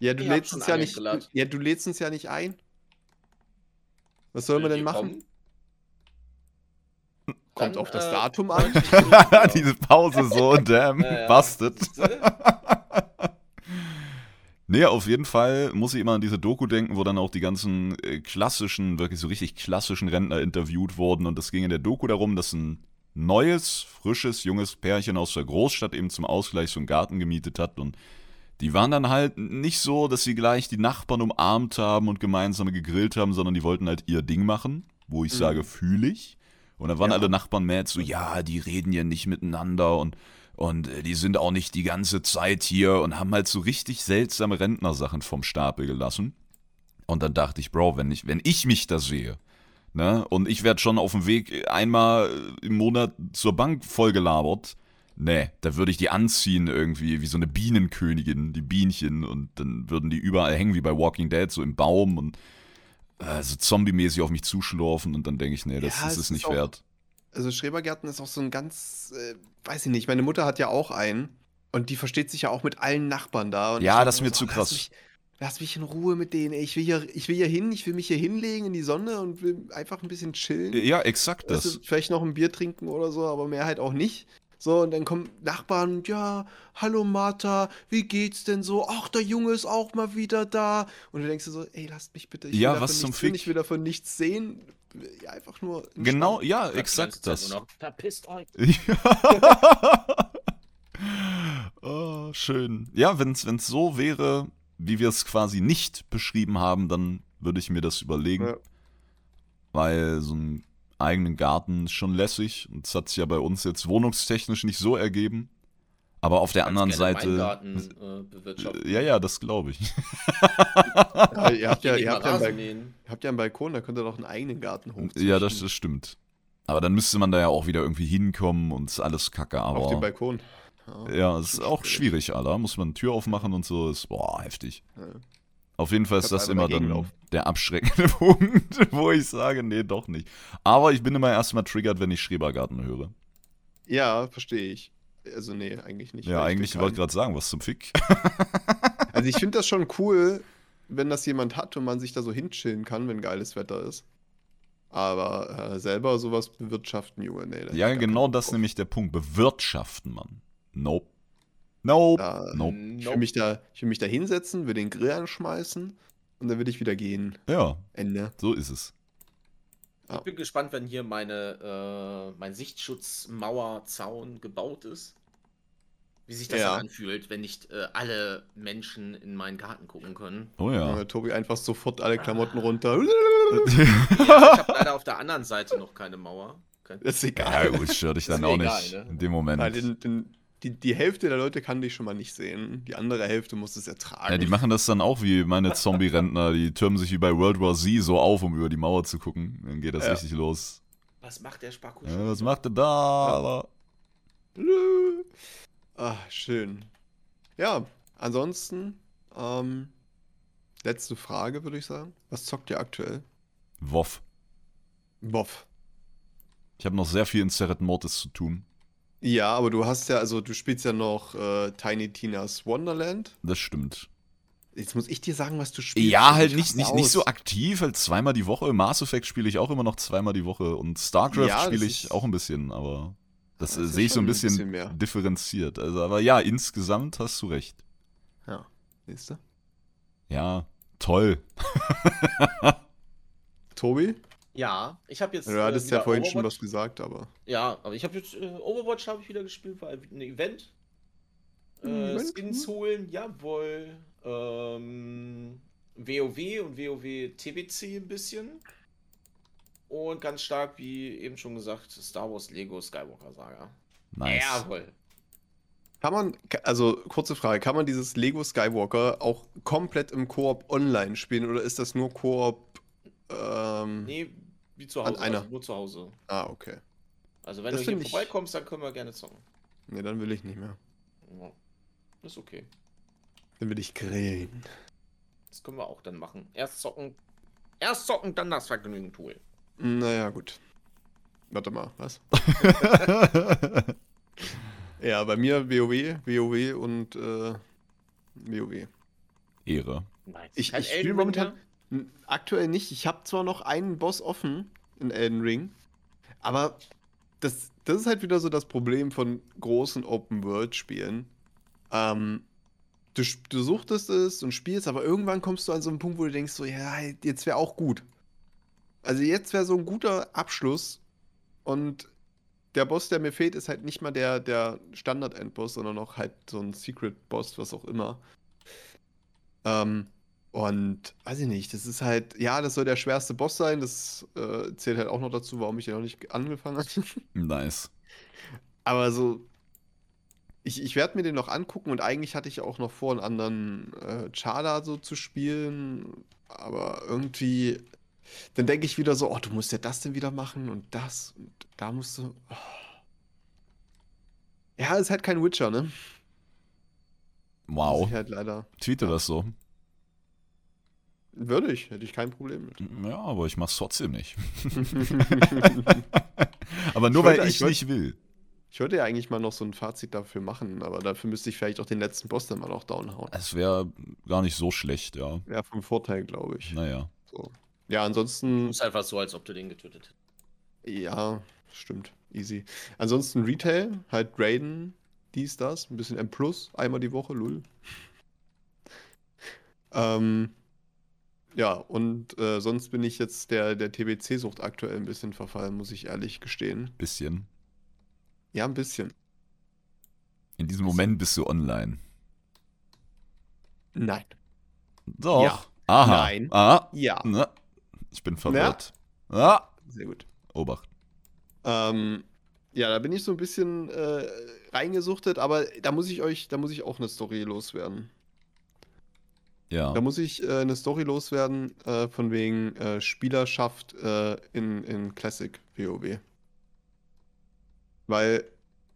[SPEAKER 1] Ja, du
[SPEAKER 2] Ich hab
[SPEAKER 1] lädst
[SPEAKER 2] schon
[SPEAKER 1] uns ja nicht.
[SPEAKER 2] angegrillert.
[SPEAKER 1] Ja, du lädst uns ja nicht ein. Was sollen wir
[SPEAKER 2] Wenn
[SPEAKER 1] denn
[SPEAKER 2] ihr
[SPEAKER 1] machen?
[SPEAKER 2] kommt,
[SPEAKER 1] Kommt
[SPEAKER 2] dann,
[SPEAKER 1] auf das
[SPEAKER 2] äh,
[SPEAKER 1] Datum an.
[SPEAKER 3] Diese Pause so, damn,
[SPEAKER 2] genau. Ja, ja.
[SPEAKER 3] bastet.
[SPEAKER 2] Siehste?
[SPEAKER 3] Nee, auf jeden Fall muss ich immer an diese Doku denken, wo dann auch die ganzen äh, klassischen, wirklich so richtig klassischen Rentner interviewt wurden. Und es ging in der Doku darum, dass ein neues, frisches, junges Pärchen aus der Großstadt eben zum Ausgleich so einen Garten gemietet hat. Und die waren dann halt nicht so, dass sie gleich die Nachbarn umarmt haben und gemeinsam gegrillt haben, sondern die wollten halt ihr Ding machen, wo ich
[SPEAKER 1] Mhm.
[SPEAKER 3] sage, fühle ich. Und dann waren
[SPEAKER 1] Ja.
[SPEAKER 3] alle Nachbarn mad, so, ja, die reden ja nicht miteinander und und äh, die sind auch nicht die ganze Zeit hier und haben halt so richtig seltsame Rentnersachen vom Stapel gelassen. Und dann dachte ich, Bro, wenn ich, wenn ich mich da sehe, ne, und ich werde schon auf dem Weg einmal äh, im Monat zur Bank vollgelabert, ne, da würde ich die anziehen irgendwie, wie so eine Bienenkönigin, die Bienchen, und dann würden die überall hängen, wie bei Walking Dead, so im Baum und äh, so zombie-mäßig auf mich zuschlurfen und dann denke ich, nee, das,
[SPEAKER 1] Ja,
[SPEAKER 3] das
[SPEAKER 1] es
[SPEAKER 3] ist es
[SPEAKER 1] ist
[SPEAKER 3] nicht
[SPEAKER 1] auch-
[SPEAKER 3] wert.
[SPEAKER 1] Also Schrebergärten ist auch so ein ganz, äh, weiß ich nicht. Meine Mutter hat ja auch einen und die versteht sich ja auch mit allen Nachbarn da. Und
[SPEAKER 3] Ja,
[SPEAKER 1] ich denk
[SPEAKER 3] das ist
[SPEAKER 1] immer
[SPEAKER 3] mir zu
[SPEAKER 1] "Lass
[SPEAKER 3] krass."
[SPEAKER 1] Mich, lass mich in Ruhe mit denen. Ey. Ich will hier, ich will hier hin, ich will mich hier hinlegen in die Sonne und will einfach ein bisschen chillen.
[SPEAKER 3] Ja, exakt
[SPEAKER 1] Weißt
[SPEAKER 3] das.
[SPEAKER 1] du, vielleicht noch ein Bier trinken oder so, aber mehr halt auch nicht. So, und dann kommen Nachbarn und ja, hallo Martha, wie geht's denn so? Ach, der Junge ist auch mal wieder da. Und du denkst dir so, ey, lasst mich bitte. Ich
[SPEAKER 3] Ja,
[SPEAKER 1] will davon
[SPEAKER 3] was zum
[SPEAKER 1] nichts hören,
[SPEAKER 3] Fick?
[SPEAKER 1] Ich will davon nichts sehen. Ja, einfach nur. entspannen.
[SPEAKER 3] Genau, ja,
[SPEAKER 2] Sagt die ganze
[SPEAKER 3] exakt
[SPEAKER 2] Zeit
[SPEAKER 3] das.
[SPEAKER 2] nur noch, Verpisst euch.
[SPEAKER 3] Ja. oh, schön. Ja, wenn es so wäre, wie wir es quasi nicht beschrieben haben, dann würde ich mir das überlegen.
[SPEAKER 1] Ja.
[SPEAKER 3] Weil so einen eigenen Garten ist schon lässig. Und es hat sich ja bei uns jetzt wohnungstechnisch nicht so ergeben. Aber auf der
[SPEAKER 2] Ganz
[SPEAKER 3] anderen
[SPEAKER 2] gerne meinen
[SPEAKER 3] Seite.
[SPEAKER 2] Garten, äh, bewirtschaften.
[SPEAKER 3] Ja, ja, das glaube ich.
[SPEAKER 1] Ja, ihr habt ja,
[SPEAKER 2] Ich geh
[SPEAKER 1] ihr
[SPEAKER 2] mal
[SPEAKER 1] habt ja, einen,
[SPEAKER 2] Rasen
[SPEAKER 1] Balkon,
[SPEAKER 2] mähen.
[SPEAKER 1] ihr habt ja einen Balkon, da könnt ihr doch einen eigenen Garten hochziehen.
[SPEAKER 3] ja, das, das stimmt. Aber dann müsste man da ja auch wieder irgendwie hinkommen und ist alles kacke. Aber
[SPEAKER 1] Auf den Balkon.
[SPEAKER 3] Ja, es ist auch schwierig, Alter. Muss man Tür aufmachen und so, ist boah, heftig. Auf jeden Fall ist
[SPEAKER 1] Kannst
[SPEAKER 3] das
[SPEAKER 1] einfach
[SPEAKER 3] immer dann
[SPEAKER 1] dagegenlaufen.
[SPEAKER 3] der abschreckende Punkt, wo ich sage, nee, doch nicht. Aber ich bin immer erstmal triggert, wenn ich Schrebergarten höre.
[SPEAKER 1] Ja, verstehe ich. Also, nee, eigentlich nicht.
[SPEAKER 3] ja,
[SPEAKER 1] weil ich
[SPEAKER 3] eigentlich
[SPEAKER 1] bin
[SPEAKER 3] wollte ich
[SPEAKER 1] kein-
[SPEAKER 3] gerade sagen, was zum Fick.
[SPEAKER 1] Also, ich finde das schon cool, wenn das jemand hat und man sich da so hinchillen kann, wenn geiles Wetter ist. Aber äh, selber sowas bewirtschaften, Junge, nee. da hätte ich
[SPEAKER 3] Ja,
[SPEAKER 1] gar keinen
[SPEAKER 3] genau
[SPEAKER 1] Bock
[SPEAKER 3] das ist
[SPEAKER 1] drauf.
[SPEAKER 3] nämlich der Punkt. Bewirtschaften, Mann. Nope. Nope.
[SPEAKER 1] Da,
[SPEAKER 3] Nope.
[SPEAKER 1] Ich will, mich da, ich will mich da hinsetzen, will den Grill anschmeißen und dann will ich wieder gehen.
[SPEAKER 3] Ja,
[SPEAKER 1] Ende.
[SPEAKER 3] so ist es.
[SPEAKER 2] Ich bin gespannt, wenn hier meine, äh, mein Sichtschutzmauerzaun gebaut ist. Wie sich das
[SPEAKER 1] Ja.
[SPEAKER 2] dann anfühlt, wenn nicht äh, alle Menschen in meinen Garten gucken können.
[SPEAKER 3] Oh ja.
[SPEAKER 1] Junge, Tobi einfach sofort alle Klamotten runter.
[SPEAKER 2] Ja, ich habe leider auf der anderen Seite noch keine Mauer. Kein-
[SPEAKER 1] Das ist
[SPEAKER 3] ja,
[SPEAKER 1] egal.
[SPEAKER 3] gut, stört dich
[SPEAKER 2] Ist
[SPEAKER 3] dann
[SPEAKER 2] mir
[SPEAKER 3] auch
[SPEAKER 2] egal,
[SPEAKER 3] nicht.
[SPEAKER 2] ne?
[SPEAKER 3] In dem Moment.
[SPEAKER 1] Weil den, den, die, die Hälfte der Leute kann dich schon mal nicht sehen. Die andere Hälfte muss es ertragen.
[SPEAKER 3] Ja, die machen das dann auch wie meine Zombie-Rentner, die türmen sich wie bei World War Z so auf, um über die Mauer zu gucken. Dann geht das
[SPEAKER 1] Ja.
[SPEAKER 3] richtig los.
[SPEAKER 2] Was macht der Spacko
[SPEAKER 3] Ja, Äh, was macht ihr da? Aber
[SPEAKER 1] Ah, schön. Ja, ansonsten, ähm, letzte Frage, würde ich sagen. Was zockt ihr aktuell?
[SPEAKER 3] Woff.
[SPEAKER 1] Woff.
[SPEAKER 3] Ich habe noch sehr viel in Seret Mortis zu tun.
[SPEAKER 1] Ja, aber du hast ja, also du spielst ja noch äh, Tiny Tina's Wonderland.
[SPEAKER 3] Das stimmt.
[SPEAKER 1] Jetzt muss ich dir sagen, was du spielst.
[SPEAKER 3] Ja,
[SPEAKER 1] Ich
[SPEAKER 3] halt
[SPEAKER 1] raste
[SPEAKER 3] nicht, nicht, nicht
[SPEAKER 1] aus.
[SPEAKER 3] so aktiv, halt zweimal die Woche. Mass Effect spiele ich auch immer noch zweimal die Woche. Und StarCraft
[SPEAKER 1] Ja, das
[SPEAKER 3] spiele
[SPEAKER 1] ist-
[SPEAKER 3] ich auch ein bisschen, aber das,
[SPEAKER 1] Das ist
[SPEAKER 3] äh,
[SPEAKER 1] ja
[SPEAKER 3] sehe ich so ein
[SPEAKER 1] schon ein
[SPEAKER 3] bisschen,
[SPEAKER 1] bisschen mehr.
[SPEAKER 3] differenziert. Also, aber ja, insgesamt hast du recht.
[SPEAKER 1] Ja, siehst du?
[SPEAKER 3] Ja, toll.
[SPEAKER 1] Tobi?
[SPEAKER 2] Ja, ich habe jetzt. äh,
[SPEAKER 1] Du
[SPEAKER 3] äh,
[SPEAKER 1] hattest ja
[SPEAKER 2] wieder
[SPEAKER 1] vorhin schon
[SPEAKER 2] Overwatch-
[SPEAKER 1] was gesagt, aber.
[SPEAKER 2] Ja, aber ich habe jetzt. Äh, Overwatch habe ich wieder gespielt, war ein Event. Äh,
[SPEAKER 1] Hm, Event,
[SPEAKER 2] Skins holen, jawohl. Ähm, WoW und WoW TBC ein bisschen. Und ganz stark, wie eben schon gesagt, Star Wars Lego Skywalker Saga.
[SPEAKER 3] Nice.
[SPEAKER 2] Jawohl.
[SPEAKER 1] Kann man, also kurze Frage, kann man dieses Lego Skywalker auch komplett im Koop online spielen oder ist das nur Koop? Ähm,
[SPEAKER 2] Nee, wie zu
[SPEAKER 1] An
[SPEAKER 2] Hause.
[SPEAKER 1] einer.
[SPEAKER 2] Also nur zu Hause.
[SPEAKER 1] Ah, okay.
[SPEAKER 2] Also wenn
[SPEAKER 1] Das
[SPEAKER 2] du hier
[SPEAKER 1] find ich-
[SPEAKER 2] vorbeikommst, dann können wir gerne zocken.
[SPEAKER 1] Nee, dann will ich nicht mehr.
[SPEAKER 2] Ja. Ist okay.
[SPEAKER 1] Dann will ich grillen.
[SPEAKER 2] Das können wir auch dann machen. Erst zocken, erst zocken, dann das Vergnügen Tool.
[SPEAKER 1] Naja, gut. Warte mal, was? Ja, bei mir WoW, WoW und äh, WoW.
[SPEAKER 3] Ehre.
[SPEAKER 2] Nice.
[SPEAKER 1] Ich-
[SPEAKER 2] Kein
[SPEAKER 1] ich
[SPEAKER 2] Elden
[SPEAKER 1] spiel
[SPEAKER 2] Ring
[SPEAKER 1] momentan-
[SPEAKER 2] mehr?
[SPEAKER 1] N- Aktuell nicht. Ich habe zwar noch einen Boss offen in Elden Ring, aber das, das ist halt wieder so das Problem von großen Open-World-Spielen. Ähm, du, sch- du suchtest es und spielst, aber irgendwann kommst du an so einen Punkt, wo du denkst, so, ja, jetzt wäre auch gut. Also jetzt wäre so ein guter Abschluss und der Boss, der mir fehlt, ist halt nicht mal der, der Standard-Endboss, sondern auch halt so ein Secret-Boss, was auch immer. Ähm, und weiß ich nicht, das ist halt, ja, das soll der schwerste Boss sein. Das äh, zählt halt auch noch dazu, warum ich ja noch nicht angefangen habe.
[SPEAKER 3] Nice.
[SPEAKER 1] Aber so, ich, ich werde mir den noch angucken und eigentlich hatte ich auch noch vor, einen anderen äh, Chada so zu spielen. Aber irgendwie, dann denke ich wieder so, oh, du musst ja das denn wieder machen und das und da musst du. Oh. Ja, ist halt kein Witcher, ne? Muss
[SPEAKER 3] Wow.
[SPEAKER 1] ich halt leider.
[SPEAKER 3] Tweete das so.
[SPEAKER 1] Würde ich, hätte ich kein Problem mit.
[SPEAKER 3] Ja, aber ich mach's trotzdem nicht. aber nur
[SPEAKER 1] Ich wollte-
[SPEAKER 3] weil ich,
[SPEAKER 1] ich wollte-
[SPEAKER 3] nicht will.
[SPEAKER 1] Ich wollte ja eigentlich mal noch so ein Fazit dafür machen, aber dafür müsste ich vielleicht auch den letzten Boss dann mal noch downhauen.
[SPEAKER 3] Es wäre gar nicht so schlecht, ja.
[SPEAKER 1] Ja, vom Vorteil, glaube ich.
[SPEAKER 3] Naja.
[SPEAKER 1] Ja, ansonsten,
[SPEAKER 2] Ist einfach so, als ob du den getötet hättest.
[SPEAKER 1] ja, stimmt, easy. Ansonsten Retail, halt Raiden, dies, das, ein bisschen M+, einmal die Woche, lul. ähm, ja, und äh, sonst bin ich jetzt der, der TBC-Sucht aktuell ein bisschen verfallen, muss ich ehrlich gestehen.
[SPEAKER 3] Bisschen.
[SPEAKER 1] Ja, ein bisschen.
[SPEAKER 3] In diesem Moment bist du online.
[SPEAKER 1] Nein.
[SPEAKER 3] Doch.
[SPEAKER 1] Ja.
[SPEAKER 3] Aha.
[SPEAKER 1] Nein.
[SPEAKER 3] Ah.
[SPEAKER 1] Ja,
[SPEAKER 3] Na. Ich bin verwirrt. Ah.
[SPEAKER 1] sehr gut.
[SPEAKER 3] Obacht.
[SPEAKER 1] Ähm, ja, da bin ich so ein bisschen äh, reingesuchtet, aber da muss ich euch, da muss ich auch eine Story loswerden.
[SPEAKER 3] Ja.
[SPEAKER 1] Da muss ich äh, eine Story loswerden äh, von wegen äh, Spielerschaft äh, in, in Classic WoW. Weil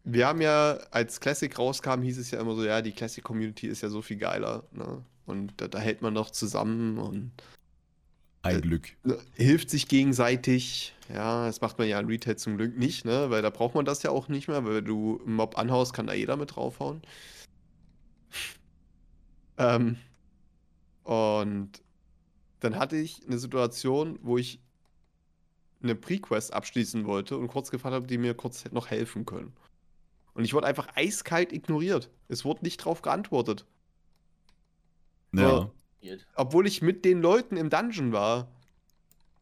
[SPEAKER 1] wir haben ja, als Classic rauskam, hieß es ja immer so, ja, die Classic-Community ist ja so viel geiler. Ne? Und da, da hält man doch zusammen und
[SPEAKER 3] Ein Glück.
[SPEAKER 1] ne, hilft sich gegenseitig. Ja, das macht man ja in Retail zum Glück nicht, ne? Weil da braucht man das ja auch nicht mehr, weil wenn du einen Mob anhaust, kann da jeder mit draufhauen. Ähm, und dann hatte ich eine Situation, wo ich eine Prequest abschließen wollte und kurz gefragt habe, ob die mir kurz hätten noch helfen können. Und ich wurde einfach eiskalt ignoriert. Es wurde nicht drauf geantwortet.
[SPEAKER 3] Ja.
[SPEAKER 1] Obwohl ich mit den Leuten im Dungeon war.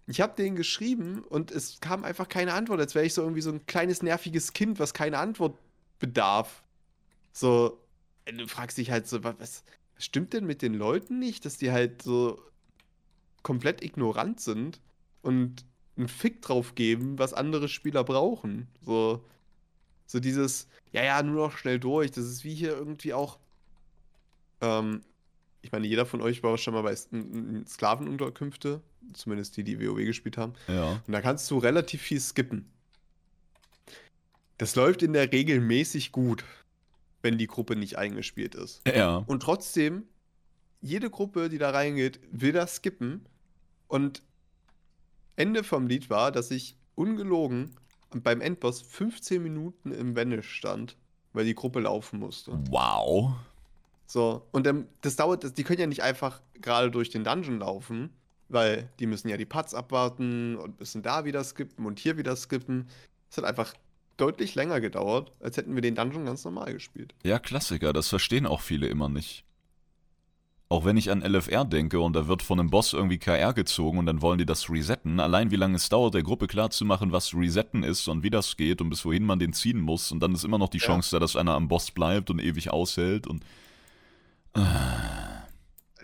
[SPEAKER 1] Ich habe denen geschrieben und es kam einfach keine Antwort, als wäre ich so irgendwie so ein kleines nerviges Kind, was keine Antwort bedarf. So, du fragst dich halt so, wa- was, was stimmt denn mit den Leuten nicht, dass die halt so komplett ignorant sind und einen Fick drauf geben, was andere Spieler brauchen. So, so dieses, ja, ja, nur noch schnell durch. Das ist wie hier irgendwie auch ähm, ich meine, jeder von euch war schon mal bei S- n- n- Sklavenunterkünfte, zumindest die, die WoW gespielt haben.
[SPEAKER 3] Ja.
[SPEAKER 1] Und da kannst du relativ viel skippen. Das läuft in der Regel mäßig gut, wenn die Gruppe nicht eingespielt ist.
[SPEAKER 3] Ja.
[SPEAKER 1] Und trotzdem, jede Gruppe, die da reingeht, will das skippen. Und Ende vom Lied war, dass ich ungelogen beim Endboss 15 Minuten im Vanish stand, weil die Gruppe laufen musste.
[SPEAKER 3] Wow.
[SPEAKER 1] So, und dann, das dauert, das, die können ja nicht einfach gerade durch den Dungeon laufen, weil die müssen ja die Putts abwarten und müssen da wieder skippen und hier wieder skippen. Es hat einfach deutlich länger gedauert, als hätten wir den Dungeon ganz normal gespielt.
[SPEAKER 3] Ja, Klassiker, das verstehen auch viele immer nicht. Auch wenn ich an LFR denke und da wird von einem Boss irgendwie KR gezogen und dann wollen die das resetten, allein wie lange es dauert, der Gruppe klarzumachen, was resetten ist und wie das geht und bis wohin man den ziehen muss und dann ist immer noch die
[SPEAKER 2] Ja.
[SPEAKER 3] Chance da, dass einer am Boss bleibt und ewig aushält und
[SPEAKER 1] Also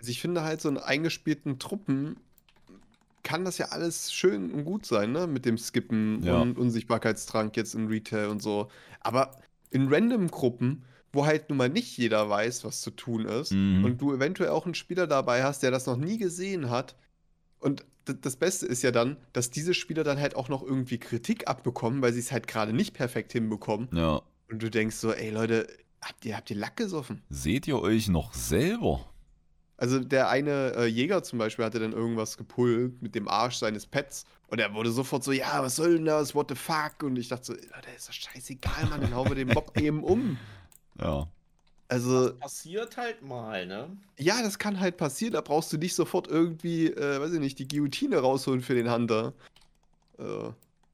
[SPEAKER 1] ich finde halt so in eingespielten Truppen kann das ja alles schön und gut sein, ne? Mit dem Skippen
[SPEAKER 3] Ja.
[SPEAKER 1] und Unsichtbarkeitstrank jetzt in Retail und so. Aber in Random-Gruppen, wo halt nun mal nicht jeder weiß, was zu tun ist,
[SPEAKER 3] Mhm.
[SPEAKER 1] und du eventuell auch einen Spieler dabei hast, der das noch nie gesehen hat. Und d- das Beste ist ja dann, dass diese Spieler dann halt auch noch irgendwie Kritik abbekommen, weil sie es halt gerade nicht perfekt hinbekommen.
[SPEAKER 3] ja,
[SPEAKER 1] Und du denkst so, ey Leute, habt ihr, habt ihr Lack gesoffen?
[SPEAKER 3] seht ihr euch noch selber?
[SPEAKER 1] Also der eine äh, Jäger zum Beispiel hatte dann irgendwas gepullt mit dem Arsch seines Pets und er wurde sofort so, ja, was soll denn das, what the fuck? Und ich dachte so, Leute, ist doch scheißegal, Mann, dann hauen wir den Bob eben um.
[SPEAKER 3] Ja.
[SPEAKER 1] Also,
[SPEAKER 2] Passiert halt mal, ne?
[SPEAKER 1] ja, das kann halt passieren, da brauchst du nicht sofort irgendwie, äh, weiß ich nicht, die Guillotine rausholen für den Hunter. Äh,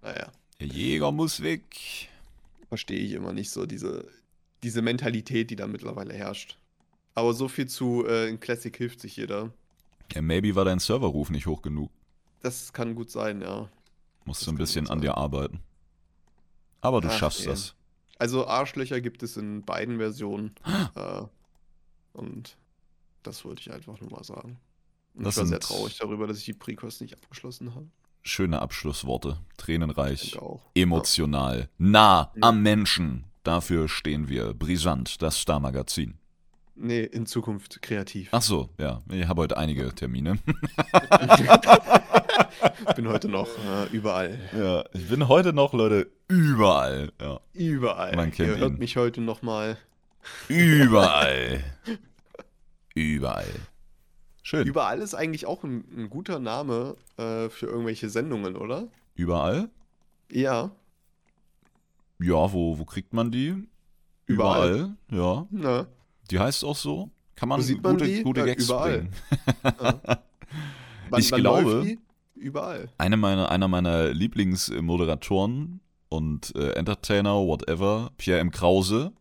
[SPEAKER 1] naja,
[SPEAKER 3] Der Jäger muss weg.
[SPEAKER 1] verstehe ich immer nicht so, diese, diese Mentalität, die da mittlerweile herrscht. Aber so viel zu, äh, in Classic hilft sich jeder.
[SPEAKER 3] Ja, maybe war dein Serverruf nicht hoch genug.
[SPEAKER 1] Das kann gut sein, ja.
[SPEAKER 3] Musst
[SPEAKER 1] Das
[SPEAKER 3] du ein
[SPEAKER 1] kann
[SPEAKER 3] bisschen
[SPEAKER 1] gut
[SPEAKER 3] an
[SPEAKER 1] sein.
[SPEAKER 3] dir arbeiten. Aber du
[SPEAKER 1] Ach,
[SPEAKER 3] schaffst
[SPEAKER 1] ey.
[SPEAKER 3] das.
[SPEAKER 1] Also Arschlöcher gibt es in beiden Versionen. äh, und das wollte ich einfach nur mal sagen. Und
[SPEAKER 3] Das
[SPEAKER 1] ich war sehr
[SPEAKER 3] sind-
[SPEAKER 1] traurig darüber, dass ich die Prequest nicht abgeschlossen habe.
[SPEAKER 3] Schöne Abschlussworte.
[SPEAKER 1] Ich
[SPEAKER 3] Tränenreich.
[SPEAKER 1] denke auch.
[SPEAKER 3] emotional, nah
[SPEAKER 1] Ja.
[SPEAKER 3] am Menschen. Dafür stehen wir. Brisant, das Star-Magazin.
[SPEAKER 1] Nee, in Zukunft kreativ.
[SPEAKER 3] Ach so, ja, ich habe heute einige Termine.
[SPEAKER 1] Ich bin heute noch äh, überall.
[SPEAKER 3] Ja, ich bin heute noch, Leute, überall. Ja,
[SPEAKER 1] Überall.
[SPEAKER 3] Man kennt
[SPEAKER 1] Ihr hört
[SPEAKER 3] ihn.
[SPEAKER 1] mich heute noch mal.
[SPEAKER 3] überall. überall. Schön.
[SPEAKER 1] Überall ist eigentlich auch ein, ein guter Name äh, für irgendwelche Sendungen, oder?
[SPEAKER 3] überall?
[SPEAKER 1] Ja.
[SPEAKER 3] Ja, wo, wo kriegt man die?
[SPEAKER 1] Überall.
[SPEAKER 3] Überall, ja.
[SPEAKER 1] Ne?
[SPEAKER 3] Die heißt auch so. Kann man,
[SPEAKER 1] Wo sieht man
[SPEAKER 3] gute,
[SPEAKER 1] die?
[SPEAKER 3] gute
[SPEAKER 1] Ja,
[SPEAKER 3] Gags
[SPEAKER 1] überall.
[SPEAKER 3] bringen.
[SPEAKER 1] Wann-
[SPEAKER 3] Ich
[SPEAKER 1] wann
[SPEAKER 3] glaube-
[SPEAKER 1] läuft die? Überall.
[SPEAKER 3] Eine meiner, einer meiner Lieblingsmoderatoren und äh, Entertainer, whatever, Pierre M. Krause.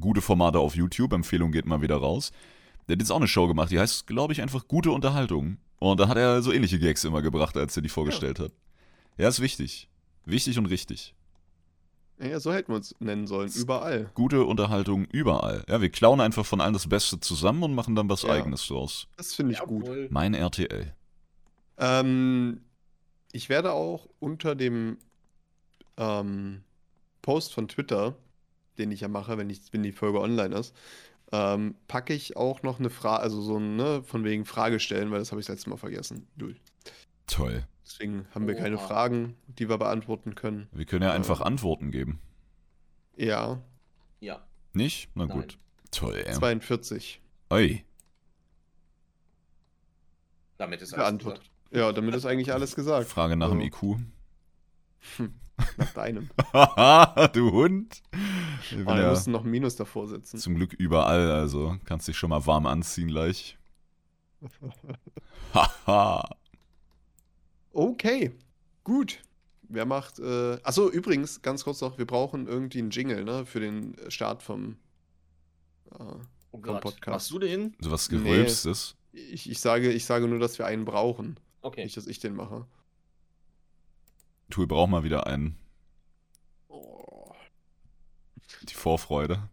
[SPEAKER 3] Gute Formate auf YouTube, Empfehlung geht mal wieder raus. Der hat jetzt auch eine Show gemacht, die heißt, glaube ich, einfach gute Unterhaltung. Und da hat er so ähnliche Gags immer gebracht, als er die vorgestellt hat. Ja, ist wichtig. Wichtig und richtig.
[SPEAKER 1] Ja, so hätten wir uns nennen sollen. Überall.
[SPEAKER 3] Gute Unterhaltung überall. Ja, wir klauen einfach von allen das Beste zusammen und machen dann was
[SPEAKER 1] Ja.
[SPEAKER 3] Eigenes draus.
[SPEAKER 1] Das finde ich gut.
[SPEAKER 2] Jawohl.
[SPEAKER 3] Mein RTL.
[SPEAKER 1] Ähm, ich werde auch unter dem ähm, Post von Twitter, den ich ja mache, wenn, ich, wenn die Folge online ist, ähm, packe ich auch noch eine Frage, also so ein, ne, von wegen Frage stellen, weil das habe ich letztes Mal vergessen. Du.
[SPEAKER 3] Toll.
[SPEAKER 1] Deswegen haben wir keine
[SPEAKER 2] Oha.
[SPEAKER 1] Fragen, die wir beantworten können.
[SPEAKER 3] Wir können ja einfach Antworten geben.
[SPEAKER 1] Ja,
[SPEAKER 2] Ja.
[SPEAKER 3] Nicht? Na
[SPEAKER 2] Nein.
[SPEAKER 3] gut. Toll, ey.
[SPEAKER 1] 42.
[SPEAKER 3] Oi.
[SPEAKER 2] Damit ist
[SPEAKER 1] Gute
[SPEAKER 2] alles
[SPEAKER 1] Antwort.
[SPEAKER 2] gesagt.
[SPEAKER 1] Ja, damit ist eigentlich alles gesagt.
[SPEAKER 3] Frage nach dem
[SPEAKER 1] Also,
[SPEAKER 3] IQ.
[SPEAKER 1] Nach deinem.
[SPEAKER 3] Haha, du Hund. Ich bin
[SPEAKER 1] Aber Ah, wir
[SPEAKER 3] ja
[SPEAKER 1] müssen noch ein Minus davor setzen.
[SPEAKER 3] zum Glück überall, also kannst dich schon mal warm anziehen gleich. Haha.
[SPEAKER 1] Okay, gut. Wer macht. Äh, achso, übrigens, ganz kurz noch: Wir brauchen irgendwie einen Jingle ne, für den Start vom. Äh,
[SPEAKER 2] Oh
[SPEAKER 1] Vom
[SPEAKER 2] Gott.
[SPEAKER 1] Podcast.
[SPEAKER 2] Machst du den?
[SPEAKER 3] so was
[SPEAKER 1] Nee.
[SPEAKER 3] Gerülpstes.
[SPEAKER 1] ich, ich, sage, ich sage nur, dass wir einen brauchen.
[SPEAKER 2] Okay.
[SPEAKER 1] Nicht, dass ich den mache.
[SPEAKER 3] Tui braucht mal wieder einen. Die Vorfreude.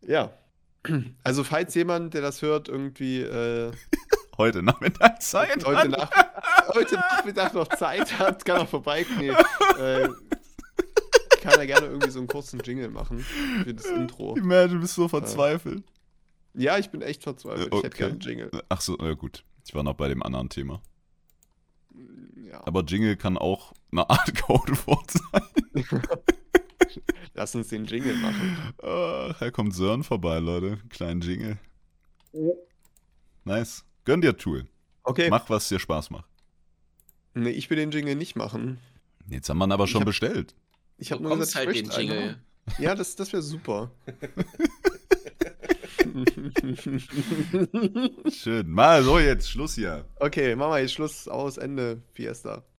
[SPEAKER 1] Ja. Also, falls jemand, der das hört, irgendwie äh,
[SPEAKER 3] Heute Nachmittag Zeit.
[SPEAKER 1] heute, Nach heute Nachmittag noch Zeit hat, kann auch vorbeikommen. Nee, äh, kann er gerne irgendwie so einen kurzen Jingle machen für das Intro.
[SPEAKER 3] Imagine, du bist so verzweifelt.
[SPEAKER 1] Ja, ich bin echt verzweifelt. Äh, Ich hätte
[SPEAKER 3] Okay.
[SPEAKER 1] gerne einen Jingle.
[SPEAKER 3] Ach so, äh, gut. Ich war noch bei dem anderen Thema.
[SPEAKER 1] Ja.
[SPEAKER 3] Aber Jingle kann auch eine Art Codewort sein.
[SPEAKER 1] Lass uns den Jingle machen.
[SPEAKER 3] Ach, da Ah, kommt Sören vorbei, Leute. Kleinen Jingle. Nice. Gönn dir Tool.
[SPEAKER 1] Okay.
[SPEAKER 3] Mach, was dir Spaß macht.
[SPEAKER 1] Nee, ich will den Jingle nicht machen.
[SPEAKER 3] Jetzt haben wir ihn aber
[SPEAKER 1] Ich
[SPEAKER 3] schon
[SPEAKER 1] hab-
[SPEAKER 3] bestellt.
[SPEAKER 1] Ich habe
[SPEAKER 2] Du
[SPEAKER 1] nur
[SPEAKER 2] kommst
[SPEAKER 1] gesagt,
[SPEAKER 2] halt
[SPEAKER 1] ich
[SPEAKER 2] den
[SPEAKER 1] möchte einen
[SPEAKER 2] Jingle.
[SPEAKER 1] haben. Ja, das, das wäre super.
[SPEAKER 3] Schön. Mal so jetzt, Schluss hier.
[SPEAKER 1] okay, machen wir jetzt Schluss aus, Ende, Fiesta.